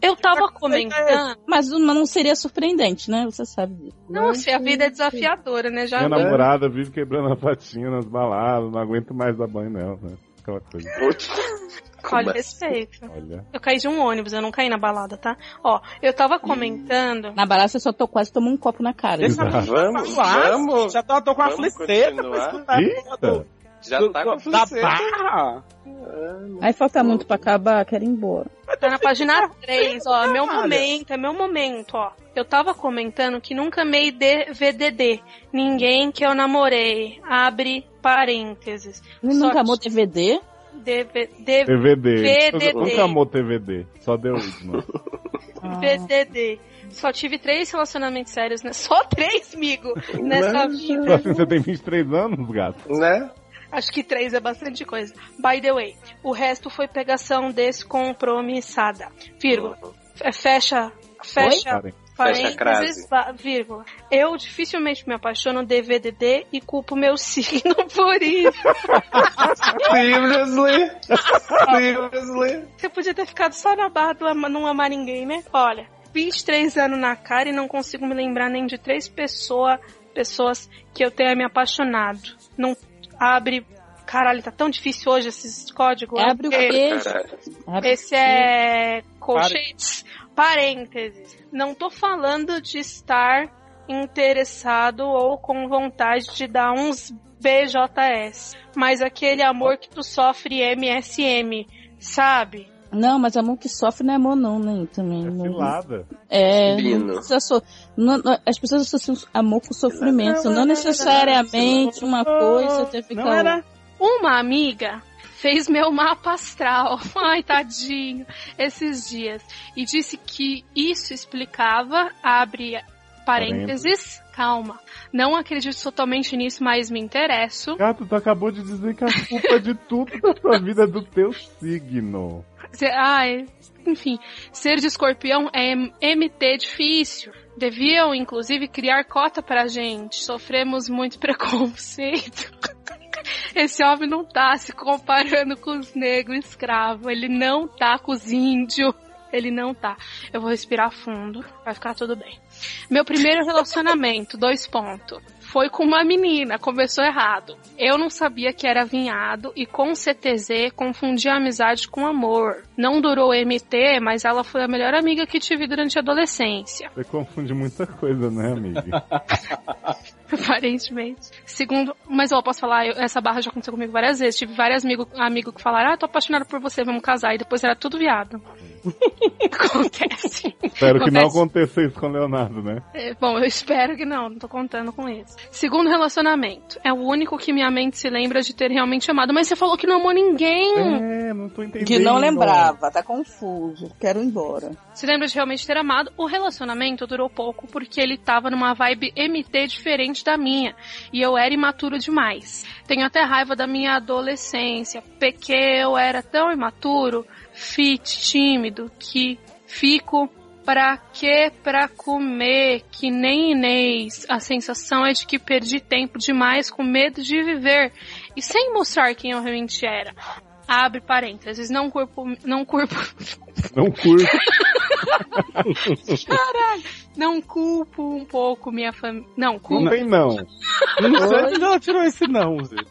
[SPEAKER 5] Eu tava comentando.
[SPEAKER 9] Mas não seria surpreendente, né? Você sabe disso.
[SPEAKER 5] Não sei, a vida é desafiadora, né? Já
[SPEAKER 3] Minha namorada vive quebrando a patinha nas baladas, não aguento mais dar banho nela, né? Aquela coisa.
[SPEAKER 6] Putz.
[SPEAKER 5] Olha,
[SPEAKER 6] Como
[SPEAKER 5] respeito.
[SPEAKER 3] Olha.
[SPEAKER 5] Eu caí de um ônibus, eu não caí na balada, tá? Ó, eu tava comentando.
[SPEAKER 9] Na balada você só tô, quase tomou um copo na cara.
[SPEAKER 4] Deixa eu
[SPEAKER 6] Vamos,
[SPEAKER 4] falar.
[SPEAKER 6] vamos.
[SPEAKER 4] Já tô, tô com a
[SPEAKER 6] Vamos
[SPEAKER 4] fliceta pra
[SPEAKER 6] continuar?
[SPEAKER 4] escutar a porra do,
[SPEAKER 3] Eita!
[SPEAKER 6] Já
[SPEAKER 4] do,
[SPEAKER 6] tá com
[SPEAKER 4] do, da
[SPEAKER 6] você.
[SPEAKER 4] barra.
[SPEAKER 9] Aí falta muito pra acabar, quero ir embora.
[SPEAKER 5] Tá na página 3, ó. É meu
[SPEAKER 4] caralho.
[SPEAKER 5] momento, é meu momento, ó. Eu tava comentando que nunca amei de VDD. Ninguém que eu namorei. Abre parênteses.
[SPEAKER 9] Ele
[SPEAKER 5] Só
[SPEAKER 9] nunca amou
[SPEAKER 5] que-
[SPEAKER 9] DVD?
[SPEAKER 5] DV, DV,
[SPEAKER 3] TVD.
[SPEAKER 5] TVD.
[SPEAKER 3] Nunca amou TVD. Só deu um, né? último.
[SPEAKER 5] VDD. Só tive três relacionamentos sérios, né? [laughs] Só três, amigo, nessa
[SPEAKER 6] Mas-
[SPEAKER 5] vida.
[SPEAKER 3] Assim, você tem 23 anos, gato?
[SPEAKER 6] Né?
[SPEAKER 5] Acho que três é bastante coisa. By the way, o resto foi pegação descompromissada. Vírgula. Fe- Fecha. Fecha.
[SPEAKER 3] Karen.
[SPEAKER 6] Fecha
[SPEAKER 5] parênteses,
[SPEAKER 6] crase.
[SPEAKER 5] va- vírgula. Eu dificilmente me apaixono de VDD e culpo meu [laughs] signo por isso.
[SPEAKER 6] Seriously? Seriously?
[SPEAKER 5] Você podia ter ficado só na barra do ama- não amar ninguém, né? Olha, 23 anos na cara e não consigo me lembrar nem de três pessoa, pessoas que eu tenha me apaixonado. Não abre. Caralho, tá tão difícil hoje esses códigos.
[SPEAKER 9] Ah. Abre o
[SPEAKER 5] É.
[SPEAKER 9] queijo.
[SPEAKER 6] Caralho.
[SPEAKER 9] Abre o
[SPEAKER 5] Esse é colchetes. Parênteses. Não tô falando de estar interessado ou com vontade de dar uns BJS, mas aquele amor que tu sofre MSM, sabe?
[SPEAKER 9] Não, mas amor que sofre não é amor não, né? Também.
[SPEAKER 3] É
[SPEAKER 9] não-
[SPEAKER 3] cilada.
[SPEAKER 9] É,
[SPEAKER 6] Bino.
[SPEAKER 9] não precisa so- não- não- as pessoas associam amor com sofrimento, não necessariamente uma coisa ter
[SPEAKER 4] Ah, Não
[SPEAKER 9] ficado.
[SPEAKER 4] era?
[SPEAKER 5] Uma amiga fez meu mapa astral, [laughs] ai tadinho, esses dias, e disse que isso explicava, abre parênteses, calma, não acredito totalmente nisso, mas me interesso,
[SPEAKER 3] Gato, tu acabou de dizer que a culpa de tudo da sua vida é do teu signo.
[SPEAKER 5] Se- Ai, enfim, ser de escorpião é M- MT difícil. Deviam, inclusive, criar cota pra gente. Sofremos muito [laughs] preconceito. Esse homem não tá se comparando com os negros escravos. Ele não tá com os índios. Ele não tá. Eu vou respirar fundo. Vai ficar tudo bem. Meu primeiro relacionamento, dois pontos. Foi com uma menina, começou errado. Eu não sabia que era vinhado e com CTZ confundi a amizade com amor. Não durou o MT, mas ela foi a melhor amiga que tive durante a adolescência, [laughs]
[SPEAKER 3] Você confunde muita coisa, né, amiga?
[SPEAKER 5] aparentemente. Segundo, mas ó, posso falar, eu- essa barra já aconteceu comigo várias vezes. Tive vários amigos amigo que falaram, ah, tô apaixonado por você, vamos casar. E depois era tudo viado. [laughs] Acontece.
[SPEAKER 3] Espero que não
[SPEAKER 5] Acontece.
[SPEAKER 3] aconteça isso com o Leonardo, né?
[SPEAKER 5] É, Bom, eu espero que não, não tô contando com isso. Segundo relacionamento. É o único que minha mente se lembra de ter realmente amado. Mas você falou que não amou ninguém.
[SPEAKER 3] É, não tô entendendo.
[SPEAKER 9] Hum. Que não lembrava, tá confuso, quero ir embora.
[SPEAKER 5] Se lembra de realmente ter amado. O relacionamento durou pouco porque ele tava numa vibe MT diferente da minha. E eu era imatura demais. Tenho até raiva da minha adolescência. Porque eu era tão imaturo, fit, tímido, que fico pra que pra comer, que nem Inês. A sensação é de que perdi tempo demais com medo de viver. E sem mostrar quem eu realmente era. Abre parênteses, não corpo, não corpo
[SPEAKER 9] [laughs]
[SPEAKER 3] Não curto.
[SPEAKER 5] Não culpo um pouco minha família. Não,
[SPEAKER 3] Não
[SPEAKER 5] culpo,
[SPEAKER 3] tem não.
[SPEAKER 4] Não sei de onde ela tirou esse não, gente.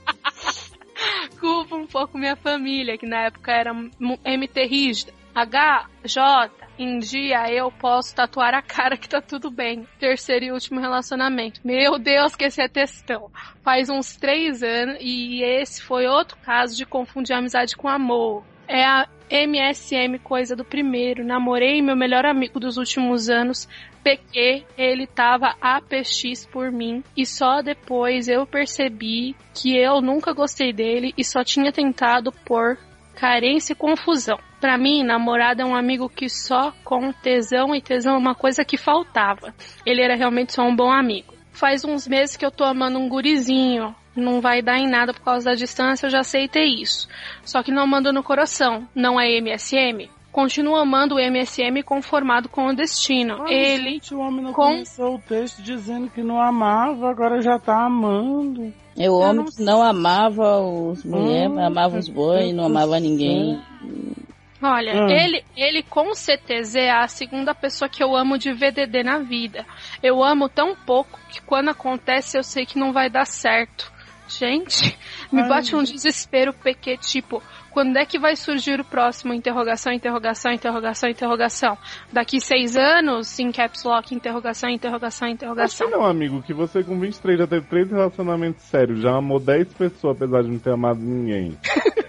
[SPEAKER 5] culpo um pouco minha família, que na época era mu- MT rígida. H, J, em dia eu posso tatuar a cara que tá tudo bem. Terceiro e último relacionamento. Meu Deus, que esse é textão. Faz uns três anos e esse foi outro caso de confundir amizade com amor. é a MSM coisa do primeiro. Namorei meu melhor amigo dos últimos anos. PQ, ele tava APX por mim. E só depois eu percebi que eu nunca gostei dele e só tinha tentado por carência e confusão. Pra mim, namorado é um amigo que só com tesão e tesão é uma coisa que faltava. Ele era realmente só um bom amigo. Faz uns meses que eu tô amando um gurizinho. Não vai dar em nada por causa da distância, eu já aceitei isso. Só que não mando no coração, não é MSM. Continuo amando o MSM conformado com o destino.
[SPEAKER 4] Ai,
[SPEAKER 5] Ele
[SPEAKER 4] gente, o homem não
[SPEAKER 5] com-
[SPEAKER 4] começou o texto dizendo que não amava, agora já tá amando.
[SPEAKER 9] É o homem
[SPEAKER 5] não
[SPEAKER 9] que não amava os mulheres,
[SPEAKER 4] Hum,
[SPEAKER 9] amava os bois,
[SPEAKER 4] eu
[SPEAKER 9] não
[SPEAKER 4] não
[SPEAKER 9] amava
[SPEAKER 4] sei.
[SPEAKER 9] ninguém.
[SPEAKER 5] Olha,
[SPEAKER 4] Ah.
[SPEAKER 5] ele, ele com certeza é a segunda pessoa que eu amo de VDD na vida. Eu amo tão pouco que quando acontece eu sei que não vai dar certo. Gente, [laughs] me
[SPEAKER 4] Ai,
[SPEAKER 5] bate um desespero PQ, tipo, quando é que vai surgir o próximo? Interrogação, interrogação, interrogação, interrogação. Daqui seis anos, em caps lock, interrogação, interrogação, interrogação.
[SPEAKER 3] Acho não, amigo, que você com 23 já teve três relacionamentos sérios, já amou 10 pessoas, apesar de não ter amado
[SPEAKER 9] [laughs]
[SPEAKER 3] ninguém.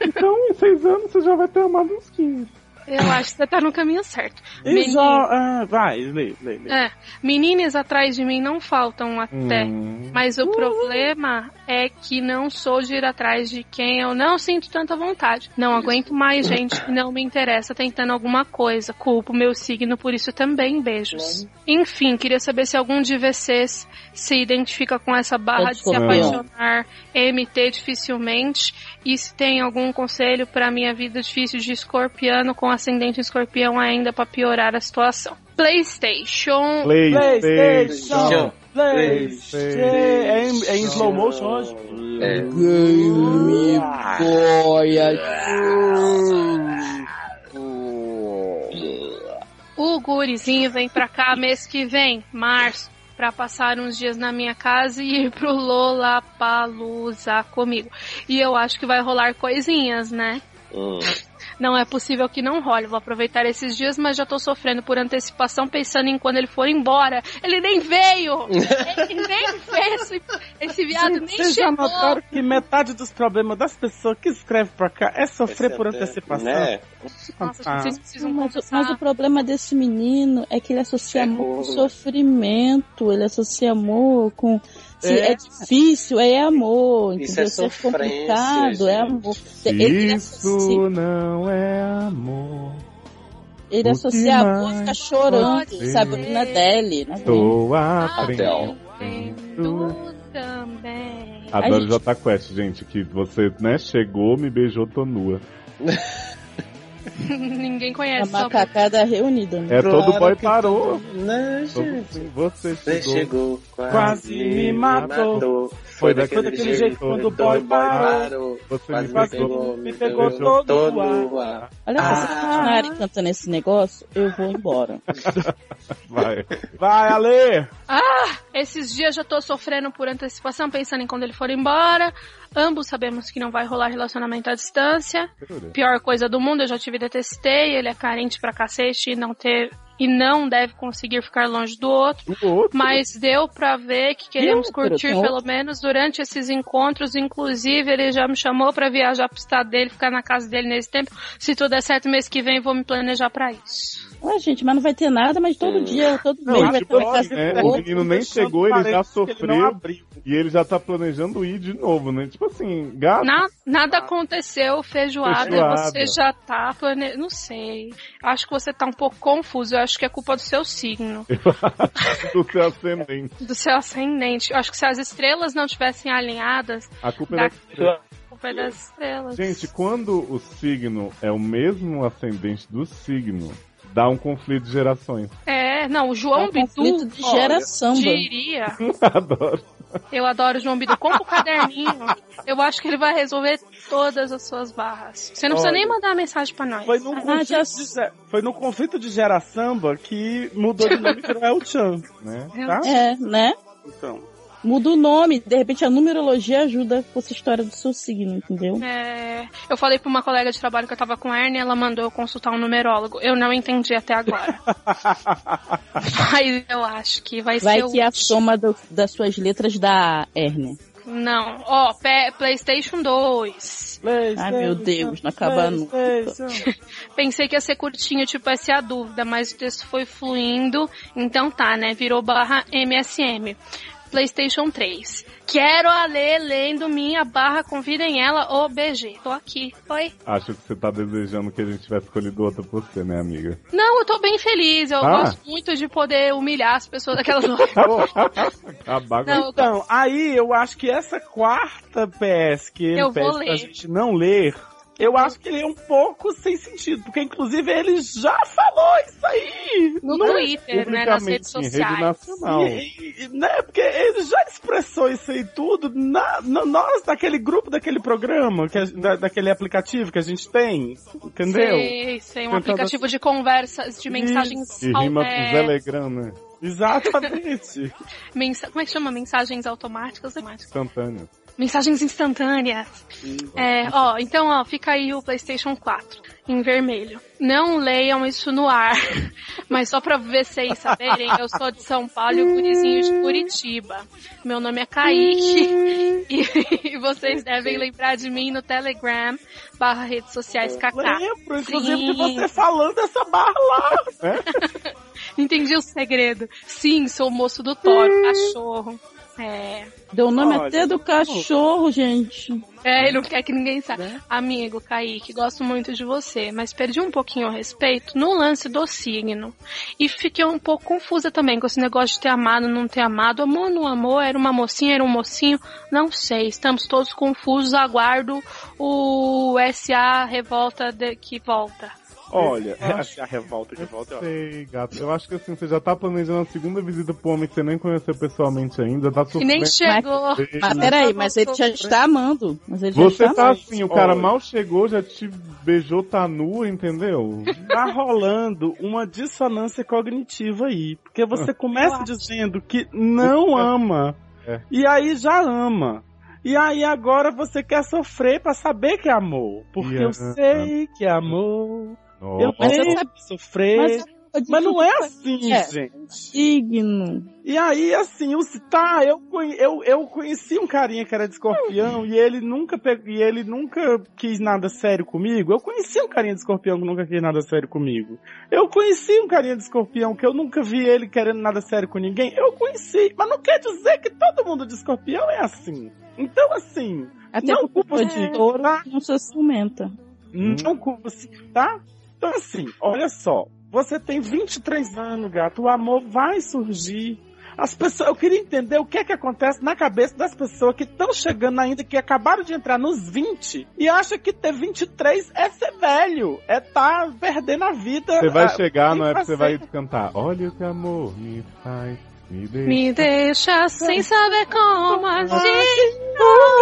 [SPEAKER 3] Então, em 6 anos, você já vai ter amado uns 15.
[SPEAKER 5] Eu acho que você tá no caminho certo.
[SPEAKER 4] E já, ah, vai, lê, lê, lê.
[SPEAKER 5] É, meninas atrás de mim não faltam até.
[SPEAKER 3] Hum.
[SPEAKER 5] Mas o problema é que não sou de ir atrás de quem eu não sinto tanta vontade. Não aguento mais gente que não me interessa tentando alguma coisa. Culpo meu signo por isso também. Beijos. Enfim, queria saber se algum de vocês se identifica com essa barra de se
[SPEAKER 9] Escorpião.
[SPEAKER 5] apaixonar MT dificilmente e se tem algum conselho pra minha vida difícil de escorpiano com ascendente em escorpião ainda pra piorar a situação.
[SPEAKER 9] É.
[SPEAKER 5] PlayStation.
[SPEAKER 4] PlayStation!
[SPEAKER 6] Show.
[SPEAKER 4] PlayStation! É em, é em slow motion hoje?
[SPEAKER 6] É.
[SPEAKER 9] Game Boy
[SPEAKER 5] O gurizinho vem pra cá mês que vem, março, pra passar uns dias na minha casa e ir pro Lollapalooza comigo. E eu acho que vai rolar coisinhas, né?
[SPEAKER 6] Hum.
[SPEAKER 5] Não é possível que não role. Vou aproveitar esses dias, mas já tô sofrendo por antecipação, pensando em quando ele for embora. Ele nem veio!
[SPEAKER 9] [laughs]
[SPEAKER 5] Ele nem veio! Esse, esse viado
[SPEAKER 4] Gente,
[SPEAKER 5] nem
[SPEAKER 4] vocês já
[SPEAKER 5] chegou!
[SPEAKER 4] notaram que metade dos problemas das pessoas que escrevem pra cá é sofrer por antecipação?
[SPEAKER 6] Né?
[SPEAKER 5] Nossa,
[SPEAKER 4] Ah,
[SPEAKER 5] vocês precisam
[SPEAKER 9] Mas,
[SPEAKER 5] conversar.
[SPEAKER 9] mas o problema desse menino é que ele associa amor com sofrimento, ele associa amor com. Se é,
[SPEAKER 4] É.
[SPEAKER 9] difícil, aí é amor.
[SPEAKER 6] Isso
[SPEAKER 9] entendeu?
[SPEAKER 6] é
[SPEAKER 9] Se
[SPEAKER 6] sofrência,
[SPEAKER 9] complicado, é
[SPEAKER 6] gente.
[SPEAKER 9] amor.
[SPEAKER 2] é
[SPEAKER 9] Ele associa,
[SPEAKER 3] Isso não é amor.
[SPEAKER 9] ele
[SPEAKER 3] O que
[SPEAKER 9] associa amor e fica
[SPEAKER 3] mais
[SPEAKER 9] chorando,
[SPEAKER 5] pode
[SPEAKER 9] sabe?
[SPEAKER 5] ser?
[SPEAKER 9] Na Deli, né?
[SPEAKER 3] Tô
[SPEAKER 6] Adel.
[SPEAKER 3] aprendendo.
[SPEAKER 5] Aprendo também. [laughs]
[SPEAKER 3] Adoro
[SPEAKER 9] Ai,
[SPEAKER 3] J Quest, gente, que você, né, chegou, me beijou, tô nua.
[SPEAKER 5] Ninguém
[SPEAKER 9] A
[SPEAKER 5] conhece. É só-
[SPEAKER 9] macacada reunida. né?
[SPEAKER 3] É todo
[SPEAKER 6] Claro
[SPEAKER 3] boy
[SPEAKER 6] que
[SPEAKER 3] parou.
[SPEAKER 6] tu- Né,
[SPEAKER 3] Todo-
[SPEAKER 6] gente?
[SPEAKER 3] Você
[SPEAKER 6] Você
[SPEAKER 3] chegou.
[SPEAKER 6] chegou, quase,
[SPEAKER 4] Quase me matou.
[SPEAKER 6] Foi daquele,
[SPEAKER 4] daquele
[SPEAKER 6] jeito,
[SPEAKER 4] jeito
[SPEAKER 6] quando o
[SPEAKER 4] quando
[SPEAKER 6] boy
[SPEAKER 4] o boy parou.
[SPEAKER 6] parou.
[SPEAKER 3] Você
[SPEAKER 6] Quase
[SPEAKER 3] me
[SPEAKER 6] me
[SPEAKER 4] Quase
[SPEAKER 3] pegou.
[SPEAKER 6] pegou,
[SPEAKER 4] me pegou todo o
[SPEAKER 6] ar.
[SPEAKER 9] Olha só, se
[SPEAKER 6] Ah.
[SPEAKER 9] continuarem cantando esse negócio, eu vou embora.
[SPEAKER 3] Vai.
[SPEAKER 4] Vai, Ale!
[SPEAKER 5] Esses dias já tô sofrendo por antecipação, pensando em quando ele for embora. Ambos sabemos que não vai rolar relacionamento à distância. Pior coisa do mundo, eu já tive e detestei. Ele é carente pra cacete e não ter e não deve conseguir ficar longe do outro.
[SPEAKER 3] O outro.
[SPEAKER 5] Mas deu pra ver que queremos
[SPEAKER 9] Ih, cara,
[SPEAKER 5] curtir
[SPEAKER 9] tem
[SPEAKER 5] pelo menos durante esses encontros. Inclusive, ele já me chamou pra viajar pro estado dele, ficar na casa dele nesse tempo. Se tudo der certo mês que vem, vou me planejar pra isso.
[SPEAKER 9] Ué, gente, mas não vai ter nada, mas todo dia, todo mês
[SPEAKER 3] Não,
[SPEAKER 9] vai
[SPEAKER 3] tipo
[SPEAKER 9] ter uma
[SPEAKER 5] tá
[SPEAKER 3] assim,
[SPEAKER 9] festa
[SPEAKER 3] né?
[SPEAKER 9] com
[SPEAKER 3] O
[SPEAKER 9] outro.
[SPEAKER 3] menino nem
[SPEAKER 4] Fechando
[SPEAKER 3] chegou, ele já
[SPEAKER 4] parênteses que Ele não
[SPEAKER 3] sofreu
[SPEAKER 4] abriu.
[SPEAKER 3] e ele já tá planejando ir de novo, né? Tipo assim, gato.
[SPEAKER 5] Na- nada aconteceu, feijoada,
[SPEAKER 3] Feijoada.
[SPEAKER 5] você já tá planejando. Não sei. Acho que você tá um pouco confuso. Eu acho que é culpa do seu signo,
[SPEAKER 3] do seu ascendente.
[SPEAKER 5] do seu ascendente. Eu acho que se as estrelas não tivessem alinhadas,
[SPEAKER 3] A culpa
[SPEAKER 5] Da-
[SPEAKER 3] é da estrela.
[SPEAKER 5] a culpa é das estrelas.
[SPEAKER 3] Gente, quando o signo é o mesmo ascendente do signo, dá um conflito de gerações. [laughs]
[SPEAKER 5] É, não, o
[SPEAKER 9] É
[SPEAKER 5] João
[SPEAKER 9] um conflito
[SPEAKER 5] Bidu.
[SPEAKER 9] de geração, mano.
[SPEAKER 5] Diria,
[SPEAKER 3] Adoro.
[SPEAKER 5] eu adoro o João Bidu. Compra o caderninho. Eu acho que ele vai resolver todas as suas barras. Você não precisa
[SPEAKER 4] Olha.
[SPEAKER 5] nem mandar mensagem pra nós.
[SPEAKER 4] Foi num,
[SPEAKER 9] Ah,
[SPEAKER 4] conflito
[SPEAKER 9] já-
[SPEAKER 4] de, ge- foi num conflito de gera samba que mudou de nome e virou El Chan,
[SPEAKER 3] Né?
[SPEAKER 4] tá?
[SPEAKER 9] É, né?
[SPEAKER 4] Então,
[SPEAKER 9] Muda o nome, de repente a numerologia ajuda com essa história do seu signo, entendeu?
[SPEAKER 5] É, eu falei pra uma colega de trabalho que eu tava com hernia, ela mandou eu consultar um numerólogo. Eu não entendi até agora.
[SPEAKER 9] [laughs]
[SPEAKER 5] Mas eu acho que vai,
[SPEAKER 9] Vai
[SPEAKER 5] ser
[SPEAKER 9] que é a
[SPEAKER 5] útil.
[SPEAKER 9] soma do- das suas letras da hérnia.
[SPEAKER 5] Não. Ó, pe- PlayStation 2.
[SPEAKER 4] PlayStation,
[SPEAKER 9] Ai, meu Deus, não acaba nunca.
[SPEAKER 4] PlayStation.
[SPEAKER 5] Pensei que ia ser curtinho, tipo, essa é a dúvida, mas o texto foi fluindo, então tá, né? Virou barra MSM. PlayStation 3. Quero a Lê lendo minha barra, convidem ela, ô BG. Tô aqui. Oi.
[SPEAKER 3] Acho que você tá desejando que a gente tivesse escolhido outra por você, né, amiga?
[SPEAKER 5] Não, eu tô bem feliz. Eu
[SPEAKER 3] Ah.
[SPEAKER 5] gosto muito de poder humilhar as pessoas daquelas.
[SPEAKER 3] [laughs] Acabar com
[SPEAKER 5] Não, eu
[SPEAKER 4] Então, aí eu acho que essa quarta PS que ele
[SPEAKER 5] Eu
[SPEAKER 4] pede
[SPEAKER 5] vou
[SPEAKER 4] pra
[SPEAKER 5] ler.
[SPEAKER 4] gente não ler, eu acho que ele é um pouco sem sentido, porque inclusive ele já falou isso aí!
[SPEAKER 5] no
[SPEAKER 4] Não é?
[SPEAKER 5] Twitter, né? Nas redes
[SPEAKER 3] publicamente em rede
[SPEAKER 5] sociais. [laughs]
[SPEAKER 3] nacional.
[SPEAKER 4] E- e- né, porque ele já expressou isso aí tudo na, na- nós, daquele grupo, daquele programa, que a- da- daquele aplicativo que a gente tem, entendeu?
[SPEAKER 5] Sei, sei, um
[SPEAKER 4] Tentando-
[SPEAKER 5] aplicativo de conversas, de mensagens
[SPEAKER 3] E rima com
[SPEAKER 5] é,
[SPEAKER 3] Telegram, né?
[SPEAKER 5] [laughs]
[SPEAKER 4] Exatamente.
[SPEAKER 5] mensa- Como é que chama? Mensagens automáticas? automáticas.
[SPEAKER 3] Instantâneo.
[SPEAKER 5] Mensagens instantâneas. É, ó, então, ó, fica aí o PlayStation 4 em vermelho. Não leiam isso no ar, [laughs] mas só pra vocês saberem, eu sou de São Paulo e o gurizinho de Curitiba. Meu nome
[SPEAKER 3] [laughs]
[SPEAKER 5] é Kaique e, e vocês devem lembrar de mim no Telegram, barra redes sociais KK.
[SPEAKER 4] Lembro, inclusive, de
[SPEAKER 5] Sim.
[SPEAKER 4] você falando essa barra lá.
[SPEAKER 5] Entendi o segredo. Sim, sou o moço do
[SPEAKER 9] Hum.
[SPEAKER 5] Toro, cachorro. É,
[SPEAKER 9] Deu o nome
[SPEAKER 4] Olha,
[SPEAKER 9] até do cachorro, gente.
[SPEAKER 5] É, ele não quer que ninguém saiba.
[SPEAKER 9] Né?
[SPEAKER 5] Amigo, Kaique, gosto muito de você, mas perdi um pouquinho o respeito no lance do signo. E fiquei um pouco confusa também com esse negócio de ter amado, não ter amado. Amor, não amor, era uma mocinha, era um mocinho. Não sei, estamos todos confusos. Aguardo o SA revolta de- que volta.
[SPEAKER 3] Olha,
[SPEAKER 4] [laughs] a revolta de volta,
[SPEAKER 3] Sei, gato. Eu acho que assim, você já tá planejando a segunda visita pro homem que você nem conheceu pessoalmente ainda, tá
[SPEAKER 5] E
[SPEAKER 3] sofrendo.
[SPEAKER 5] nem chegou. Ah,
[SPEAKER 9] Mas Ah, peraí, mas ele já está amando. Mas ele já
[SPEAKER 3] Você
[SPEAKER 9] está
[SPEAKER 3] tá
[SPEAKER 9] amando.
[SPEAKER 3] assim, o cara
[SPEAKER 4] Olha.
[SPEAKER 3] mal chegou, já te beijou, tá nu, entendeu?
[SPEAKER 4] tá rolando uma dissonância cognitiva aí. Porque
[SPEAKER 9] Ah.
[SPEAKER 4] você começa dizendo que não ama,
[SPEAKER 3] É.
[SPEAKER 4] e aí já ama. E aí agora você quer sofrer pra saber que é amor. Porque
[SPEAKER 3] E, ah,
[SPEAKER 4] eu sei que é amor. Eu
[SPEAKER 9] Mas
[SPEAKER 4] sei
[SPEAKER 9] eu
[SPEAKER 4] que sofrer.
[SPEAKER 9] Mas,
[SPEAKER 4] Mas, não é assim,
[SPEAKER 9] É.
[SPEAKER 4] gente.
[SPEAKER 9] digno.
[SPEAKER 4] E aí, assim, os, tá, eu, conhe- eu, eu conheci um carinha que era de escorpião e ele nunca pegou, e ele nunca quis nada sério comigo. Eu conheci um carinha de escorpião que nunca quis nada sério comigo. Eu conheci um carinha de escorpião que eu nunca vi ele querendo nada sério com ninguém. Eu conheci, mas não quer dizer que todo mundo de escorpião é assim. Então, assim,
[SPEAKER 9] Até
[SPEAKER 4] não
[SPEAKER 9] porque
[SPEAKER 4] culpa de touro, tá?
[SPEAKER 9] não se ciumenta.
[SPEAKER 3] Hum.
[SPEAKER 4] Não culpa, assim, tá? Então, assim, olha só. Você tem 23 anos, gato. O amor vai surgir. As pessoas, eu queria entender o que é que acontece na cabeça das pessoas que estão chegando ainda, que acabaram de entrar nos 20 e acha que ter 23 é ser velho, é tá perdendo a vida.
[SPEAKER 3] Você
[SPEAKER 4] Ah,
[SPEAKER 3] vai chegar
[SPEAKER 4] tem
[SPEAKER 3] na hora que você vai
[SPEAKER 4] prazer.
[SPEAKER 3] cantar. Olha o que amor me faz, me deixa.
[SPEAKER 5] Me deixa sem saber como
[SPEAKER 9] Tá
[SPEAKER 5] agir.
[SPEAKER 4] Ah,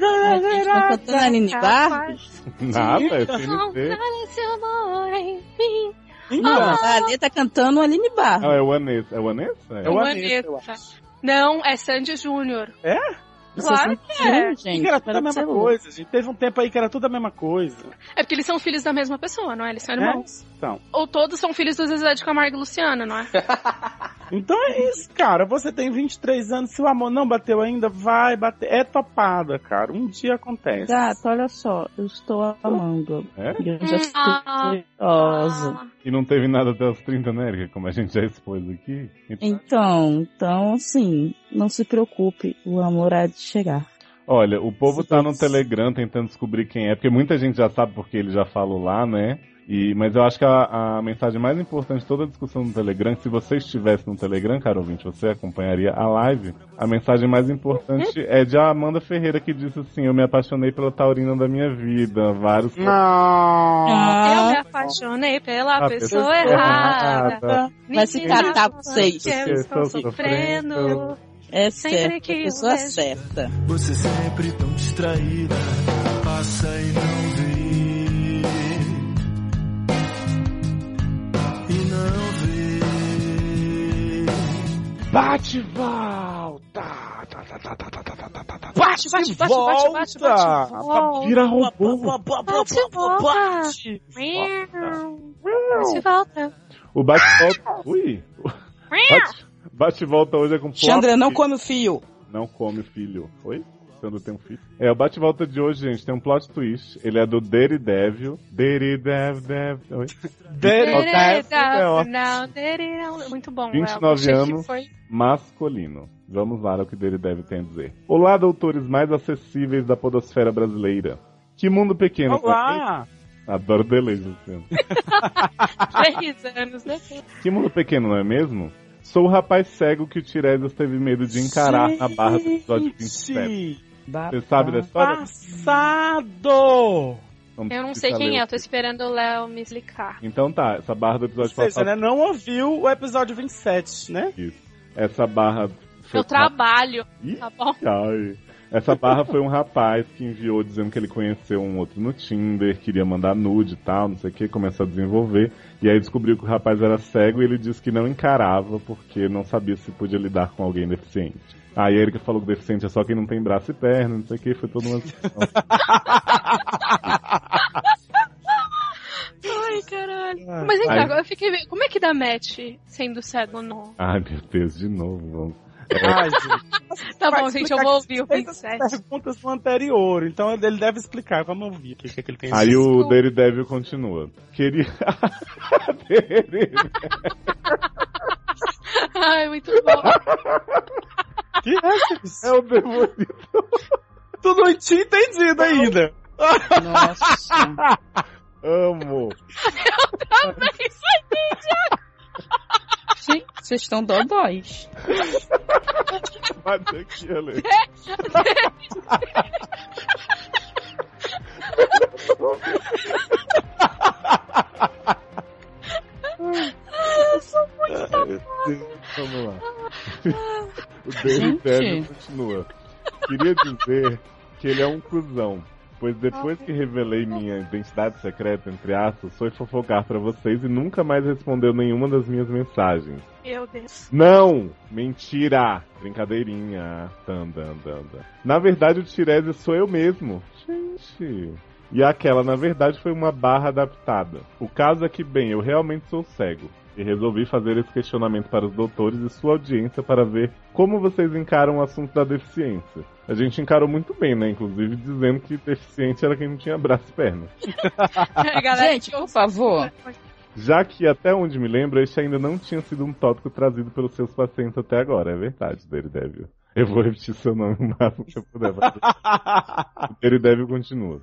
[SPEAKER 4] É
[SPEAKER 9] A gente tá cantando a Nini Barros.
[SPEAKER 3] Nada, é
[SPEAKER 5] Não,
[SPEAKER 3] CNC.
[SPEAKER 5] cara, esse amor em mim.
[SPEAKER 9] Não,
[SPEAKER 4] Então,
[SPEAKER 9] a Alê tá cantando a Aline
[SPEAKER 3] Não,
[SPEAKER 9] Barros.
[SPEAKER 3] é o Anessa. É o Anessa? É.
[SPEAKER 4] É o
[SPEAKER 5] Uma
[SPEAKER 4] Aneta, eu
[SPEAKER 5] letra. Não, é Sandy Júnior.
[SPEAKER 4] É?
[SPEAKER 5] Claro que é.
[SPEAKER 9] Ah, gente.
[SPEAKER 4] que era tudo a
[SPEAKER 9] Espera pra
[SPEAKER 4] mesma
[SPEAKER 9] você ver.
[SPEAKER 4] coisa, gente. Teve um tempo aí que era tudo a mesma coisa.
[SPEAKER 5] É porque eles são filhos da mesma pessoa, não é? Eles são irmãos.
[SPEAKER 4] São.
[SPEAKER 5] Ou todos são filhos do Zezé de Camargo e Luciana, não é?
[SPEAKER 4] Então é isso, cara. Você tem 23 anos, se o amor não bateu ainda, vai bater. É topada, cara. Um dia acontece.
[SPEAKER 5] Tá.
[SPEAKER 9] Gato, olha só, eu estou amando.
[SPEAKER 3] É?
[SPEAKER 9] Eu já estou
[SPEAKER 5] Ah.
[SPEAKER 9] curiosa.
[SPEAKER 3] E não teve nada até os 30, né, Erika? Como a gente já expôs aqui. Então,
[SPEAKER 9] Então, então assim, não se preocupe, o amor há de chegar.
[SPEAKER 3] olha, o povo tá no
[SPEAKER 9] Sim.
[SPEAKER 3] Telegram tentando descobrir quem é, porque muita gente já sabe porque ele já falou lá, né? E, mas eu acho que a, a mensagem mais importante de toda a discussão no Telegram, se você estivesse no Telegram, caro ouvinte, você acompanharia a live. A mensagem mais importante é de Amanda Ferreira, que disse assim: Eu me apaixonei pela taurina da minha vida. Vários.
[SPEAKER 4] Não!
[SPEAKER 5] Eu me
[SPEAKER 9] Ah,
[SPEAKER 5] apaixonei pela
[SPEAKER 3] Ah,
[SPEAKER 5] pessoa, errada.
[SPEAKER 9] Vai se
[SPEAKER 5] Ninguém
[SPEAKER 9] catar
[SPEAKER 5] sabe
[SPEAKER 9] com vocês.
[SPEAKER 5] que eu
[SPEAKER 3] Eu
[SPEAKER 5] estou
[SPEAKER 3] estou
[SPEAKER 5] sofrendo.
[SPEAKER 9] é
[SPEAKER 5] Sempre
[SPEAKER 9] certa,
[SPEAKER 5] que
[SPEAKER 9] a
[SPEAKER 5] eu
[SPEAKER 9] pessoa
[SPEAKER 5] vejo-
[SPEAKER 9] certa.
[SPEAKER 10] Você sempre tão distraída, passa e não vê. E não vê.
[SPEAKER 4] Bate e volta! Tá, tá, tá, tá, tá, tá, tá, tá, tá, tá.
[SPEAKER 5] Bate, bate, bate, bate, bate, bate. volta.
[SPEAKER 4] Vira robô!
[SPEAKER 5] Bate, volta. Miau. Bate, volta.
[SPEAKER 3] O bate-volta. Ui! Bate- Bate-volta hoje é com
[SPEAKER 9] Chandra não come o fio.
[SPEAKER 3] Não come filho. Oi? Se eu não tenho filho. É, o bate-volta de hoje, gente, tem um plot twist. Ele é do Daredevil. Daredevil. Oi?
[SPEAKER 5] Não, não, não. Muito bom, Léo.
[SPEAKER 3] 29
[SPEAKER 5] Achei que
[SPEAKER 3] anos.
[SPEAKER 5] foi-
[SPEAKER 3] masculino. Vamos lá, o que dele deve tem a dizer. Olá, doutores mais acessíveis da podosfera brasileira. Que mundo pequeno.
[SPEAKER 4] Olá!
[SPEAKER 3] Adoro beleza. Luciano.
[SPEAKER 5] Três anos depois.
[SPEAKER 3] Que mundo pequeno, não é mesmo? Sou o rapaz cego que o Tiresias teve medo de encarar na barra do episódio 27.
[SPEAKER 4] Gente,
[SPEAKER 3] Você sabe da história?
[SPEAKER 4] Passado!
[SPEAKER 3] Vamos
[SPEAKER 5] Eu não
[SPEAKER 3] precisar
[SPEAKER 5] sei quem
[SPEAKER 3] ler
[SPEAKER 5] é,
[SPEAKER 3] o-
[SPEAKER 5] eu tô esperando o Léo me explicar.
[SPEAKER 3] Então tá, essa barra do episódio
[SPEAKER 4] Ou seja,
[SPEAKER 3] passado.
[SPEAKER 5] é,
[SPEAKER 4] né, não ouviu o episódio 27, né?
[SPEAKER 3] Essa barra. foi-
[SPEAKER 5] Eu trabalho,
[SPEAKER 3] Ih,
[SPEAKER 5] tá bom?
[SPEAKER 3] Ai. Essa barra foi um rapaz que enviou dizendo que ele conheceu um outro no Tinder, queria mandar nude e tal, não sei o que, começou a desenvolver. E aí descobriu que o rapaz era cego e ele disse que não encarava porque não sabia se podia lidar com alguém deficiente. Aí ele que falou que deficiente é só quem não tem braço e perna, não sei o que, foi todo mundo. assim,
[SPEAKER 5] Ai, caralho.
[SPEAKER 4] Ah.
[SPEAKER 5] Mas então,
[SPEAKER 3] Ai.
[SPEAKER 5] agora eu fiquei. vendo- Como é que dá match sendo cego ou não?
[SPEAKER 3] Ai meu Deus, de novo. Vamos.
[SPEAKER 5] é
[SPEAKER 4] Ai, gente.
[SPEAKER 5] Tá
[SPEAKER 4] Vai
[SPEAKER 5] bom, gente, eu
[SPEAKER 4] explicar
[SPEAKER 5] vou
[SPEAKER 4] que
[SPEAKER 5] ouvir o
[SPEAKER 4] fez as
[SPEAKER 5] 27.
[SPEAKER 4] Perguntas no anterior, então ele deve explicar. Vamos ouvir o que, é que ele tem a dizer.
[SPEAKER 3] Aí o Daredevil continua. Queria. [laughs] Daredevil.
[SPEAKER 5] [laughs] Ai, muito bom.
[SPEAKER 4] Que é isso?
[SPEAKER 3] é o demônio.
[SPEAKER 4] Tu não tinha entendido ainda.
[SPEAKER 2] Nossa.
[SPEAKER 3] Amo.
[SPEAKER 2] Gente, vocês estão dodóis.
[SPEAKER 3] Bate aqui, Ale. É, Vamos lá. O David
[SPEAKER 2] Gente.
[SPEAKER 3] Devil continua. Queria dizer que ele é um cuzão. Pois depois que revelei minha identidade secreta, entre aspas, foi fofocar pra vocês e nunca mais respondeu nenhuma das minhas mensagens.
[SPEAKER 5] Meu Deus.
[SPEAKER 3] Não! Mentira! Brincadeirinha. Dan, dan, dan, dan. Na verdade, o Tiresias sou eu mesmo. Gente. E aquela, na verdade, foi uma barra adaptada. O caso é que, bem, eu realmente sou cego. E resolvi fazer esse questionamento para os doutores e sua audiência para ver como vocês encaram o assunto da deficiência. A gente encarou muito bem, né? Inclusive dizendo que deficiente era quem não tinha braço e perna.
[SPEAKER 5] É, galera,
[SPEAKER 2] Gente, por favor.
[SPEAKER 3] Já que, até onde me lembro, este ainda não tinha sido um tópico trazido pelos seus pacientes até agora. É verdade, Daredevil. Eu vou repetir seu nome o máximo que eu puder. mas o Daredevil continua.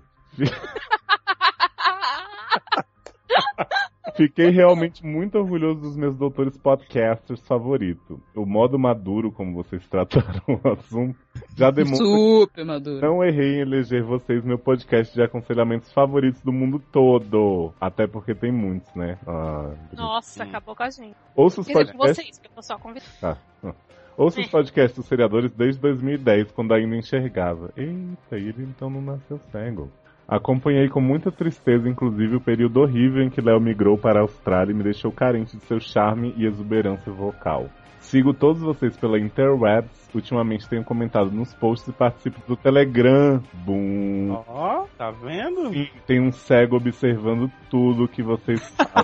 [SPEAKER 3] Fiquei realmente muito orgulhoso dos meus doutores podcasters favoritos. O modo maduro como vocês trataram o assunto já demonstra
[SPEAKER 2] Super maduro.
[SPEAKER 3] não errei em eleger vocês meu podcast de aconselhamentos favoritos do mundo todo. Até porque tem muitos, né? Ah,
[SPEAKER 5] Nossa, acabou com a gente.
[SPEAKER 3] ouça os
[SPEAKER 5] Quer dizer, com
[SPEAKER 3] podcasts.
[SPEAKER 5] vocês, que eu vou só convidar.
[SPEAKER 3] Ouça os podcasts dos seriadores desde 2010, quando ainda enxergava. Eita, ele então não nasceu cego. Acompanhei com muita tristeza, inclusive, o período horrível em que Léo migrou para a Austrália e me deixou carente de seu charme e exuberância vocal. Sigo todos vocês pela Interwebs, ultimamente tenho comentado nos posts e participo do Telegram. Boom!
[SPEAKER 4] Ó, tá vendo?
[SPEAKER 3] Sim, tem um cego observando tudo que vocês.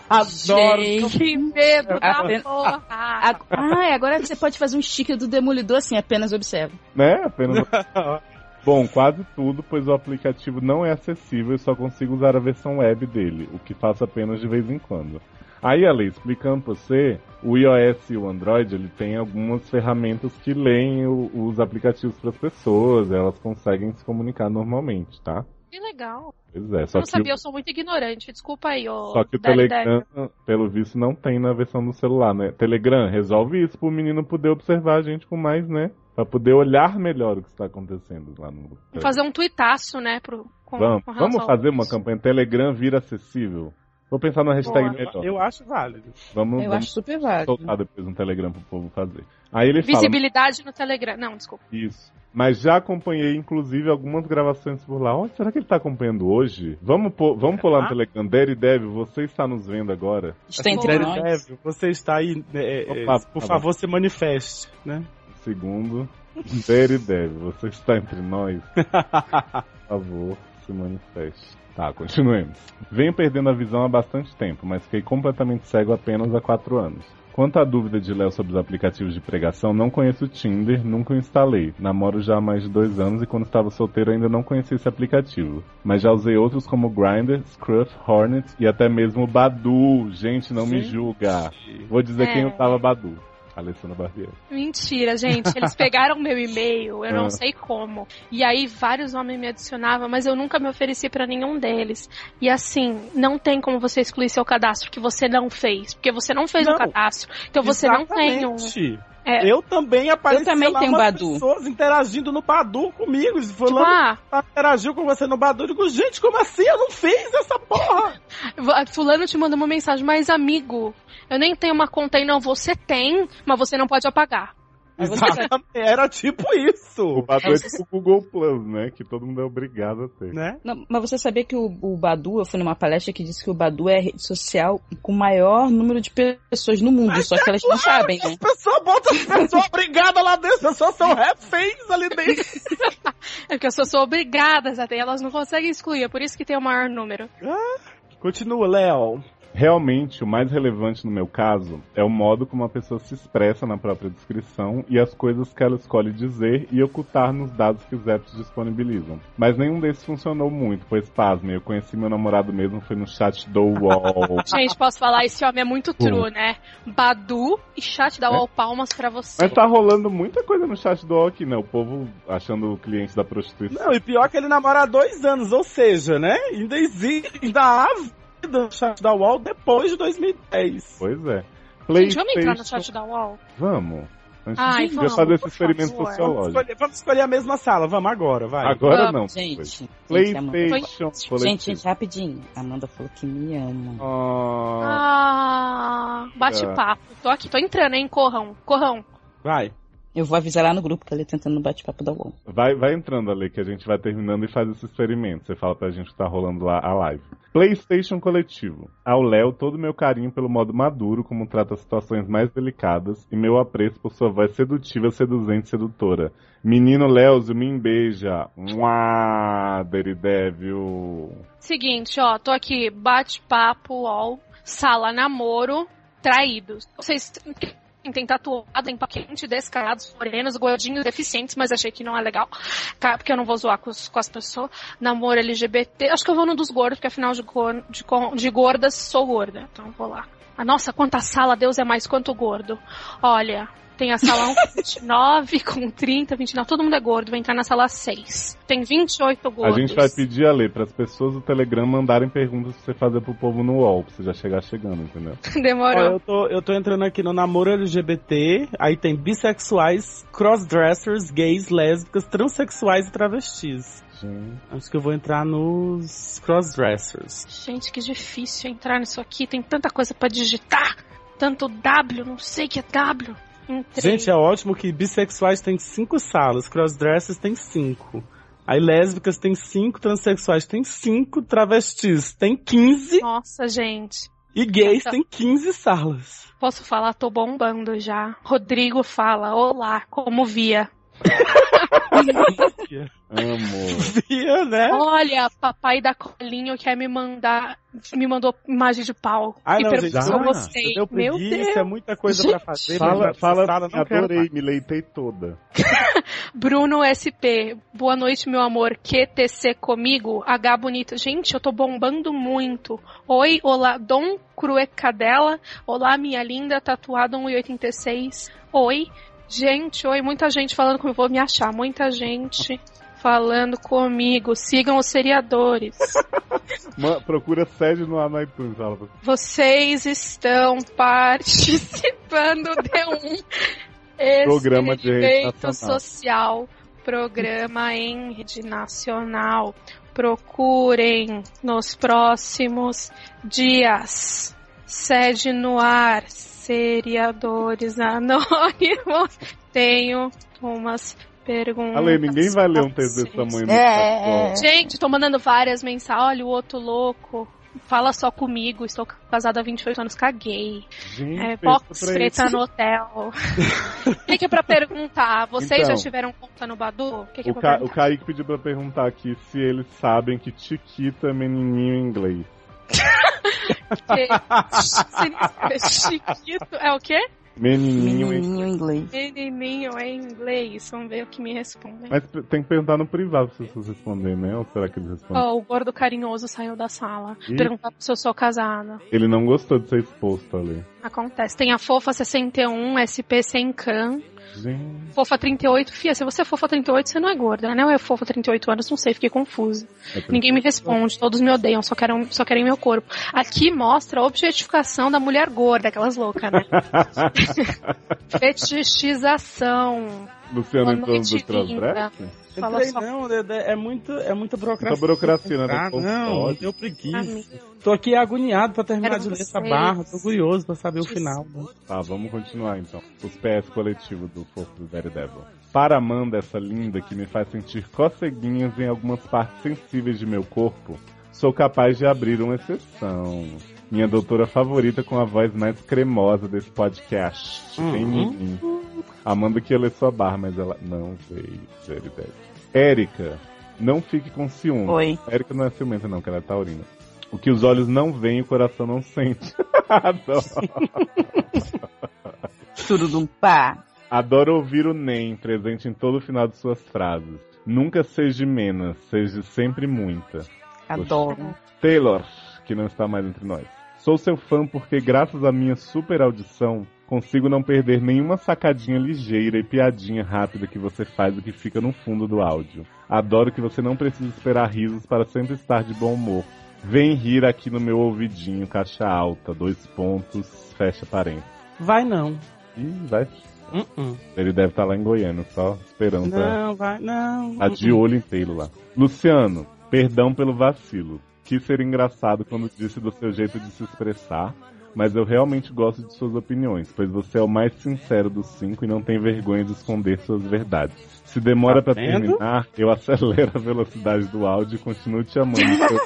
[SPEAKER 4] Adoro.
[SPEAKER 5] Que medo da
[SPEAKER 2] Apenas-
[SPEAKER 5] porra.
[SPEAKER 2] Ah,
[SPEAKER 9] é,
[SPEAKER 2] ah, agora você pode fazer um sticker do Demolidor assim, apenas observa.
[SPEAKER 3] né? Apenas. Bom, quase tudo, pois o aplicativo não é acessível e só consigo usar a versão web dele, o que faço apenas de vez em quando. Aí, Ale, explicando pra você, o iOS e o Android, ele tem algumas ferramentas que leem o- os aplicativos para as pessoas, elas conseguem se comunicar normalmente, tá?
[SPEAKER 5] Que legal.
[SPEAKER 3] Pois é,
[SPEAKER 5] Eu
[SPEAKER 3] só
[SPEAKER 5] não
[SPEAKER 3] que, o-
[SPEAKER 5] sabia, eu sou muito ignorante. Desculpa aí, ô.
[SPEAKER 3] só que o
[SPEAKER 5] Dari-
[SPEAKER 3] Telegram, pelo visto, não tem na versão do celular, né? Telegram, resolve isso pro menino poder observar a gente com mais, né? Pra poder olhar melhor o que está acontecendo lá no
[SPEAKER 5] Vamos fazer um tuitaço, né? Pro, com,
[SPEAKER 3] Vamos,
[SPEAKER 5] com relação
[SPEAKER 3] vamos
[SPEAKER 5] ao-
[SPEAKER 3] fazer uma campanha Telegram vira acessível. Vou pensar na hashtag
[SPEAKER 5] Boa.
[SPEAKER 3] melhor.
[SPEAKER 4] Eu acho válido.
[SPEAKER 3] vamos
[SPEAKER 2] Eu
[SPEAKER 3] vamos
[SPEAKER 2] acho super válido.
[SPEAKER 3] soltar depois um Telegram pro povo fazer. Aí ele fala
[SPEAKER 5] Visibilidade no Telegram. Não, desculpa.
[SPEAKER 3] isso. Mas já acompanhei, inclusive, algumas gravações por lá. Olha, será que ele tá acompanhando hoje? Vamos pôr, vamos pôr lá no
[SPEAKER 4] Ah.
[SPEAKER 3] Telegram. Daredevil, você está nos vendo agora?
[SPEAKER 5] tá
[SPEAKER 2] Está entre
[SPEAKER 5] Sério,
[SPEAKER 2] nós.
[SPEAKER 4] Daredevil, Assim, é você está aí. é, é,
[SPEAKER 3] Opa,
[SPEAKER 4] por
[SPEAKER 3] tá
[SPEAKER 4] favor, se manifeste, né?
[SPEAKER 3] Um segundo. Daredevil, você está entre nós? Por favor, se manifeste. Tá, continuemos. Venho perdendo a visão há bastante tempo, mas fiquei completamente cego apenas há 4 anos. Quanto à dúvida de Léo sobre os aplicativos de pregação, não conheço o Tinder, nunca o instalei. Namoro já há mais de dois anos e quando estava solteiro ainda não conhecia esse aplicativo. Mas já usei outros como Grindr, Scruff, Hornet e até mesmo Badu. Gente, não me
[SPEAKER 4] Gente.
[SPEAKER 3] julga. Vou dizer
[SPEAKER 5] É.
[SPEAKER 3] quem usava Badu. Alessandra Barbieri.
[SPEAKER 5] Mentira, gente.
[SPEAKER 4] [laughs]
[SPEAKER 5] Eles pegaram meu e-mail, eu
[SPEAKER 3] Ah.
[SPEAKER 5] não sei como. E aí vários homens me adicionavam, mas eu nunca me ofereci pra nenhum deles. E assim, não tem como você excluir seu cadastro que você não fez, porque você não fez o
[SPEAKER 4] Não.
[SPEAKER 5] cadastro. Então você não tem um.
[SPEAKER 4] Exatamente.
[SPEAKER 5] É.
[SPEAKER 4] Eu também apareci
[SPEAKER 9] também
[SPEAKER 4] lá
[SPEAKER 9] tenho
[SPEAKER 4] umas
[SPEAKER 9] Badu.
[SPEAKER 4] pessoas interagindo no Badu comigo.
[SPEAKER 5] Tipo,
[SPEAKER 4] Fulano tá,
[SPEAKER 5] ah,
[SPEAKER 4] interagiu com você no Badu. Eu digo, gente, como assim? Eu não fiz essa porra.
[SPEAKER 5] Va- ah, Fulano te mandou uma mensagem, mas amigo, eu nem tenho uma conta aí, não. Você tem, mas você não pode apagar.
[SPEAKER 9] Mas você-
[SPEAKER 4] Exatamente. Era tipo isso.
[SPEAKER 3] O Badu é tipo o Google Plus, né? Que todo mundo é obrigado a ter.
[SPEAKER 4] Né?
[SPEAKER 9] Não, mas você sabia que o, o Badu, eu fui numa palestra que disse que o Badu é a rede social com o maior número de pessoas no mundo, só que elas não sabem, né?
[SPEAKER 4] As pessoas botam as pessoas brigadas lá dentro, as pessoas são reféns ali dentro.
[SPEAKER 5] É porque as pessoas são obrigadas até, elas não conseguem excluir, é por isso que tem o maior número.
[SPEAKER 4] Continua, Léo.
[SPEAKER 3] Realmente, o mais relevante no meu caso é o modo como a pessoa se expressa na própria descrição e as coisas que ela escolhe dizer e ocultar nos dados que os apps disponibilizam. Mas nenhum desses funcionou muito, pois, pasme, eu conheci meu namorado mesmo, foi no chat do UOL.
[SPEAKER 5] Gente, posso falar, esse homem é muito true, né? Badu e chat da UOL palmas pra você.
[SPEAKER 3] Mas tá rolando muita coisa no chat do UOL aqui, né? O povo achando o cliente da prostituição.
[SPEAKER 4] Não, e pior que ele namora há dois anos, ou seja, né? Ainda existe, ainda há vida no chat da UOL depois de 2010.
[SPEAKER 3] Pois é.
[SPEAKER 5] Gente, vamos entrar no
[SPEAKER 3] PlayStation-
[SPEAKER 5] chat da UOL?
[SPEAKER 3] Vamos. Antes
[SPEAKER 5] Ai,
[SPEAKER 3] de
[SPEAKER 5] vamos,
[SPEAKER 3] fazer esse
[SPEAKER 5] por
[SPEAKER 3] experimento
[SPEAKER 5] favor.
[SPEAKER 4] Vamos
[SPEAKER 3] sociológico.
[SPEAKER 4] escolher, vamos escolher a mesma sala, vamos agora, vai.
[SPEAKER 3] Agora
[SPEAKER 5] Vamos,
[SPEAKER 3] não.
[SPEAKER 9] né? Gente,
[SPEAKER 3] depois.
[SPEAKER 9] gente,
[SPEAKER 2] é
[SPEAKER 9] Amanda,
[SPEAKER 3] PlayStation
[SPEAKER 9] gente,
[SPEAKER 3] Coletivo.
[SPEAKER 9] gente, rapidinho. Amanda falou que me ama.
[SPEAKER 3] Ah,
[SPEAKER 5] Ah, bate papo. Tô aqui, tô entrando, hein, corrão. Corrão.
[SPEAKER 4] Vai.
[SPEAKER 9] Eu vou avisar lá no grupo que ela é tentando no bate-papo da UOL.
[SPEAKER 3] Vai, vai entrando ali que a gente vai terminando e faz esse experimento. Você fala pra gente que tá rolando lá a live. PlayStation Coletivo. Ao Léo, todo o meu carinho pelo modo maduro como trata situações mais delicadas e meu apreço por sua voz sedutiva, seduzente e sedutora. Menino Léozio, me beija. Mua, Deridévio.
[SPEAKER 5] Seguinte, ó, tô aqui, bate papo UOL, sala namoro, traídos. Vocês tem tatuado, tem paquente, descarados, morenos, gordinhos, deficientes, mas achei que não é legal, tá? porque eu não vou zoar com, os- com as pessoas. Namoro LGBT, acho que eu vou no dos gordos, porque afinal de, gor- de, con- de gordas sou gorda, então vou lá. Ah, nossa, quanta sala, Deus é mais quanto gordo. Olha, tem a sala [laughs] 1 com 29, com 30, 29, todo mundo é gordo, vai entrar na sala 6. Tem 28
[SPEAKER 3] A
[SPEAKER 5] gordos.
[SPEAKER 3] gente vai pedir a lei para as pessoas do Telegram mandarem perguntas pra você fazer pro povo no UOL, pra você já chegar chegando, entendeu?
[SPEAKER 4] Ó,
[SPEAKER 5] [laughs] Demorou.
[SPEAKER 4] eu, tô, eu tô entrando aqui no namoro LGBT, aí tem bissexuais, crossdressers, gays, lésbicas, transexuais e travestis.
[SPEAKER 3] Gente.
[SPEAKER 4] Acho que eu vou entrar nos crossdressers.
[SPEAKER 5] Gente, que difícil entrar nisso aqui. Tem tanta coisa pra digitar. Tanto W, não sei o que é W. Entrei.
[SPEAKER 4] Gente, é ótimo que bissexuais tem cinco salas, crossdressers tem cinco. Aí lésbicas tem cinco, transexuais tem cinco, travestis tem 15
[SPEAKER 5] Nossa, gente.
[SPEAKER 4] e gays
[SPEAKER 5] Então-
[SPEAKER 4] tem 15 salas. [laughs]
[SPEAKER 5] Posso falar? Tô bombando já. Rodrigo fala, olá, como via?
[SPEAKER 3] Amo.
[SPEAKER 4] Via, né?
[SPEAKER 5] Olha, papai da colinho quer me mandar, me mandou imagem de pau.
[SPEAKER 4] Ah,
[SPEAKER 5] e
[SPEAKER 4] não, gente,
[SPEAKER 5] perguntou se eu
[SPEAKER 3] já?
[SPEAKER 5] gostei.
[SPEAKER 4] Deu
[SPEAKER 5] Meu
[SPEAKER 4] preguiça,
[SPEAKER 5] Deus.
[SPEAKER 4] é muita coisa pra fazer.
[SPEAKER 3] Fala,
[SPEAKER 4] mas
[SPEAKER 3] fala,
[SPEAKER 4] sala não quero
[SPEAKER 3] adorei, me leitei toda.
[SPEAKER 5] Bruno SP, boa noite, meu amor. QTC comigo? H bonito. Gente, eu tô bombando muito. Oi, olá, Dom Cruecadela. Olá, minha linda, tatuada 1,86. Oi, gente, oi. Muita gente falando comigo. Vou me achar. Muita gente falando comigo. Sigam os seriadores.
[SPEAKER 3] Ma- procura sede no, no iTunes, fala pra
[SPEAKER 5] Vocês estão participando de um
[SPEAKER 3] [laughs] Programa de rede
[SPEAKER 5] experimento
[SPEAKER 3] nacional.
[SPEAKER 5] social, programa em rede nacional. Procurem nos próximos dias. Sede no ar, seriadores anônimos. [laughs] Tenho umas perguntas.
[SPEAKER 3] Ale, ninguém vai ler um
[SPEAKER 5] pra
[SPEAKER 3] texto desse
[SPEAKER 5] vocês.
[SPEAKER 3] tamanho no
[SPEAKER 9] É, é,
[SPEAKER 3] chat.
[SPEAKER 5] Gente, tô mandando várias mensagens. Olha, o outro louco. Fala só comigo, estou casada há 28 anos, caguei.
[SPEAKER 3] Gente,
[SPEAKER 5] É,
[SPEAKER 3] pensa
[SPEAKER 5] box
[SPEAKER 3] pra
[SPEAKER 5] preta
[SPEAKER 3] [laughs]
[SPEAKER 5] no hotel. O que, que é pra perguntar? Vocês
[SPEAKER 3] Então.
[SPEAKER 5] já tiveram conta no Badu? O que, que é
[SPEAKER 3] isso. O, Ca...
[SPEAKER 5] pra
[SPEAKER 3] o
[SPEAKER 5] perguntar?
[SPEAKER 3] Kaique pediu pra perguntar aqui se eles sabem que Chiquita é menininho em inglês.
[SPEAKER 5] Porque chiquito é o quê?
[SPEAKER 3] Menininho. hein?
[SPEAKER 9] Menininho em inglês.
[SPEAKER 5] Menininho é em inglês. Vamos ver o que me respondem.
[SPEAKER 3] Mas p- tem que perguntar no privado se vocês responder, né? Ou será que eles respondem?
[SPEAKER 5] Ó, o gordo carinhoso saiu da sala.
[SPEAKER 3] Ih.
[SPEAKER 5] Perguntar se eu sou casada.
[SPEAKER 3] Ele não gostou de ser exposto ali.
[SPEAKER 5] Acontece. Tem a fofa 61, SP sem can.
[SPEAKER 3] Gente.
[SPEAKER 5] Fofa 38. Fia, se você é fofa 38, você não é gorda, né? Ou é fofa 38 anos, não sei, fiquei confusa.
[SPEAKER 3] é por-
[SPEAKER 5] Ninguém me responde, todos me odeiam, só querem, só querem meu corpo. Aqui mostra a objetificação da mulher gorda, aquelas
[SPEAKER 3] [laughs]
[SPEAKER 5] loucas, né? Fetichização.
[SPEAKER 3] Luciano
[SPEAKER 5] Boa
[SPEAKER 3] entrou no
[SPEAKER 5] noite, linda.
[SPEAKER 3] Transdraft?
[SPEAKER 5] Fala
[SPEAKER 4] Entrei,
[SPEAKER 5] só-
[SPEAKER 4] não, Dedé, é, muito, é muita burocracia.
[SPEAKER 3] Muita burocracia, né?
[SPEAKER 4] Ah, não, eu tenho
[SPEAKER 5] Amém.
[SPEAKER 4] preguiça. Tô aqui agoniado pra terminar
[SPEAKER 5] Quero
[SPEAKER 4] de ler essa
[SPEAKER 5] vocês.
[SPEAKER 4] barra. Tô curioso pra saber o final. né?
[SPEAKER 3] Tá, vamos continuar então. Os PS coletivo do Fofo do Daredevil. Para Amanda, essa linda que me faz sentir coceguinhas em algumas partes sensíveis de meu corpo, sou capaz de abrir uma exceção. Minha doutora favorita com a voz mais cremosa desse podcast. Tem
[SPEAKER 4] Uhum.
[SPEAKER 3] mim. Amanda que ia ler sua barra, mas ela não veio. Daredevil. Érica, não fique com ciúme.
[SPEAKER 9] Oi.
[SPEAKER 3] Érica não é ciumenta, não, que ela é taurina. O que os olhos não veem, o coração não sente. [laughs] Adoro.
[SPEAKER 9] um Turudumpá.
[SPEAKER 3] Adoro ouvir o NEM presente em todo o final de suas frases. Nunca seja menos, seja sempre muita.
[SPEAKER 9] Adoro.
[SPEAKER 3] Taylor, que não está mais entre nós. Sou seu fã porque, graças à minha super audição, consigo não perder nenhuma sacadinha ligeira e piadinha rápida que você faz e que fica no fundo do áudio. Adoro que você não precisa esperar risos para sempre estar de bom humor. Vem rir aqui no meu ouvidinho, caixa alta, dois pontos, fecha parênteses.
[SPEAKER 4] Vai não.
[SPEAKER 3] Ih, vai.
[SPEAKER 4] Uh-uh.
[SPEAKER 3] Ele deve estar lá em Goiânia, só esperando pra.
[SPEAKER 4] Não, vai não.
[SPEAKER 3] Tá de olho inteiro lá. Luciano, perdão pelo vacilo. Quis ser engraçado quando disse do seu jeito de se expressar, mas eu realmente gosto de suas opiniões, pois você é o mais sincero dos cinco e não tem vergonha de esconder suas verdades. Se demora pra
[SPEAKER 4] Tá vendo?
[SPEAKER 3] terminar, eu acelero a velocidade do áudio e continuo te
[SPEAKER 4] [laughs]
[SPEAKER 3] amando. seu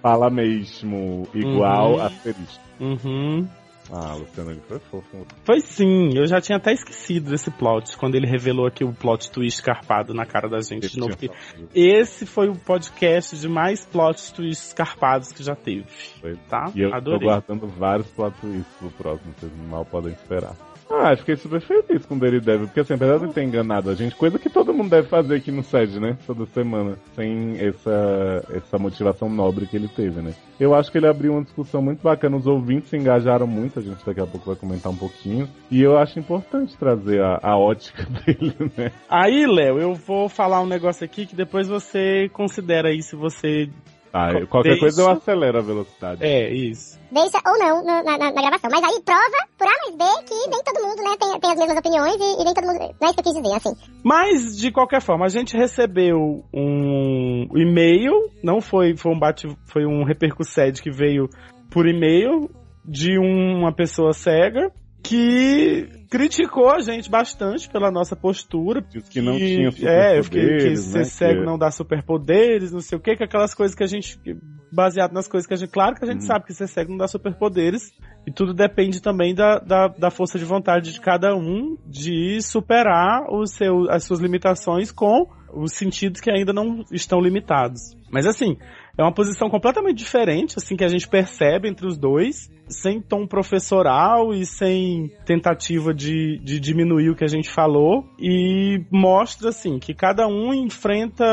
[SPEAKER 3] Fala mesmo, igual
[SPEAKER 4] Uhum.
[SPEAKER 3] asterisco.
[SPEAKER 4] Uhum.
[SPEAKER 3] Ah, Luciano, ele foi fofo.
[SPEAKER 4] Foi sim, eu já tinha até esquecido desse plot, quando ele revelou aqui o plot twist carpado na cara da gente de novo.
[SPEAKER 3] é
[SPEAKER 4] que Esse foi o podcast de mais plot twists carpados que já teve,
[SPEAKER 3] Foi.
[SPEAKER 4] tá?
[SPEAKER 3] E eu tô
[SPEAKER 4] Adorei.
[SPEAKER 3] guardando vários plot twists pro próximo, vocês mal podem esperar. Ah, eu fiquei super feliz com o Daredevil, porque assim, apesar de ter enganado a gente, coisa que todo mundo deve fazer aqui no SED, né? Toda semana, sem essa, essa motivação nobre que ele teve, né? Eu acho que ele abriu uma discussão muito bacana, os ouvintes se engajaram muito, a gente daqui a pouco vai comentar um pouquinho, e eu acho importante trazer a, a ótica [laughs] dele, né?
[SPEAKER 4] Aí, Léo, eu vou falar um negócio aqui que depois você considera aí se você.
[SPEAKER 3] Tá,
[SPEAKER 4] Com-
[SPEAKER 3] qualquer
[SPEAKER 4] deixa-
[SPEAKER 3] coisa eu acelero a velocidade.
[SPEAKER 4] É, isso.
[SPEAKER 11] Deixa ou não na, na- na- na gravação. Mas aí prova, por A mais B, que nem todo mundo, né, tem, tem as mesmas opiniões e, e nem todo mundo. Não é isso que eu quis dizer, assim.
[SPEAKER 4] Mas, de qualquer forma, a gente recebeu um e-mail, não foi, foi um bate, foi um repercussede que veio por e-mail de uma pessoa cega que criticou a gente bastante pela nossa postura,
[SPEAKER 3] Diz que não
[SPEAKER 4] que-
[SPEAKER 3] tinha
[SPEAKER 4] É, eu fiquei que
[SPEAKER 3] superpoderes,
[SPEAKER 4] ser
[SPEAKER 3] né?
[SPEAKER 4] cego
[SPEAKER 3] Que-
[SPEAKER 4] não dá superpoderes, não sei o que, que aquelas coisas que a gente. Baseado nas coisas que a gente. Claro que a gente
[SPEAKER 3] Hum.
[SPEAKER 4] sabe que ser cego não dá superpoderes. E tudo depende também da, da, da força de vontade de cada um de superar o seu, as suas limitações com os sentidos que ainda não estão limitados. Mas assim, é uma posição completamente diferente, assim, que a gente percebe entre os dois, sem tom professoral e sem tentativa de, de diminuir o que a gente falou, e mostra, assim, que cada um enfrenta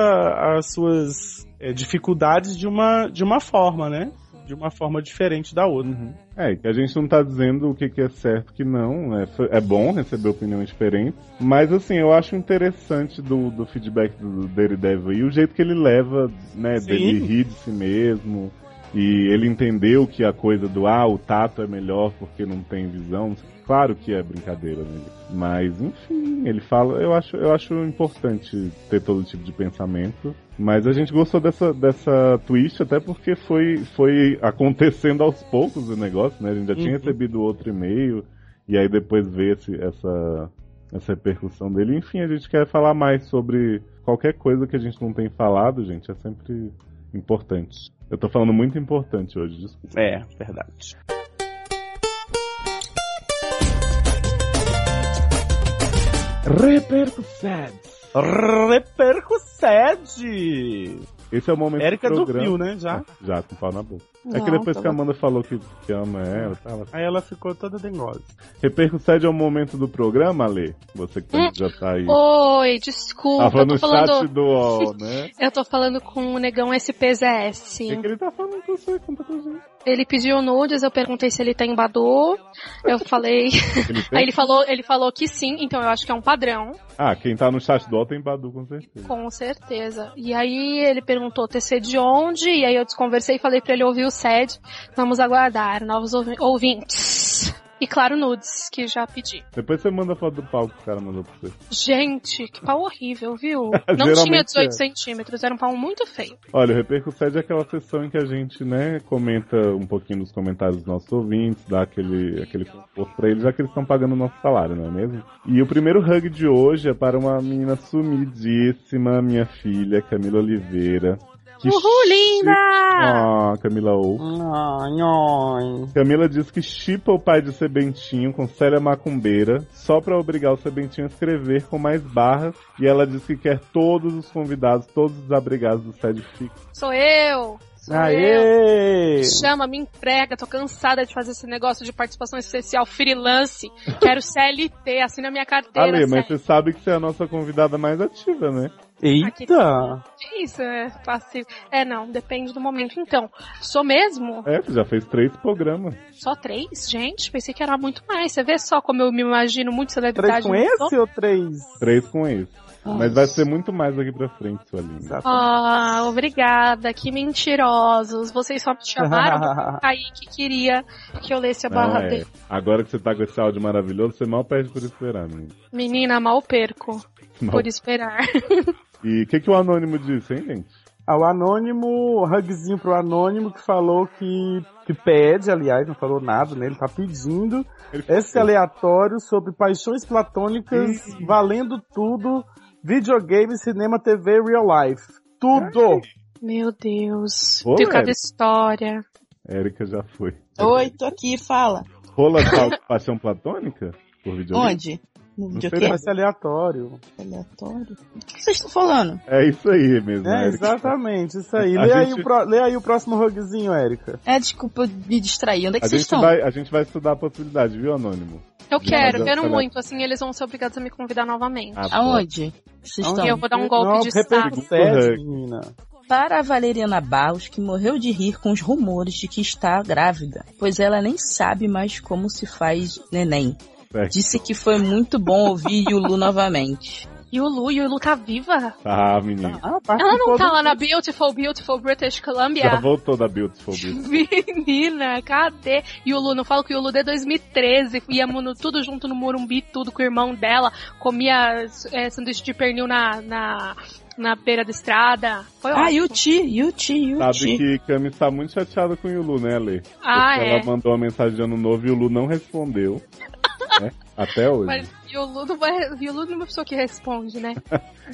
[SPEAKER 4] as suas eh, dificuldades de uma, de uma forma, né? De uma forma diferente da outra.
[SPEAKER 3] É, que a gente não tá dizendo o que, que é certo e que não. né? F- É, bom receber opiniões diferentes. Mas assim, eu acho interessante do, do feedback do Daredevil e o jeito que ele leva, né?
[SPEAKER 4] Sim.
[SPEAKER 3] Dele rir de si mesmo. E ele entendeu que a coisa do ah, o tato é melhor porque não tem visão. Claro que é brincadeira nele. Mas, enfim, ele fala. Eu acho, eu acho importante ter todo tipo de pensamento. Mas a gente gostou dessa, dessa twist, até porque foi, foi acontecendo aos poucos o negócio, né? A gente já tinha
[SPEAKER 4] Uhum.
[SPEAKER 3] recebido outro e-mail, e aí depois veio esse, essa, essa repercussão dele. Enfim, a gente quer falar mais sobre qualquer coisa que a gente não tem falado, gente, é sempre importante. Eu tô falando muito importante hoje, desculpa.
[SPEAKER 4] É, verdade.
[SPEAKER 3] Repercussão!
[SPEAKER 4] Repercussede!
[SPEAKER 3] Esse é o momento
[SPEAKER 4] Érica
[SPEAKER 3] do programa. Tá,
[SPEAKER 4] dormiu, né, já?
[SPEAKER 3] Já, com pau na boca. é
[SPEAKER 4] Não,
[SPEAKER 3] que depois
[SPEAKER 4] tá
[SPEAKER 3] que a
[SPEAKER 4] bom.
[SPEAKER 3] Amanda falou que, que ama ela, tá, ela...
[SPEAKER 4] Aí ela ficou toda dengosa.
[SPEAKER 3] Repercussede é o momento do programa, Lê? Você que
[SPEAKER 5] Hum.
[SPEAKER 3] já tá aí.
[SPEAKER 5] Oi, desculpa.
[SPEAKER 3] Tava
[SPEAKER 5] Eu tô
[SPEAKER 3] no chat
[SPEAKER 5] falando.
[SPEAKER 3] do UOL, né?
[SPEAKER 5] Eu tô falando com o negão SPZS.
[SPEAKER 3] O que, que ele tá falando com você? Conta pra gente.
[SPEAKER 5] [laughs] Ele pediu nudes, eu perguntei se ele tem Badu. Eu falei.
[SPEAKER 3] Ele tem?
[SPEAKER 5] Aí [laughs] ele falou, ele falou que sim, então eu acho que é um padrão,
[SPEAKER 3] Ah, quem tá no chat do UOL tem Badu, com certeza.
[SPEAKER 5] com certeza. E aí ele perguntou TC de onde, e aí eu desconversei e falei pra ele ouvir o SED. Vamos aguardar novos ouvi- ouvintes. E claro, nudes, que já pedi.
[SPEAKER 3] Depois você manda a foto do pau que o cara mandou pra você.
[SPEAKER 5] Gente, que pau
[SPEAKER 3] [laughs]
[SPEAKER 5] horrível, viu? Não
[SPEAKER 3] Geralmente
[SPEAKER 5] tinha 18
[SPEAKER 3] é.
[SPEAKER 5] centímetros, era um pau muito feio.
[SPEAKER 3] Olha, o Repercussede é aquela sessão em que a gente, né, comenta um pouquinho dos comentários dos nossos ouvintes, dá aquele, aquele conforto pra eles, já que eles estão pagando o nosso salário, não é mesmo? E o primeiro hug de hoje é para uma menina sumidíssima, minha filha, Camila Oliveira. Que
[SPEAKER 5] Uhul, linda!
[SPEAKER 3] Ah, Camila ou. Camila diz que chipa o pai de Sebentinho com Célia Macumbeira só pra obrigar o Sebentinho a escrever com mais barras. E ela diz que quer todos os convidados, todos os abrigados do sede fixo.
[SPEAKER 5] Sou eu! Sou eu!
[SPEAKER 4] Aê!
[SPEAKER 5] Chama, me emprega, tô cansada de fazer esse negócio de participação especial freelance. Quero CLT, assina minha carteira.
[SPEAKER 3] Ale, mas
[SPEAKER 5] sério.
[SPEAKER 3] você sabe que você é a nossa convidada mais ativa, né?
[SPEAKER 4] Eita!
[SPEAKER 5] Que Isso, é passivo. É, não, depende do momento. Então, sou mesmo?
[SPEAKER 3] É, você já fez três programas.
[SPEAKER 5] Só três? Gente, pensei que era muito mais. Você vê só como eu me imagino muito
[SPEAKER 4] Três
[SPEAKER 5] celebridade.
[SPEAKER 4] com
[SPEAKER 5] não sou?
[SPEAKER 4] esse ou três?
[SPEAKER 3] Três com esse. Mas vai ser muito mais daqui pra frente, sua linda.
[SPEAKER 4] Tá.
[SPEAKER 5] Ah, obrigada, que mentirosos. Vocês só
[SPEAKER 4] [laughs]
[SPEAKER 5] me chamaram aí que queria que eu lesse a barra
[SPEAKER 3] Não, é.
[SPEAKER 5] dele.
[SPEAKER 3] Agora que você tá com esse áudio maravilhoso, você mal perde por esperar, menino.
[SPEAKER 5] Menina, mal perco
[SPEAKER 3] Mal.
[SPEAKER 5] por esperar.
[SPEAKER 3] E o que, que o Anônimo disse, hein, gente?
[SPEAKER 4] Ah, o anônimo, hugzinho pro anônimo que falou que, que pede, aliás, não falou nada, né? Ele tá pedindo esse é aleatório sobre paixões platônicas valendo tudo, videogame, cinema, TV, real life. Tudo!
[SPEAKER 5] Meu Deus.
[SPEAKER 3] Ô,
[SPEAKER 5] Tem cada
[SPEAKER 3] Érica.
[SPEAKER 5] história.
[SPEAKER 3] Érica já foi.
[SPEAKER 12] Oi, tô aqui, fala.
[SPEAKER 3] Rola tal paixão platônica? Por videogame?
[SPEAKER 12] Onde? No
[SPEAKER 3] Não sei,
[SPEAKER 12] videogame?
[SPEAKER 3] mas
[SPEAKER 4] Esse aleatório.
[SPEAKER 12] Aleatório? O que vocês estão falando?
[SPEAKER 3] É isso aí mesmo,
[SPEAKER 4] É,
[SPEAKER 3] Érica.
[SPEAKER 4] exatamente, isso aí.
[SPEAKER 3] A
[SPEAKER 4] Lê, aí
[SPEAKER 3] gente-
[SPEAKER 4] o pro- lê aí o próximo hugzinho, Érica.
[SPEAKER 12] É, desculpa, eu me distraí. Onde é que
[SPEAKER 3] A
[SPEAKER 12] vocês
[SPEAKER 3] gente,
[SPEAKER 12] estão?
[SPEAKER 3] vai, a gente vai estudar a possibilidade, viu, Anônimo?
[SPEAKER 5] Eu
[SPEAKER 3] Já,
[SPEAKER 5] quero,
[SPEAKER 3] já,
[SPEAKER 5] quero
[SPEAKER 3] olha.
[SPEAKER 5] muito. Assim, eles vão ser obrigados a me convidar novamente.
[SPEAKER 3] Ah,
[SPEAKER 12] Aonde? Vocês
[SPEAKER 5] E eu
[SPEAKER 12] estão?
[SPEAKER 5] vou dar um golpe
[SPEAKER 4] Não,
[SPEAKER 5] de
[SPEAKER 4] repete
[SPEAKER 5] estado.
[SPEAKER 4] o sete,
[SPEAKER 3] Uhum.
[SPEAKER 4] menina.
[SPEAKER 2] Para a Valeriana Barros, que morreu de rir com os rumores de que está grávida, pois ela nem sabe mais como se faz neném.
[SPEAKER 3] Certo.
[SPEAKER 2] Disse que foi muito bom ouvir
[SPEAKER 3] [laughs]
[SPEAKER 2] Yulu novamente.
[SPEAKER 3] Ah.
[SPEAKER 5] E o Lu, e o Lu tá viva?
[SPEAKER 3] Tá, menino.
[SPEAKER 4] Ah,
[SPEAKER 5] Ela não
[SPEAKER 4] participou
[SPEAKER 5] tá
[SPEAKER 4] do-
[SPEAKER 5] lá na Beautiful, Beautiful British
[SPEAKER 3] Já
[SPEAKER 5] Columbia?
[SPEAKER 3] voltou da Beautiful Beast.
[SPEAKER 5] [laughs] Menina, cadê? E o Lu, não falo que o Lu é de 2013 íamos no- tudo junto no Morumbi, tudo com o irmão dela, comia é, sanduíche de pernil na, na, na beira da estrada. Foi
[SPEAKER 2] Ah,
[SPEAKER 5] ótimo.
[SPEAKER 2] Yuti, Yuti,
[SPEAKER 3] Sabe
[SPEAKER 2] Yuti.
[SPEAKER 3] que Cami está muito chateada com o Yulu, né, Ale?
[SPEAKER 5] Ah,
[SPEAKER 3] Porque
[SPEAKER 5] é.
[SPEAKER 3] Ela mandou uma mensagem de ano novo e o Lu não
[SPEAKER 5] [laughs]
[SPEAKER 3] respondeu. né? Até hoje.
[SPEAKER 5] Mas e o Lu não vai. E o Lu não é uma pessoa que responde, né?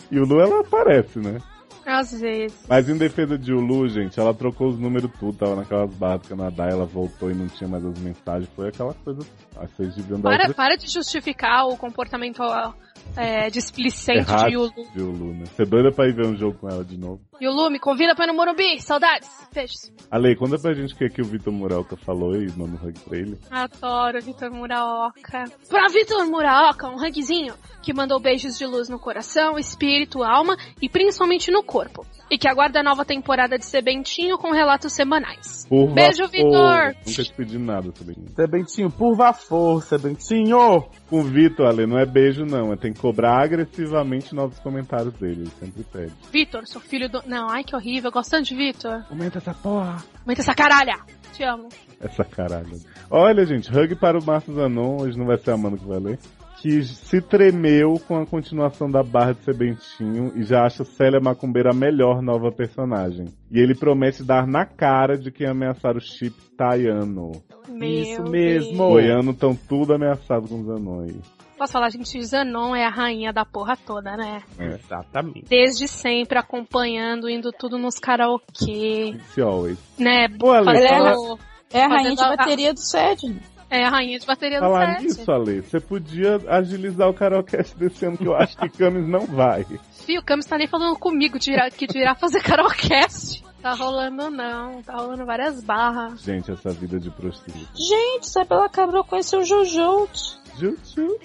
[SPEAKER 3] E o Lu, ela aparece, né?
[SPEAKER 5] Às vezes.
[SPEAKER 3] Mas em defesa de Ulu, gente, ela trocou os números tudo. Tava naquelas barras do Canadá, ela voltou e não tinha mais as mensagens. Foi aquela coisa. Ah, Vocês deviam dar
[SPEAKER 5] Para,
[SPEAKER 3] outra
[SPEAKER 5] para de justificar o comportamento ó, é, displicente
[SPEAKER 3] Errado.
[SPEAKER 5] de Yulu.
[SPEAKER 3] de Ulu, né? Você doida pra ir ver um jogo com ela de novo.
[SPEAKER 5] Yulu, me convida pra ir no Morumbi. Saudades. Beijos.
[SPEAKER 3] Ale, conta pra gente o que, é que o Vitor Muralca falou e manda um hug pra ele.
[SPEAKER 5] Adoro Vitor Muraoka. Pra Vitor Muraoka, um hugzinho que mandou beijos de luz no coração, espírito, alma e principalmente no corpo. E que aguarda a nova temporada de Sebentinho com relatos semanais.
[SPEAKER 3] Por
[SPEAKER 5] Beijo,
[SPEAKER 3] vapor.
[SPEAKER 5] Vitor!
[SPEAKER 3] Nunca te pedi nada, Sabrina.
[SPEAKER 4] Sebentinho, purva força, Bentinho!
[SPEAKER 3] Com o Vitor, Ale, não é beijo, não. É tem que cobrar agressivamente novos comentários dele. Ele sempre pede.
[SPEAKER 5] Vitor, sou filho do. Não, ai que horrível. Gostando de Vitor.
[SPEAKER 3] Comenta essa porra!
[SPEAKER 5] Muita essa caralha. Te amo.
[SPEAKER 3] Essa caralho. Olha, gente, hug para o Márcio Zanon. Hoje não vai ser a Amanda que vai ler. Que se tremeu com a continuação da barra de Sebentinho e já acha Célia Macumbeira a melhor nova personagem. E ele promete dar na cara de quem ameaçar o chip Tayano.
[SPEAKER 5] Meu
[SPEAKER 4] Isso
[SPEAKER 5] Deus.
[SPEAKER 4] mesmo.
[SPEAKER 3] Goiano estão tudo ameaçado com os anões.
[SPEAKER 5] Posso falar, gente, Zanon é a rainha da porra toda, né?
[SPEAKER 3] É.
[SPEAKER 4] Exatamente.
[SPEAKER 5] Desde sempre acompanhando, indo tudo nos karaokê,
[SPEAKER 3] It's always.
[SPEAKER 5] né?
[SPEAKER 3] Ô, Ale, fala-
[SPEAKER 5] Fazendo-
[SPEAKER 2] É a rainha de
[SPEAKER 5] Fazendo a-
[SPEAKER 2] bateria do sede.
[SPEAKER 5] É a rainha de bateria
[SPEAKER 12] um
[SPEAKER 5] do
[SPEAKER 3] Falar [laughs]
[SPEAKER 5] set.
[SPEAKER 3] nisso, Ale, você podia agilizar o karaokê desse ano que eu acho que Camis não vai.
[SPEAKER 5] Fih, o Camis tá nem falando comigo de irá, que de irá fazer carolcast. Tá rolando não, tá rolando várias barras.
[SPEAKER 3] Gente, essa vida de prostituta.
[SPEAKER 12] Gente, Isabela Cabral conheceu o Jojo.
[SPEAKER 3] Juju,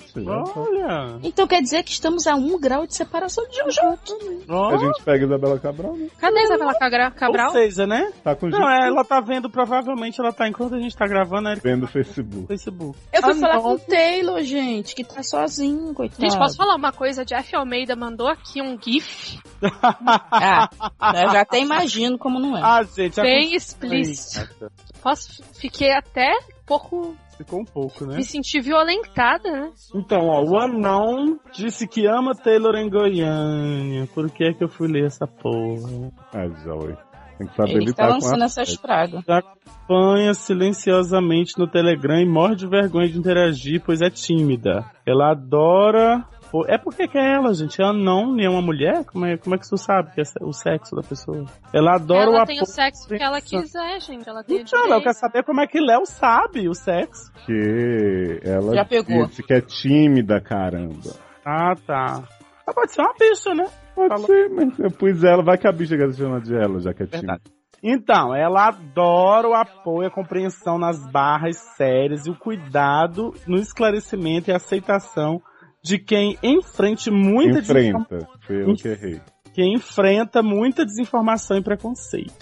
[SPEAKER 4] Olha!
[SPEAKER 12] Então quer dizer que estamos a um grau de separação de Jojo.
[SPEAKER 3] A gente pega a Isabela Cabral, né?
[SPEAKER 5] Cadê a Isabela Cagra- Cabral?
[SPEAKER 4] Ou seja, né?
[SPEAKER 3] Tá com
[SPEAKER 4] Não,
[SPEAKER 3] Juju.
[SPEAKER 4] ela tá vendo, provavelmente ela tá, enquanto a gente tá gravando, ela
[SPEAKER 3] Vendo o Facebook.
[SPEAKER 4] Facebook.
[SPEAKER 12] Eu fui
[SPEAKER 4] Ah,
[SPEAKER 12] falar
[SPEAKER 4] não.
[SPEAKER 12] com o Taylor, gente, que tá sozinho, coitado.
[SPEAKER 3] Ah.
[SPEAKER 5] Gente, posso falar uma coisa? Jeff Almeida mandou aqui um GIF
[SPEAKER 2] Ah,
[SPEAKER 12] Eu já até imagino como não é.
[SPEAKER 4] Ah, gente, a
[SPEAKER 5] bem
[SPEAKER 4] coisa-
[SPEAKER 5] explícito. Posso, fiquei até um pouco.
[SPEAKER 4] Ficou um pouco, né?
[SPEAKER 5] Me senti violentada, né?
[SPEAKER 4] Então, ó, o Anon disse que ama Taylor em Goiânia. Por que é que eu fui ler essa porra?
[SPEAKER 3] Ah, Zoe. Tem que saber
[SPEAKER 12] Ele tá
[SPEAKER 3] lidar com
[SPEAKER 12] lançando
[SPEAKER 3] a...
[SPEAKER 12] essas pragas.
[SPEAKER 4] Acompanha silenciosamente no Telegram e morre de vergonha de interagir, pois é tímida. Ela adora. Pô, É porque que é ela, gente? Ela não nem é uma mulher? Como é, como é que você sabe que é se- o sexo da pessoa? Ela adora o
[SPEAKER 5] ela tem
[SPEAKER 4] apoio.
[SPEAKER 5] o sexo que ela quiser, gente. Ela tem o
[SPEAKER 4] Então, ela
[SPEAKER 5] direito.
[SPEAKER 4] quer saber como é que Léo sabe o sexo.
[SPEAKER 3] Que ela
[SPEAKER 12] Já pegou.
[SPEAKER 3] disse que é tímida, caramba.
[SPEAKER 4] Ah, tá. Ela pode ser uma bicha, né?
[SPEAKER 3] Pode
[SPEAKER 4] Falou.
[SPEAKER 3] ser, mas eu pus ela, vai que a bicha quer se chamar de ela, já que é tímida.
[SPEAKER 4] Então, ela adora o apoio, e a compreensão nas barras sérias e o cuidado no esclarecimento e aceitação de quem enfrente muita desinforma-
[SPEAKER 3] Enfrenta. Foi eu que errei.
[SPEAKER 4] quem enfrenta muita desinformação e preconceito.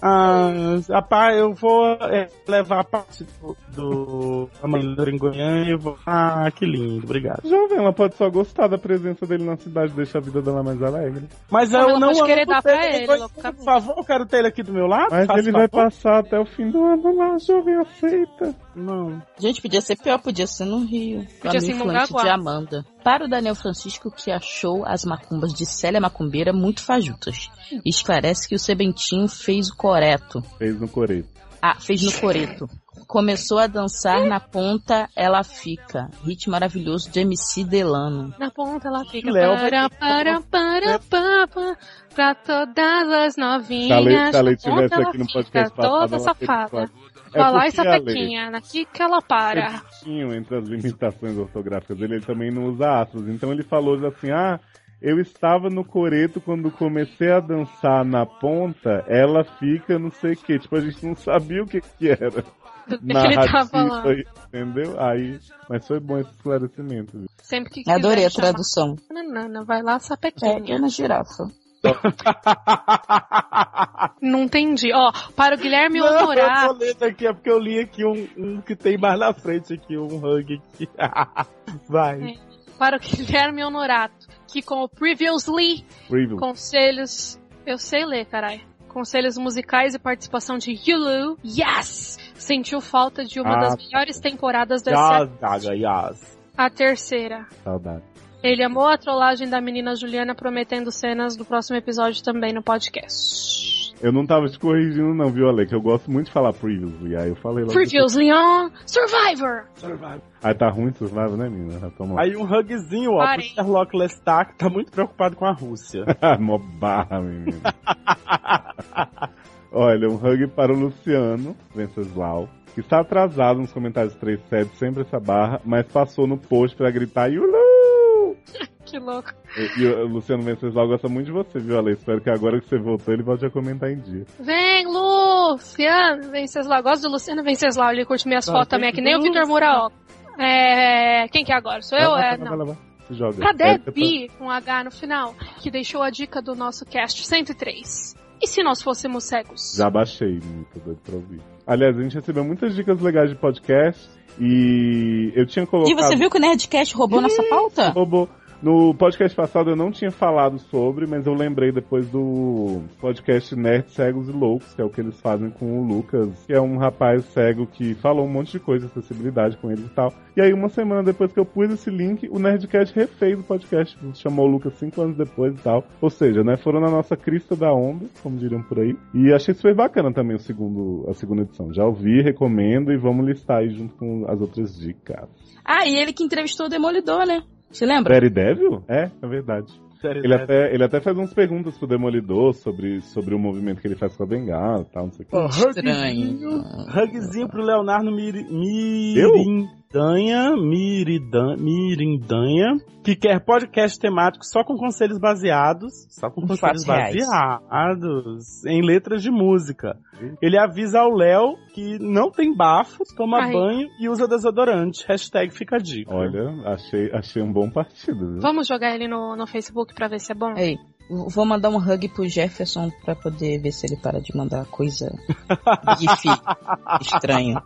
[SPEAKER 4] Ah, a pá, eu vou é, levar a parte do, do Amanhã em Goiânia e vou. Ah, que lindo, obrigado.
[SPEAKER 3] Jovem, ela pode só gostar da presença dele na cidade, deixa a vida dela mais alegre.
[SPEAKER 4] Mas
[SPEAKER 5] Não,
[SPEAKER 4] eu
[SPEAKER 5] ela
[SPEAKER 4] não
[SPEAKER 5] pode
[SPEAKER 4] amo
[SPEAKER 5] querer dar
[SPEAKER 4] o Taylor
[SPEAKER 5] pra
[SPEAKER 4] em
[SPEAKER 5] ele,
[SPEAKER 4] Goiânia.
[SPEAKER 5] louco,
[SPEAKER 4] Por
[SPEAKER 5] acabou.
[SPEAKER 4] favor, eu quero ter ele aqui do meu lado.
[SPEAKER 3] Mas
[SPEAKER 4] faz
[SPEAKER 3] ele vai
[SPEAKER 4] favor.
[SPEAKER 3] passar até o fim do ano lá, jovem, aceita.
[SPEAKER 5] [laughs]
[SPEAKER 4] Não.
[SPEAKER 12] Gente, podia ser pior, podia ser no Rio.
[SPEAKER 5] Podia ser em
[SPEAKER 12] influente
[SPEAKER 5] Mongaguá.
[SPEAKER 12] de Amanda. Para o Daniel Francisco, que achou as macumbas de Célia Macumbeira muito fajutas. E esclarece que o Sebentinho fez o coreto.
[SPEAKER 3] Fez no coreto.
[SPEAKER 12] Ah, fez no coreto. Começou a dançar na ponta, ela fica. Hit maravilhoso de MC Delano.
[SPEAKER 5] Na ponta ela fica.
[SPEAKER 4] Léo vai
[SPEAKER 5] para, para, para, para, para, pra todas as
[SPEAKER 3] um Se a Lei,
[SPEAKER 5] novinhas.
[SPEAKER 3] se a Lei
[SPEAKER 5] na ponta
[SPEAKER 3] tivesse
[SPEAKER 5] ela
[SPEAKER 3] aqui no
[SPEAKER 5] fica
[SPEAKER 3] podcast passado,
[SPEAKER 5] toda
[SPEAKER 3] ela teria
[SPEAKER 5] safada.
[SPEAKER 3] falado. É
[SPEAKER 5] Falar
[SPEAKER 3] porque
[SPEAKER 5] essa
[SPEAKER 3] a Lei,
[SPEAKER 5] pequinha, aqui que ela para.
[SPEAKER 3] certinho entre as limitações ortográficas dele, ele também não usa aspas. Então ele falou assim: ah, eu estava no coreto quando comecei a dançar na ponta, ela fica não sei o que. Tipo, a gente não sabia o que, que era.
[SPEAKER 5] [laughs] Do que ele tava
[SPEAKER 3] Narrativa,
[SPEAKER 5] falando.
[SPEAKER 3] entendeu? Aí, mas foi bom esse esclarecimento. viu?
[SPEAKER 5] Sempre que quiser
[SPEAKER 12] Adorei a
[SPEAKER 5] chamar
[SPEAKER 12] tradução. É.
[SPEAKER 5] a Nanana, vai lá essa pequinha.
[SPEAKER 12] Pega na girafa.
[SPEAKER 5] Não entendi. Ó, para
[SPEAKER 3] [laughs]
[SPEAKER 5] o Guilherme
[SPEAKER 4] Não, eu
[SPEAKER 5] Honorato.
[SPEAKER 4] tô lendo aqui, é porque eu li aqui um, um que tem mais na frente aqui, um hug aqui. [laughs] Vai.
[SPEAKER 5] Para o Guilherme Honorato. Que com o Previously
[SPEAKER 3] Preview.
[SPEAKER 5] Conselhos. Eu sei ler, carai. Conselhos musicais e participação de Yulu. Yes! Sentiu falta de uma
[SPEAKER 3] Ah,
[SPEAKER 5] das melhores temporadas da série,
[SPEAKER 4] Yas, Daga, Yas.
[SPEAKER 5] a terceira.
[SPEAKER 3] Saudade.
[SPEAKER 5] Ele amou a trollagem da menina Juliana prometendo cenas do próximo episódio também no podcast.
[SPEAKER 3] Eu não tava te corrigindo, não, viu, Ale? Que eu gosto muito de falar previously. Aí eu falei logo.
[SPEAKER 5] Previews Leon Survivor!
[SPEAKER 3] Aí tá ruim survival, né, menina? Já toma. [laughs]
[SPEAKER 4] Aí um hugzinho, ó,
[SPEAKER 5] Parei.
[SPEAKER 4] pro Sherlock Lestat, que tá muito preocupado com a Rússia.
[SPEAKER 3] Ah, Mó barra, menino. Olha, um hug para o Luciano Venceslau, que está atrasado nos comentários 37, sempre essa barra, mas passou no post pra gritar Yulu!
[SPEAKER 5] Que louco.
[SPEAKER 3] E, e o Luciano Venceslau gosta muito de você, viu, Ale? Espero que agora que você voltou ele volte a comentar em dia.
[SPEAKER 5] Vem, Luciano Venceslau. Gosto do Luciano Venceslau. Ele curte
[SPEAKER 3] Tá,
[SPEAKER 5] minhas fotos também, que nem o Vitor Muraó. É... Quem que é agora? Sou eu?
[SPEAKER 3] Vai lá, vai
[SPEAKER 5] é,
[SPEAKER 3] lá,
[SPEAKER 5] não.
[SPEAKER 3] vai lá, vai lá. Se joga.
[SPEAKER 5] Cadê
[SPEAKER 3] Essa é
[SPEAKER 5] Bi com H no final, que deixou a dica do nosso cast 103? E se nós fôssemos cegos?
[SPEAKER 3] Já baixei, muito doido pra ouvir. Aliás, a gente recebeu muitas dicas legais de podcast e eu tinha colocado.
[SPEAKER 12] E você viu que o Nerdcast roubou nossa pauta?
[SPEAKER 3] Robô. No podcast passado eu não tinha falado sobre, mas eu lembrei depois do podcast Nerd Cegos e Loucos, que é o que eles fazem com o Lucas, que é um rapaz cego que falou um monte de coisa, acessibilidade com ele e tal. E aí, uma semana depois que eu pus esse link, o Nerdcast refez o podcast, chamou o Lucas cinco anos depois e tal. Ou seja, né, foram na nossa crista da onda, como diriam por aí. E achei super bacana também o segundo, a segunda edição. Já ouvi, recomendo e vamos listar aí junto com as outras dicas.
[SPEAKER 12] Ah, e ele que entrevistou o Demolidor, né? Se lembra?
[SPEAKER 3] Daredevil? É, é verdade.
[SPEAKER 4] Sério,
[SPEAKER 3] Ele
[SPEAKER 4] né?
[SPEAKER 3] até, ele até faz umas perguntas pro Demolidor sobre, sobre o movimento que ele faz com a bengala e tal, não sei o que.
[SPEAKER 4] Ó, hugzinho,
[SPEAKER 12] Estranho.
[SPEAKER 4] hugzinho pro Leonardo Mir Mirim.
[SPEAKER 3] Eu?
[SPEAKER 4] Mirindanha, Miridan, Mirindanha, que quer podcast temático só com conselhos baseados, só com
[SPEAKER 12] Em fatos
[SPEAKER 4] conselhos
[SPEAKER 12] reais.
[SPEAKER 4] baseados em letras de música. Ele avisa ao Léo que não tem bafo, toma
[SPEAKER 5] Ai.
[SPEAKER 4] banho e usa desodorante. Hashtag fica a dica.
[SPEAKER 3] Olha, achei, achei um bom partido. viu?
[SPEAKER 5] Vamos jogar ele no, no Facebook pra ver se é bom?
[SPEAKER 12] Ei, v- vou mandar um hug pro Jefferson pra poder ver se ele para de mandar coisa
[SPEAKER 4] [laughs]
[SPEAKER 12] gif estranha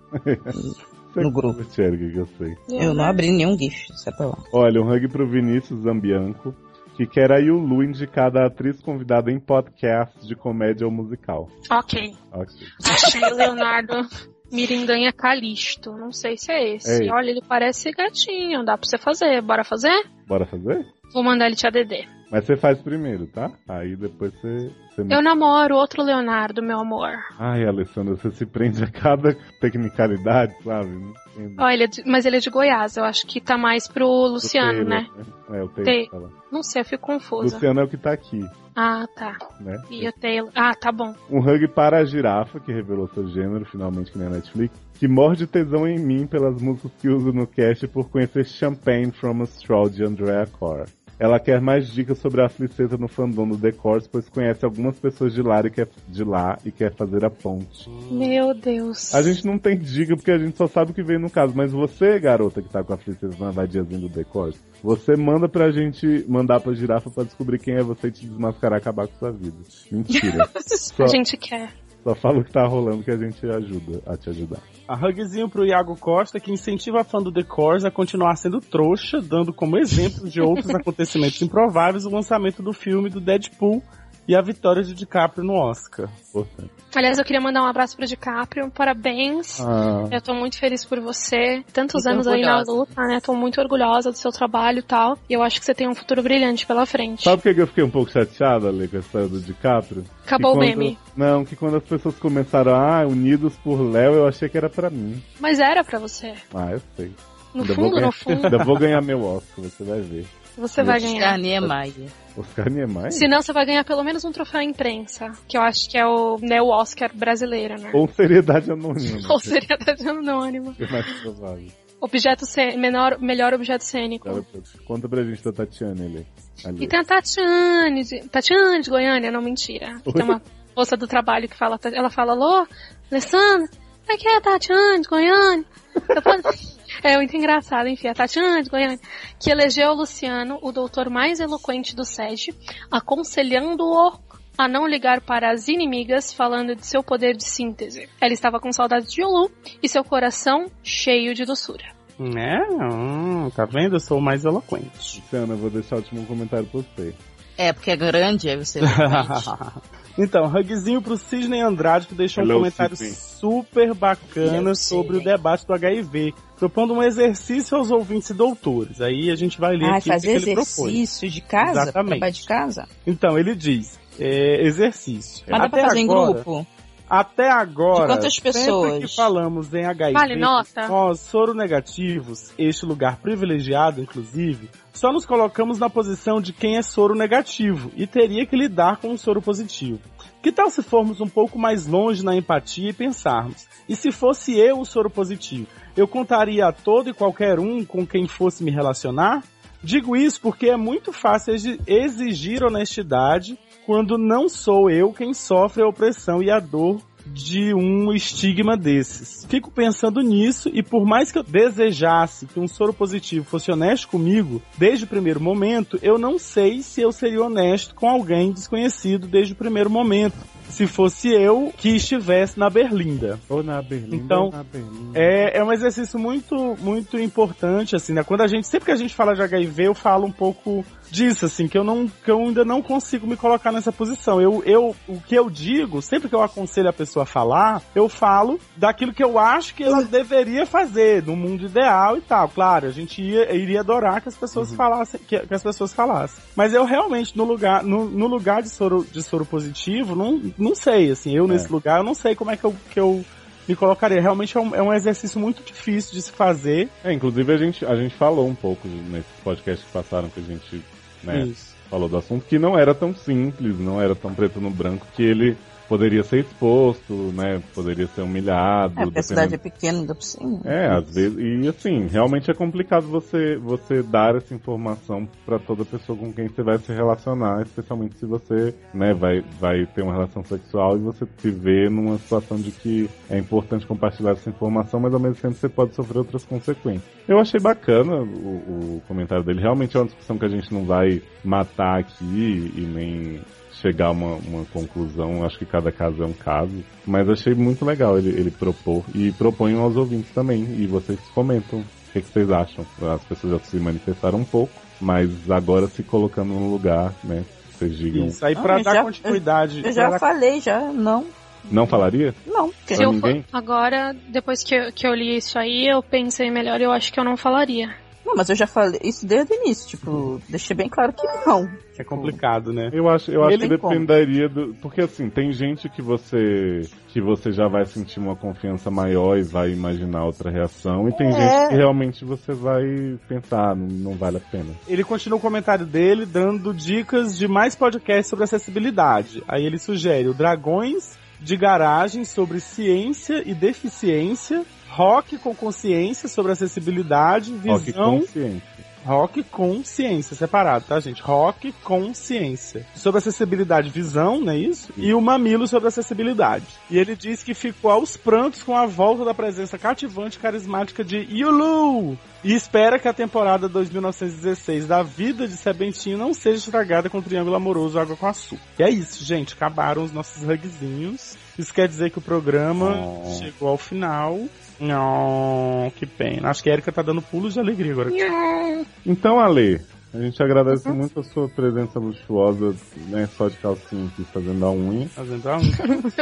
[SPEAKER 12] no grupo.
[SPEAKER 3] Curte, Eric, que eu sei.
[SPEAKER 12] Eu não abri nenhum gif, sai pra lá.
[SPEAKER 3] Olha, um hug pro Vinícius Zambianco, que quer a Yulu indicada a atriz convidada em podcast de comédia ou musical.
[SPEAKER 5] Ok.
[SPEAKER 3] Ok.
[SPEAKER 5] Achei o Leonardo Mirindanha Calixto. Não sei se é esse.
[SPEAKER 3] Ei.
[SPEAKER 5] Olha, ele parece gatinho. Dá pra você fazer. Bora fazer?
[SPEAKER 3] Bora fazer?
[SPEAKER 5] Vou mandar ele te ADD.
[SPEAKER 3] Mas você faz primeiro, tá? Aí depois você. você me-
[SPEAKER 5] Eu namoro outro Leonardo, meu amor.
[SPEAKER 3] Ai, Alessandra, você se prende a cada tecnicalidade, sabe? Não entendo.
[SPEAKER 5] Ó, ele é de- mas ele é de Goiás. Eu acho que tá mais pro Luciano,
[SPEAKER 3] Taylor,
[SPEAKER 5] né?
[SPEAKER 3] É, o Taylor.
[SPEAKER 5] Tem-
[SPEAKER 3] que fala.
[SPEAKER 5] Não sei, eu fico confusa.
[SPEAKER 3] Luciano é o que tá aqui,
[SPEAKER 5] Ah, tá.
[SPEAKER 3] né?
[SPEAKER 5] E o Taylor. Ah, tá bom.
[SPEAKER 3] Um hug para a girafa, que revelou seu gênero, finalmente, que nem a Netflix, que morde tesão em mim pelas músicas que uso no cast por conhecer Champagne from a Straw de Andrea Corr. Ela quer mais dicas sobre a afliceta no fandom do Decors, pois conhece algumas pessoas de lá, e quer, de lá e quer fazer a ponte.
[SPEAKER 5] Meu Deus.
[SPEAKER 3] A gente não tem dica porque a gente só sabe o que veio no caso, mas você, garota que tá com a afliceta na vadiazinha do Decors, você manda pra gente mandar pra girafa pra descobrir quem é você e te desmascarar e acabar com sua vida. Mentira. Só-
[SPEAKER 5] A gente quer.
[SPEAKER 3] só fala o que tá rolando que a gente ajuda a te ajudar.
[SPEAKER 4] A hugzinho pro Iago Costa, que incentiva a fã do The Corrs a continuar sendo trouxa, dando como exemplo
[SPEAKER 12] [laughs]
[SPEAKER 4] de outros acontecimentos improváveis o lançamento do filme do Deadpool e a vitória de DiCaprio no Oscar.
[SPEAKER 5] Aliás, eu queria mandar um abraço pro DiCaprio. Parabéns.
[SPEAKER 3] Ah.
[SPEAKER 4] Ah.
[SPEAKER 5] Eu tô muito feliz por você. Tantos
[SPEAKER 12] Muito
[SPEAKER 5] anos aí na
[SPEAKER 12] orgulhosa.
[SPEAKER 5] luta, né? Tô muito orgulhosa do seu trabalho e tal. E eu acho que você tem um futuro brilhante pela frente.
[SPEAKER 3] Sabe por que eu fiquei um pouco chateado ali com a história do DiCaprio?
[SPEAKER 5] Acabou
[SPEAKER 3] Que
[SPEAKER 5] o
[SPEAKER 3] quando-
[SPEAKER 5] meme.
[SPEAKER 3] Não, que quando as pessoas começaram, ah, unidos por Léo, eu achei que era pra mim.
[SPEAKER 5] Mas era pra você.
[SPEAKER 3] Ah, eu sei.
[SPEAKER 5] No
[SPEAKER 3] Ainda vou
[SPEAKER 5] fundo,
[SPEAKER 3] ganhar-
[SPEAKER 5] no fundo,
[SPEAKER 3] Ainda vou ganhar meu Oscar, você vai ver.
[SPEAKER 5] você vai ganhar.
[SPEAKER 12] Oscar Niemeyer.
[SPEAKER 3] Oscar é Niemeyer?
[SPEAKER 5] Se não, você vai ganhar pelo menos um troféu imprensa, que eu acho que é o, né, o Oscar brasileiro, né?
[SPEAKER 3] Ou seriedade anônima.
[SPEAKER 5] [laughs] Ou seria até de um anônimo.
[SPEAKER 3] É mais provável.
[SPEAKER 5] Objeto cê- menor, melhor objeto cênico.
[SPEAKER 3] Cara, Conta pra gente da Tatiana ali. ali.
[SPEAKER 5] E tá- tem a Tatiane, de, Tatiane de Goiânia, não mentira.
[SPEAKER 3] Oi?
[SPEAKER 5] Tem uma moça do trabalho que fala, ela fala, alô, Alessandra, como é que é a Tatiane de Goiânia? Eu falo- [laughs] é muito engraçado, enfim, a Tatiane de Goiânia, que elegeu o Luciano, o doutor mais eloquente do SED, aconselhando-o a não ligar para as inimigas, falando de seu poder de síntese. Ela estava com saudade de Yulu e seu coração cheio de doçura.
[SPEAKER 4] Né? Hum, tá vendo? Eu sou o mais eloquente.
[SPEAKER 3] Luciana, eu vou deixar o último comentário pra você.
[SPEAKER 12] É, porque é grande, aí você.
[SPEAKER 4] [laughs] então, hugzinho pro Cisne Andrade, que deixou
[SPEAKER 3] Hello,
[SPEAKER 4] um comentário
[SPEAKER 3] Cisne.
[SPEAKER 4] super bacana
[SPEAKER 12] Hello,
[SPEAKER 4] sobre o
[SPEAKER 12] Cisne.
[SPEAKER 4] debate do HIV, propondo um exercício aos ouvintes e doutores. Aí a gente vai ler
[SPEAKER 12] Ai,
[SPEAKER 4] aqui o que
[SPEAKER 12] Ah, fazer
[SPEAKER 4] que ele propôs.
[SPEAKER 12] exercício de casa?
[SPEAKER 4] Exatamente.
[SPEAKER 12] Trabalho de casa?
[SPEAKER 4] Então, ele diz, é, exercício.
[SPEAKER 12] Mas dá pra fazer
[SPEAKER 4] agora,
[SPEAKER 12] em grupo? É,
[SPEAKER 4] Até
[SPEAKER 12] De
[SPEAKER 4] agora,
[SPEAKER 12] quantas
[SPEAKER 4] sempre
[SPEAKER 12] pessoas?
[SPEAKER 4] que falamos em HIV,
[SPEAKER 5] Vale nota?
[SPEAKER 4] nós, soro negativos, este lugar privilegiado, inclusive, só nos colocamos na posição de quem é soro negativo e teria que lidar com o soro positivo. Que tal se formos um pouco mais longe na empatia e pensarmos? E se fosse eu o soro positivo, eu contaria a todo e qualquer um com quem fosse me relacionar? Digo isso porque é muito fácil exi- exigir honestidade quando não sou eu quem sofre a opressão e a dor de um estigma desses. Fico pensando nisso e por mais que eu desejasse que um soro positivo fosse honesto comigo, desde o primeiro momento, eu não sei se eu seria honesto com alguém desconhecido desde o primeiro momento, se fosse eu que estivesse na berlinda.
[SPEAKER 3] Ou na Berlim.
[SPEAKER 4] Então,
[SPEAKER 3] ou na Berlim.
[SPEAKER 4] É, é um exercício muito, muito importante, assim, né? Quando a gente, sempre que a gente fala de HIV, eu falo um pouco disso, assim, que eu não, que eu ainda não consigo me colocar nessa posição. Eu, eu, o que eu digo, sempre que eu aconselho a pessoa a falar, eu falo daquilo que eu acho que ela deveria fazer, no mundo ideal e tal. Claro, a gente ia, iria adorar que as pessoas falassem, que, que as pessoas falassem. Mas eu realmente, no lugar, no, no lugar de soro, de soro positivo, não, não sei, assim, eu
[SPEAKER 3] É.
[SPEAKER 4] nesse lugar, eu não sei como é que eu, que eu me colocaria. Realmente é um, é um exercício muito difícil de se fazer.
[SPEAKER 3] É, inclusive a gente, a gente falou um pouco nesses podcasts que passaram que a gente né,
[SPEAKER 4] Isso.
[SPEAKER 3] falou do assunto, que não era tão simples, não era tão preto no branco, que ele poderia ser exposto, né? Poderia ser humilhado.
[SPEAKER 12] É, porque a cidade é pequena, ainda por cima.
[SPEAKER 3] É, às vezes. E assim, realmente é complicado você, você dar essa informação para toda pessoa com quem você vai se relacionar, especialmente se você, né, vai, vai ter uma relação sexual e você se vê numa situação de que é importante compartilhar essa informação, mas ao mesmo tempo você pode sofrer outras consequências. Eu achei bacana o, o comentário dele. Realmente é uma discussão que a gente não vai matar aqui e nem chegar a uma, uma conclusão. Acho que cada caso é um caso. Mas achei muito legal ele, ele propor. E proponho aos ouvintes também. E vocês comentam o que, que vocês acham. As pessoas já se manifestaram um pouco, mas agora se colocando no lugar, né? Vocês digam.
[SPEAKER 4] Isso aí pra
[SPEAKER 12] eu
[SPEAKER 4] dar
[SPEAKER 12] Ah, já-
[SPEAKER 4] continuidade.
[SPEAKER 12] Eu [laughs] já
[SPEAKER 4] pra-
[SPEAKER 12] falei, já, não.
[SPEAKER 3] Não falaria?
[SPEAKER 12] Não,
[SPEAKER 3] Pra
[SPEAKER 5] Se eu for-
[SPEAKER 3] ninguém?
[SPEAKER 5] agora, depois que eu, que eu li isso aí, eu pensei melhor, eu acho que eu não falaria. [laughs]
[SPEAKER 12] Não, mas eu já falei isso desde o início,
[SPEAKER 4] Uhum.
[SPEAKER 12] tipo, deixei bem claro que não.
[SPEAKER 4] É complicado, né?
[SPEAKER 3] Eu acho, eu acho
[SPEAKER 12] Ele
[SPEAKER 3] que
[SPEAKER 12] como.
[SPEAKER 3] dependeria do. Porque assim, tem gente que você. que você já vai sentir uma confiança maior e vai imaginar outra reação. E tem
[SPEAKER 4] É.
[SPEAKER 3] gente que realmente você vai pensar, não, não vale a pena.
[SPEAKER 4] Ele continua o comentário dele dando dicas de mais podcasts sobre acessibilidade. Aí ele sugere o Dragões de Garagem sobre ciência e deficiência, Rock com consciência sobre acessibilidade,
[SPEAKER 3] Rock
[SPEAKER 4] visão
[SPEAKER 3] consciente.
[SPEAKER 4] Rock com ciência, separado, tá, gente? Rock com ciência. Sobre acessibilidade, visão, não é isso? E o mamilo sobre acessibilidade. E ele diz que ficou aos prantos com a volta da presença cativante e carismática de Yulu! E espera que a temporada 2916 da vida de Sebentinho não seja estragada com o triângulo amoroso Água com Açúcar. E é isso, gente. Acabaram os nossos rugzinhos. Isso quer dizer que o programa chegou ao final. Não, que pena. Acho que a Erika tá dando pulos de alegria agora.
[SPEAKER 3] Então, Ale, a gente
[SPEAKER 4] Uhum.
[SPEAKER 3] agradece muito a sua presença luxuosa, né? Só de calcinha aqui fazendo a unha.
[SPEAKER 4] tá Fazendo a unha.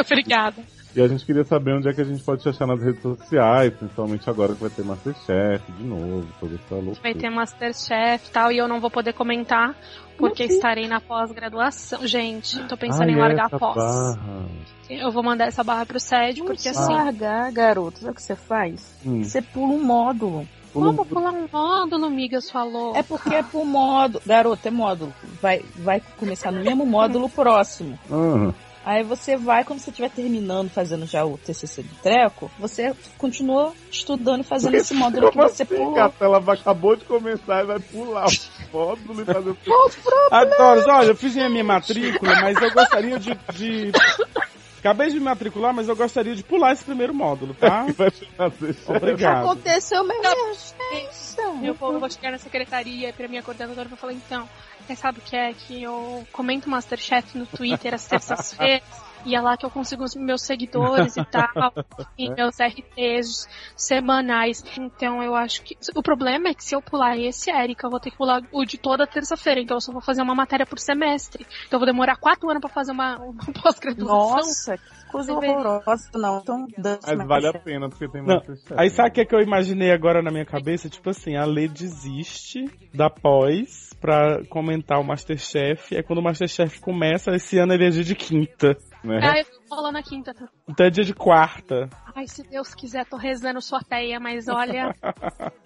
[SPEAKER 5] Obrigada.
[SPEAKER 3] E a gente queria saber onde é que a gente pode te achar nas redes sociais, principalmente agora que vai ter Masterchef de novo, toda essa loucura.
[SPEAKER 5] Vai ter Masterchef e tal, e eu não vou poder comentar, porque estarei na pós-graduação. Gente, tô
[SPEAKER 3] Ai,
[SPEAKER 5] pensando em largar
[SPEAKER 3] essa
[SPEAKER 5] a pós.
[SPEAKER 3] barra.
[SPEAKER 5] Eu vou mandar essa barra pro SED, porque assim.
[SPEAKER 12] largar, garoto, sabe o que você faz?
[SPEAKER 3] Hum.
[SPEAKER 4] Uhum.
[SPEAKER 12] Você pula um módulo.
[SPEAKER 5] Vamos pular um módulo, migas, falou.
[SPEAKER 12] É porque é pro módulo. Garoto, é módulo. Vai, vai começar no mesmo módulo próximo.
[SPEAKER 3] Ah,
[SPEAKER 12] Aí você vai, quando você estiver terminando, fazendo já o TCC do treco, você continua estudando e fazendo esse módulo que
[SPEAKER 3] Como
[SPEAKER 12] você
[SPEAKER 3] assim,
[SPEAKER 12] pulou.
[SPEAKER 3] gata? Ela vai- acabou de começar e vai pular o módulo e fazer o
[SPEAKER 4] Adoro, olha, eu fiz a minha matrícula, mas eu gostaria de, de- Acabei de me matricular, mas eu gostaria de pular esse primeiro módulo, tá?
[SPEAKER 3] vai fazer chefe.
[SPEAKER 4] Obrigado.
[SPEAKER 12] Aconteceu mesmo.
[SPEAKER 5] [laughs] Eu vou, vou chegar na secretaria pra minha coordenadora e vou falar, então, você sabe o que é? Que eu comento Masterchef no Twitter às terças-feiras. E é lá que eu consigo os meus seguidores e tal, e meus RTs semanais. Então eu acho que. O problema é que se eu pular esse, Érica, eu vou ter que pular o de toda terça-feira. Então eu só vou fazer uma matéria por semestre. Então eu vou demorar quatro anos pra fazer uma, uma pós-graduação.
[SPEAKER 12] Nossa, que coisa horrorosa. Não, então dança.
[SPEAKER 3] Mas vale a pena porque tem
[SPEAKER 4] Não,
[SPEAKER 3] Masterchef.
[SPEAKER 4] Aí sabe o que, é que eu imaginei agora na minha cabeça? Tipo assim, a Lê desiste da pós pra comentar o Masterchef. É quando o Masterchef começa, esse ano ele é dia de quinta.
[SPEAKER 3] né?
[SPEAKER 5] Ah, eu vou lá na quinta. tá?
[SPEAKER 4] Então é dia de quarta.
[SPEAKER 5] Ai, se Deus quiser, tô rezando sua teia,
[SPEAKER 12] [laughs]
[SPEAKER 5] mas olha.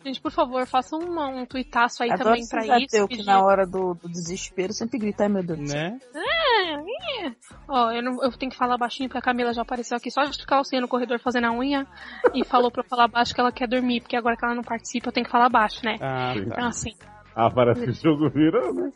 [SPEAKER 5] Gente, por favor, faça um, um tuitaço aí
[SPEAKER 12] Adoro
[SPEAKER 5] também
[SPEAKER 12] esses
[SPEAKER 5] pra isso.
[SPEAKER 12] ateus que
[SPEAKER 5] pedir-
[SPEAKER 12] na hora do, do desespero sempre grita, ai meu Deus. do céu.
[SPEAKER 4] Né?
[SPEAKER 5] É, é. Ó, eu, não- eu tenho que falar baixinho porque a Camila já apareceu aqui só de calcinha no corredor fazendo a unha e falou pra eu falar baixo que ela quer dormir, porque agora que ela não participa eu tenho que falar baixo, né?
[SPEAKER 4] Ah,
[SPEAKER 5] Então
[SPEAKER 4] tá.
[SPEAKER 5] assim,
[SPEAKER 3] [laughs] Ah, parece que o jogo virou, né?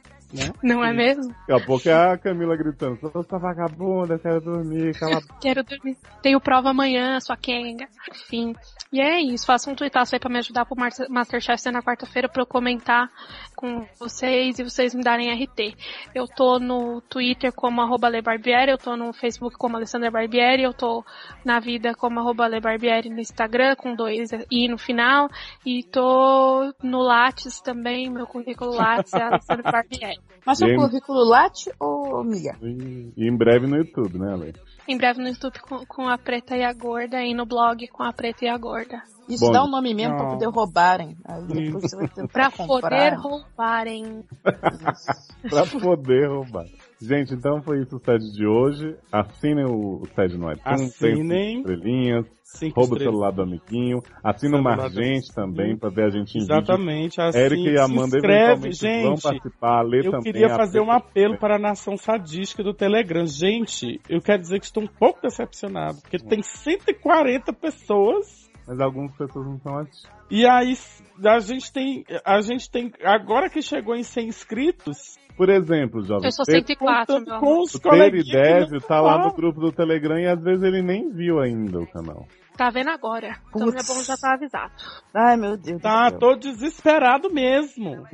[SPEAKER 5] não é mesmo?
[SPEAKER 3] Daqui a pouco é a Camila gritando, sou essa vagabunda, quero dormir, cala a boca.
[SPEAKER 5] Quero dormir. Tenho prova amanhã, sua Kenga. Enfim. E é isso. Faça um tuitaço aí pra me ajudar pro Mar- Masterchef ser na quarta-feira pra eu comentar com vocês e vocês me darem RT. Eu tô no Twitter como arroba Le Barbieri, eu tô no Facebook como Alessandra Barbieri, eu tô na vida como arroba Le Barbieri no Instagram com dois i no final e tô no Lattes também, meu currículo Lattes é Alessandra Barbieri.
[SPEAKER 12] Mas seu
[SPEAKER 3] Gente.
[SPEAKER 12] currículo late ou milha?
[SPEAKER 3] E e em breve no YouTube, né, Ale?
[SPEAKER 5] Em breve no YouTube com, com a Preta e a Gorda e no blog com a Preta e a Gorda.
[SPEAKER 12] Isso
[SPEAKER 3] Bom,
[SPEAKER 12] dá um nome mesmo pra poder roubarem. Aí depois você vai ter
[SPEAKER 5] Pra
[SPEAKER 12] comprar.
[SPEAKER 5] poder roubarem.
[SPEAKER 3] Pra poder roubar. Gente, então foi isso o TED de hoje. Assinem o, o TED no iTunes. tem
[SPEAKER 4] Assinem.
[SPEAKER 3] cinco estrelinhas.
[SPEAKER 4] Cinco
[SPEAKER 3] rouba o
[SPEAKER 4] estrelas.
[SPEAKER 3] celular do amiguinho. Assina o
[SPEAKER 4] Celular do
[SPEAKER 3] Margente também, pra ver a gente em um vídeo.
[SPEAKER 4] Exatamente. Assim,
[SPEAKER 3] Erika e
[SPEAKER 4] se
[SPEAKER 3] Amanda
[SPEAKER 4] inscreve,
[SPEAKER 3] eventualmente vão
[SPEAKER 4] gente.
[SPEAKER 3] participar, lê
[SPEAKER 4] eu
[SPEAKER 3] também.
[SPEAKER 4] queria fazer um
[SPEAKER 3] uma
[SPEAKER 4] apelo para a nação sadística do Telegram. Gente, eu quero dizer que estou um pouco decepcionado, porque tem 140 pessoas.
[SPEAKER 3] Mas algumas pessoas não estão ativas.
[SPEAKER 4] E aí a gente tem. A gente tem. Agora que chegou em 100 inscritos.
[SPEAKER 3] Por exemplo, jovem.
[SPEAKER 4] Eu sou
[SPEAKER 3] Pedro-
[SPEAKER 4] 104,
[SPEAKER 3] contando
[SPEAKER 4] meu
[SPEAKER 3] com
[SPEAKER 4] amor.
[SPEAKER 3] os
[SPEAKER 4] O
[SPEAKER 5] é
[SPEAKER 3] coleguinhas. O
[SPEAKER 4] Pedro
[SPEAKER 5] né?
[SPEAKER 4] e
[SPEAKER 3] Dev
[SPEAKER 4] Dévio
[SPEAKER 3] tá lá no grupo do Telegram e às vezes ele nem viu ainda o canal.
[SPEAKER 5] Tá vendo agora. Então
[SPEAKER 4] Putz.
[SPEAKER 5] é bom já tá avisado.
[SPEAKER 4] Ai, meu Deus. Tá, tô desesperado mesmo.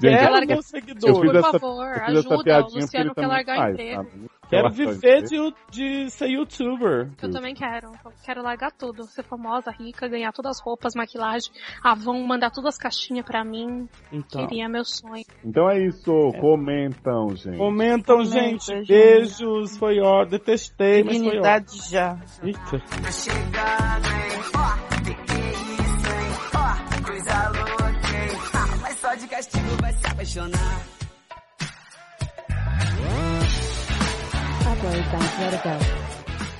[SPEAKER 5] Galera,
[SPEAKER 4] Quero um
[SPEAKER 5] que-
[SPEAKER 4] meus seguidores.
[SPEAKER 5] Por favor, ajuda. O Luciano quer largar
[SPEAKER 3] faz,
[SPEAKER 5] emprego.
[SPEAKER 3] tá sabe?
[SPEAKER 4] Quero
[SPEAKER 3] Eu acho
[SPEAKER 4] viver
[SPEAKER 3] que-
[SPEAKER 4] de, you- de ser youtuber.
[SPEAKER 5] Eu também quero. Eu Quero largar tudo. Ser famosa, rica, ganhar todas as roupas, maquilagem. A Avon mandar todas as caixinhas pra mim.
[SPEAKER 4] Então.
[SPEAKER 5] Queria meu sonho.
[SPEAKER 3] Então é isso. Comentam, gente.
[SPEAKER 4] Comentam,
[SPEAKER 5] Comenta,
[SPEAKER 4] gente.
[SPEAKER 5] gente.
[SPEAKER 4] Beijos. Foi ó, detestei, mas foi ó.
[SPEAKER 13] já.
[SPEAKER 4] Eita.
[SPEAKER 13] Tá chegando, hein? Ó, que que é isso, hein? Ó, coisa louca, hein? Ah, mas só de castigo vai se apaixonar.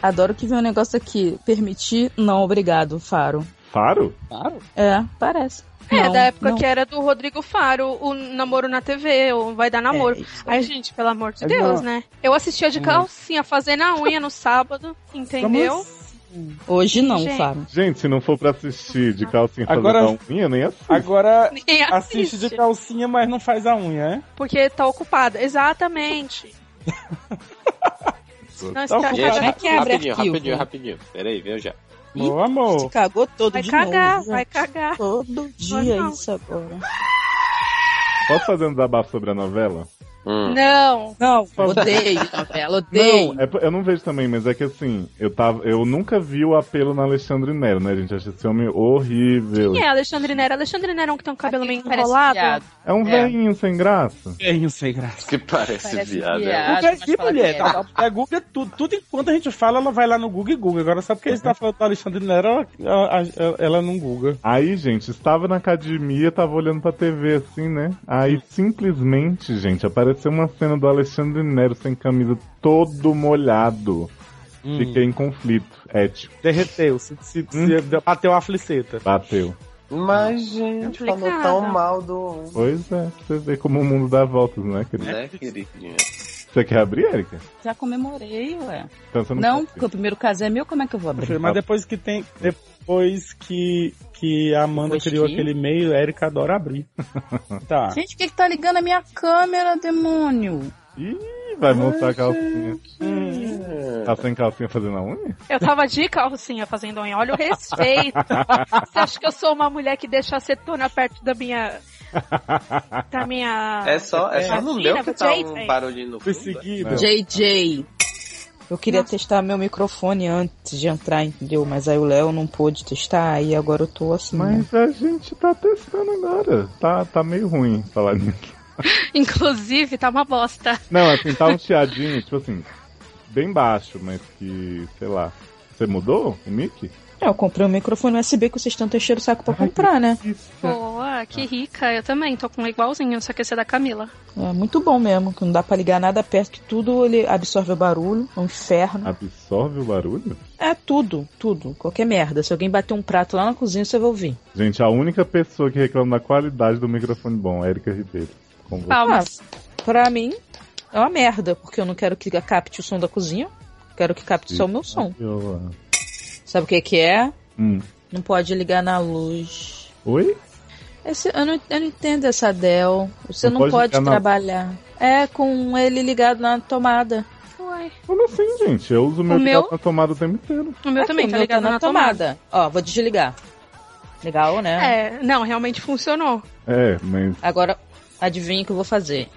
[SPEAKER 2] Adoro que vem um negócio aqui. Permitir, não, obrigado, Faro.
[SPEAKER 3] Faro?
[SPEAKER 4] Faro?
[SPEAKER 2] É, parece.
[SPEAKER 5] É,
[SPEAKER 2] Não,
[SPEAKER 5] da época
[SPEAKER 2] não.
[SPEAKER 5] que era do Rodrigo Faro, o namoro na TV, o vai dar namoro. Ai, gente, pelo amor de
[SPEAKER 2] Mas
[SPEAKER 5] Deus,
[SPEAKER 2] não.
[SPEAKER 5] né? Eu assistia de
[SPEAKER 2] Hum.
[SPEAKER 5] calcinha, fazendo a unha no sábado, entendeu?
[SPEAKER 2] Hoje
[SPEAKER 5] não, Gente. Faro.
[SPEAKER 3] Gente, se não for pra assistir de calcinha
[SPEAKER 4] Agora-
[SPEAKER 3] fazendo a unha, nem assiste.
[SPEAKER 4] Agora
[SPEAKER 5] Nem
[SPEAKER 4] assiste. de calcinha, mas não faz a unha, é?
[SPEAKER 5] Porque tá ocupada.
[SPEAKER 6] [laughs]
[SPEAKER 5] Exatamente.
[SPEAKER 6] Tá
[SPEAKER 5] Não, esse cara-
[SPEAKER 6] Gente,
[SPEAKER 5] vai quebra
[SPEAKER 6] rapidinho,
[SPEAKER 5] arquivo.
[SPEAKER 6] rapidinho, rapidinho. Peraí, veio já.
[SPEAKER 4] Meu amor.
[SPEAKER 2] Cagou todo
[SPEAKER 5] Vai
[SPEAKER 2] de
[SPEAKER 5] cagar,
[SPEAKER 2] novo, né?
[SPEAKER 5] vai
[SPEAKER 2] gente.
[SPEAKER 5] cagar.
[SPEAKER 2] Todo
[SPEAKER 5] Hoje
[SPEAKER 2] dia é
[SPEAKER 5] não.
[SPEAKER 2] isso agora.
[SPEAKER 3] Posso fazer um desabafo sobre a novela?
[SPEAKER 6] Hum.
[SPEAKER 5] Não.
[SPEAKER 2] Não,
[SPEAKER 3] favor.
[SPEAKER 2] odeio novela, odeio.
[SPEAKER 3] Não, é p- eu não vejo também, mas é que assim, eu, tava, eu nunca vi o apelo na Alexandre Nero, né, gente? Eu Achei esse homem horrível.
[SPEAKER 5] Quem é Alexandre Nero? Alexandre Nero é um que tem um cabelo meio
[SPEAKER 2] parece
[SPEAKER 5] enrolado?
[SPEAKER 2] viado.
[SPEAKER 3] É um velhinho sem graça.
[SPEAKER 4] Velhinho sem graça.
[SPEAKER 6] Que parece,
[SPEAKER 5] Parece
[SPEAKER 6] viado.
[SPEAKER 5] viado.
[SPEAKER 6] é.
[SPEAKER 5] mas
[SPEAKER 4] Aqui,
[SPEAKER 5] fala
[SPEAKER 4] mulher,
[SPEAKER 5] que
[SPEAKER 4] tá, a Google é tudo. Tudo enquanto a gente fala, ela vai lá no Google e Google. Agora, só porque a gente tá falando do Alexandre Nero, ela, ela- ela não Google.
[SPEAKER 3] Aí, gente, estava na academia, tava olhando pra TV assim, né? Aí, simplesmente, gente, apareceu uma cena do Alexandre Nero sem camisa, todo molhado.
[SPEAKER 2] Hum.
[SPEAKER 3] Fiquei em conflito É, tipo, ético.
[SPEAKER 4] Derreteu, se, se, se bateu a fliceta.
[SPEAKER 3] Bateu.
[SPEAKER 6] Mas, gente, falou tão mal do.
[SPEAKER 3] Pois é, pra você ver como o mundo dá voltas, né, querido?
[SPEAKER 6] Né, queridinha?
[SPEAKER 3] Você quer abrir, Erika?
[SPEAKER 2] É. Já comemorei, ué.
[SPEAKER 3] Então você não
[SPEAKER 2] Não, porque o primeiro caso é meu, como é que eu vou abrir?
[SPEAKER 4] Mas depois que tem. Depois que, que a Amanda
[SPEAKER 2] Depois
[SPEAKER 4] criou
[SPEAKER 2] que?
[SPEAKER 4] aquele e-mail, a Erika adora abrir. tá.
[SPEAKER 2] Gente, o que que tá ligando a minha câmera, demônio?
[SPEAKER 3] Ih, vai mostrar a calcinha.
[SPEAKER 6] É
[SPEAKER 3] Tá sem calcinha fazendo a unha?
[SPEAKER 5] Eu tava de calcinha fazendo unha. Olha o [laughs] respeito. Você acha que eu sou uma mulher que deixa acetona perto da minha. da minha.
[SPEAKER 6] É só, é só no
[SPEAKER 5] vagina,
[SPEAKER 6] meu que tá
[SPEAKER 5] gente?
[SPEAKER 6] um barulhinho no fundo. Seguido.
[SPEAKER 2] JJ. Eu queria testar meu microfone antes de entrar, entendeu? Mas aí o Léo não pôde testar, aí agora eu tô assim.
[SPEAKER 3] Mas a gente tá testando agora. Tá, tá meio ruim falar nisso.
[SPEAKER 5] Inclusive, tá uma bosta.
[SPEAKER 3] Não, assim, tá um chiadinho, tipo assim, bem baixo, mas que, sei lá. Você mudou o mic?
[SPEAKER 2] É, eu comprei um microfone USB que vocês estão teixeiro o saco pra comprar, né?
[SPEAKER 5] Boa, que rica. Eu também tô com um igualzinho, só que esse é da Camila.
[SPEAKER 2] É muito bom mesmo, que não dá pra ligar nada perto, que tudo ele absorve o barulho, é um inferno.
[SPEAKER 3] Absorve o barulho?
[SPEAKER 2] É tudo, tudo, qualquer merda. Se alguém bater um prato lá na cozinha, você vai ouvir.
[SPEAKER 3] Gente, a única pessoa que reclama da qualidade do microfone bom, Érica Ribeiro. Com você.
[SPEAKER 5] Palmas.
[SPEAKER 2] Ah, pra mim, é uma merda, porque eu não quero que capte o som da cozinha, quero que capte só o meu som.
[SPEAKER 3] Eu, ah,
[SPEAKER 2] Sabe o que que é?
[SPEAKER 3] hum.
[SPEAKER 2] Não pode ligar na luz.
[SPEAKER 3] Oi?
[SPEAKER 2] Esse- eu, não, eu não entendo essa Dell. Você
[SPEAKER 3] Não
[SPEAKER 2] não, pode,
[SPEAKER 3] pode ligar na-
[SPEAKER 2] trabalhar. É, com ele ligado na tomada.
[SPEAKER 5] Ué.
[SPEAKER 3] Como assim, gente? Eu uso o meu,
[SPEAKER 2] O meu?
[SPEAKER 3] ligado na tomada o tempo inteiro.
[SPEAKER 5] O meu
[SPEAKER 2] Aqui,
[SPEAKER 5] também
[SPEAKER 2] o Assim, meu
[SPEAKER 5] tá
[SPEAKER 2] é
[SPEAKER 5] ligado na tomada.
[SPEAKER 2] Ó, vou desligar. Legal, né?
[SPEAKER 5] É, não, realmente funcionou.
[SPEAKER 3] É, mas
[SPEAKER 2] Agora, adivinha o que eu vou fazer.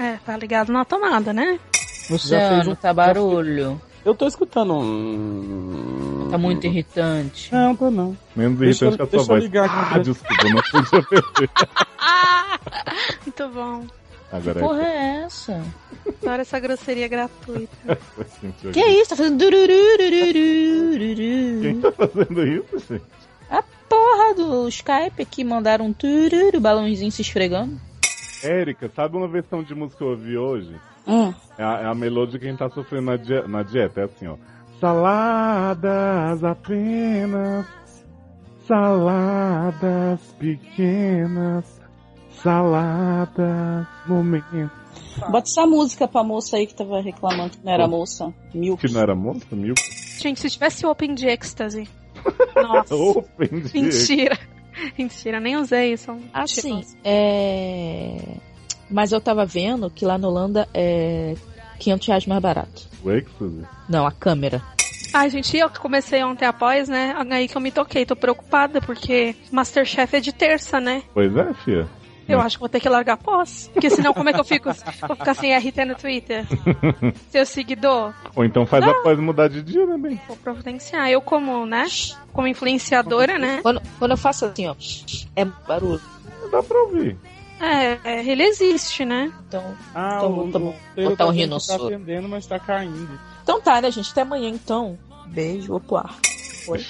[SPEAKER 5] É, tá ligado na tomada, né?
[SPEAKER 2] Luciano, tá barulho.
[SPEAKER 4] Eu tô escutando um.
[SPEAKER 2] Tá muito irritante.
[SPEAKER 4] Não, tô não.
[SPEAKER 3] menos
[SPEAKER 4] Deixa eu-
[SPEAKER 3] irritante que a sua
[SPEAKER 4] deixa
[SPEAKER 3] voz.
[SPEAKER 4] eu ligar aqui.
[SPEAKER 3] Ah, desculpa, não podia perder.
[SPEAKER 5] Muito bom.
[SPEAKER 3] Agora
[SPEAKER 2] Porra é essa?
[SPEAKER 5] Adoro essa grosseria gratuita.
[SPEAKER 3] Gente, eu-
[SPEAKER 2] Que isso? Tá fazendo dururururururu.
[SPEAKER 3] Quem tá fazendo isso, gente?
[SPEAKER 2] A porra do Skype aqui mandaram um tururu, balãozinho se esfregando.
[SPEAKER 3] Érica, sabe uma versão de música que eu ouvi hoje?
[SPEAKER 9] Hum.
[SPEAKER 3] É a, é a melodia de quem tá sofrendo na, die- na dieta, é assim, ó. Saladas apenas, saladas pequenas, saladas momentos.
[SPEAKER 9] Bota essa música pra moça aí que tava reclamando que não era moça. Milk.
[SPEAKER 3] Que não era moça, mil?
[SPEAKER 5] Gente, se tivesse Open de [laughs] Ecstasy.
[SPEAKER 3] Open de-
[SPEAKER 5] Mentira. [laughs] Mentira, nem usei isso.
[SPEAKER 12] Assim, é... Mas eu tava vendo que lá na Holanda é 500 reais mais barato.
[SPEAKER 3] O Ecstasy?
[SPEAKER 12] Não, a câmera.
[SPEAKER 5] Ai, gente, eu que comecei ontem após, né? Aí que eu me toquei, tô preocupada, porque Masterchef é de terça, né?
[SPEAKER 3] Pois é, fia.
[SPEAKER 5] Eu acho que vou ter que largar pós. Porque senão, como é que eu fico? Vou ficar sem RT no Twitter? Seu seguidor?
[SPEAKER 3] Ou então
[SPEAKER 12] Ah.
[SPEAKER 3] faz após mudar de dia, né, bem?
[SPEAKER 5] Vou providenciar. Eu, como, né? Como influenciadora, né?
[SPEAKER 12] Quando, quando eu faço assim, ó, é barulho.
[SPEAKER 3] Não dá pra ouvir.
[SPEAKER 5] É, é, ele existe, né?
[SPEAKER 12] Então,
[SPEAKER 4] Ah,
[SPEAKER 12] Então,
[SPEAKER 4] o,
[SPEAKER 12] tá
[SPEAKER 4] o
[SPEAKER 12] bom. Botar
[SPEAKER 4] Taylor
[SPEAKER 12] um
[SPEAKER 4] Swift Tá
[SPEAKER 12] rinossauro.
[SPEAKER 4] atendendo, mas tá caindo.
[SPEAKER 12] Então tá, né, gente? Até amanhã, então. Beijo, vou pro ar.
[SPEAKER 5] Oi.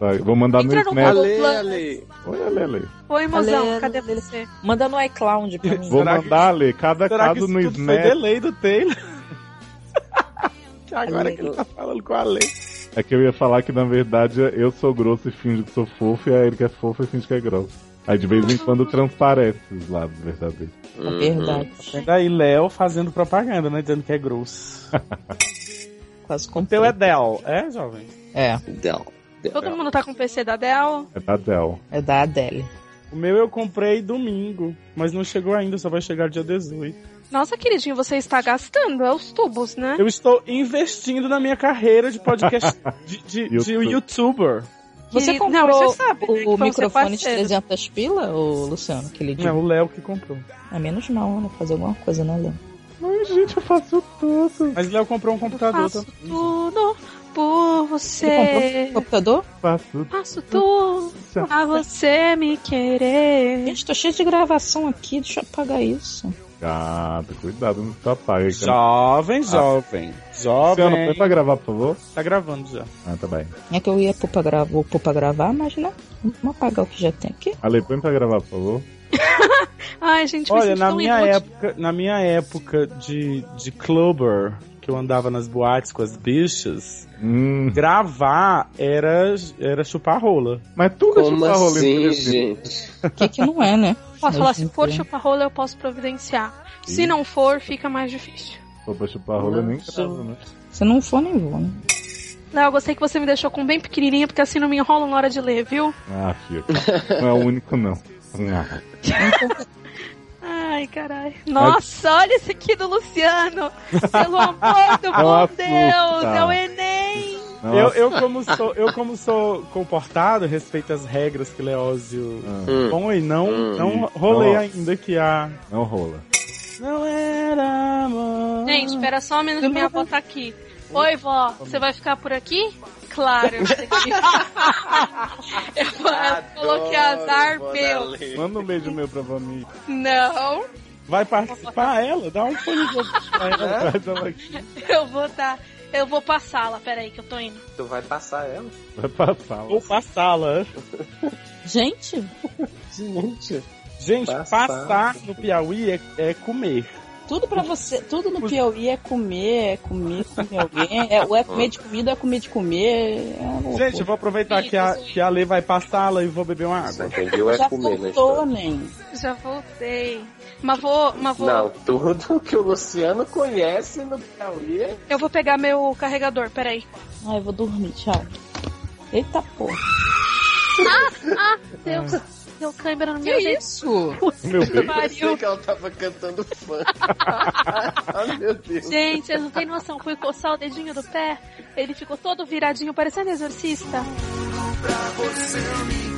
[SPEAKER 3] Vai, Vou mandar no
[SPEAKER 12] é. Entra no
[SPEAKER 3] Snap.
[SPEAKER 12] Google Plus.
[SPEAKER 6] Ale.
[SPEAKER 3] Olha, Lele.
[SPEAKER 5] Oi, mozão,
[SPEAKER 12] Ale-
[SPEAKER 5] cadê você?
[SPEAKER 12] Manda no iCloud pra mim.
[SPEAKER 3] Vou mandar, Lê, cada
[SPEAKER 4] Será que
[SPEAKER 3] caso
[SPEAKER 4] isso
[SPEAKER 3] no
[SPEAKER 4] tudo foi
[SPEAKER 3] Snap.
[SPEAKER 4] delay do Taylor? que [laughs] agora
[SPEAKER 12] Ale-
[SPEAKER 4] que ele tá falando com a lei.
[SPEAKER 3] É que eu ia falar que, na verdade, eu sou grosso e finge que sou fofo, e a Erika é fofa e finge que é grossa. Aí, de vez em quando, transparece os lados verdadeiros.
[SPEAKER 6] Uhum.
[SPEAKER 12] É verdade.
[SPEAKER 5] Uhum.
[SPEAKER 4] Daí Léo fazendo propaganda, né? Dizendo que é grosso.
[SPEAKER 12] Quase
[SPEAKER 4] O teu
[SPEAKER 12] comprei.
[SPEAKER 4] é Dell, é, jovem?
[SPEAKER 12] É,
[SPEAKER 6] Del.
[SPEAKER 5] Todo mundo tá com o PC da Dell?
[SPEAKER 3] É da Del.
[SPEAKER 12] é da Adele.
[SPEAKER 4] O meu eu comprei domingo, mas não chegou ainda, só vai chegar dia 18.
[SPEAKER 5] Nossa, queridinho, você está gastando aos tubos, né?
[SPEAKER 4] Eu estou investindo na minha carreira de [laughs] podcast, de, de, de
[SPEAKER 3] YouTube.
[SPEAKER 4] youtuber.
[SPEAKER 12] Você
[SPEAKER 5] Que-
[SPEAKER 12] comprou
[SPEAKER 5] não, você sabe, né, que foi
[SPEAKER 12] o
[SPEAKER 5] o seu
[SPEAKER 12] microfone de
[SPEAKER 5] parceiro.
[SPEAKER 12] 300 pila, ô, Luciano? Aquele de...
[SPEAKER 4] É o Léo que comprou.
[SPEAKER 12] A menos mal, né? Fazer alguma coisa, né, Léo?
[SPEAKER 3] Mas, gente, eu faço tudo.
[SPEAKER 4] Mas Léo comprou um computador
[SPEAKER 5] Faço
[SPEAKER 4] também.
[SPEAKER 5] tudo por
[SPEAKER 12] Você comprou um
[SPEAKER 5] você.
[SPEAKER 12] computador?
[SPEAKER 3] Faço
[SPEAKER 5] Faço tudo
[SPEAKER 3] tudo.
[SPEAKER 5] pra você me querer.
[SPEAKER 12] Gente, tô cheio de gravação aqui, deixa eu apagar isso.
[SPEAKER 3] Gato, cuidado no papai. Luciano,
[SPEAKER 4] Jovem, jovem.
[SPEAKER 3] põe
[SPEAKER 4] Jovem.
[SPEAKER 3] pra gravar, por favor.
[SPEAKER 4] Tá gravando já.
[SPEAKER 3] Ah, tá bem.
[SPEAKER 12] É que eu ia pôr pra, gra... vou pôr pra gravar, mas não. Vamos apagar o que já tem aqui.
[SPEAKER 3] Ale, põe pra gravar, por favor.
[SPEAKER 5] Ai, gente, me
[SPEAKER 4] Olha,
[SPEAKER 5] sinto
[SPEAKER 4] na
[SPEAKER 5] Tipo assim, tão
[SPEAKER 4] minha,
[SPEAKER 5] inútil.
[SPEAKER 4] época, na minha época de, de clubber, que eu andava nas boates com as bichas,
[SPEAKER 3] Hum.
[SPEAKER 4] gravar era, era chupar rola.
[SPEAKER 3] Mas tudo
[SPEAKER 6] Como
[SPEAKER 3] é chupar
[SPEAKER 6] assim,
[SPEAKER 3] rolê
[SPEAKER 6] gente?
[SPEAKER 12] O que que não é, né?
[SPEAKER 5] Posso falar, assim, se
[SPEAKER 12] Gente,
[SPEAKER 5] for
[SPEAKER 2] então-
[SPEAKER 12] é.
[SPEAKER 5] chupar rola, eu posso providenciar. Se
[SPEAKER 3] Ih.
[SPEAKER 5] não for, fica mais difícil.
[SPEAKER 3] Pô, pra chupar rolê nem grava, né?
[SPEAKER 12] Se não for, nem vou, né?
[SPEAKER 5] Léo, gostei que você me deixou com bem pequenininha, porque assim não me enrola na hora de ler, viu?
[SPEAKER 3] Ah, fia. cara. Não é o único, não. Ah,
[SPEAKER 5] Ai, caralho. Nossa, olha esse aqui do Luciano. Pelo amor do bom
[SPEAKER 3] assusta.
[SPEAKER 5] Deus, é o Enem.
[SPEAKER 3] não,
[SPEAKER 4] Eu, eu, como sou, eu, como sou comportado, respeito as regras que Leózio
[SPEAKER 6] Hum.
[SPEAKER 4] [laughs] põe, não,
[SPEAKER 6] Hum.
[SPEAKER 4] não rolei
[SPEAKER 3] Não.
[SPEAKER 4] ainda que a.
[SPEAKER 3] não rola.
[SPEAKER 4] Não era amor.
[SPEAKER 5] Gente, espera só um minuto, minha avó tá aqui. Oi, vó, você vai ficar por aqui? Claro, eu sei que- Eu vou- eu coloquei azar meu.
[SPEAKER 3] Manda um beijo meu pra Vami.
[SPEAKER 5] Não,
[SPEAKER 4] Vai participar ela? Dá um fone de ouvido pra ela.
[SPEAKER 3] Traz
[SPEAKER 5] [laughs]
[SPEAKER 3] ela aqui.
[SPEAKER 5] eu vou dar. Eu vou passá-la, peraí que eu tô indo.
[SPEAKER 6] Tu vai passar ela.
[SPEAKER 3] Vai pra
[SPEAKER 5] É?
[SPEAKER 3] sala.
[SPEAKER 4] Ou passá-la.
[SPEAKER 12] Gente,
[SPEAKER 6] Gente.
[SPEAKER 4] Gente,
[SPEAKER 6] Passar.
[SPEAKER 4] passar no Piauí é, é comer.
[SPEAKER 9] Tudo pra você, tudo no Piauí é comer, é comer, comer alguém, é, ou é comer de comida, é comer de comer. É uma
[SPEAKER 4] Gente, eu vou aproveitar que a, que a Lei vai passá-la e vou beber uma
[SPEAKER 6] Só
[SPEAKER 4] água.
[SPEAKER 6] entendi, é
[SPEAKER 9] já
[SPEAKER 6] comer, né?
[SPEAKER 9] faltou, nem.
[SPEAKER 5] Já voltei. Mas vou, mas vou.
[SPEAKER 6] Não, tudo que o Luciano conhece no Piauí é
[SPEAKER 5] Eu vou pegar meu carregador, peraí.
[SPEAKER 9] Ai, eu vou dormir, tchau. Eita porra.
[SPEAKER 5] Deus, deu câimbra no
[SPEAKER 12] que
[SPEAKER 5] meu dedo.
[SPEAKER 12] isso?
[SPEAKER 3] Meu
[SPEAKER 6] Eu
[SPEAKER 3] beijo.
[SPEAKER 6] pensei
[SPEAKER 5] Pariu.
[SPEAKER 6] que ela tava cantando fã. Ai, meu Deus.
[SPEAKER 5] Gente, vocês não têm noção. Fui coçar o dedinho do pé, ele ficou todo viradinho, parecendo exorcista.
[SPEAKER 10] Pra você eu me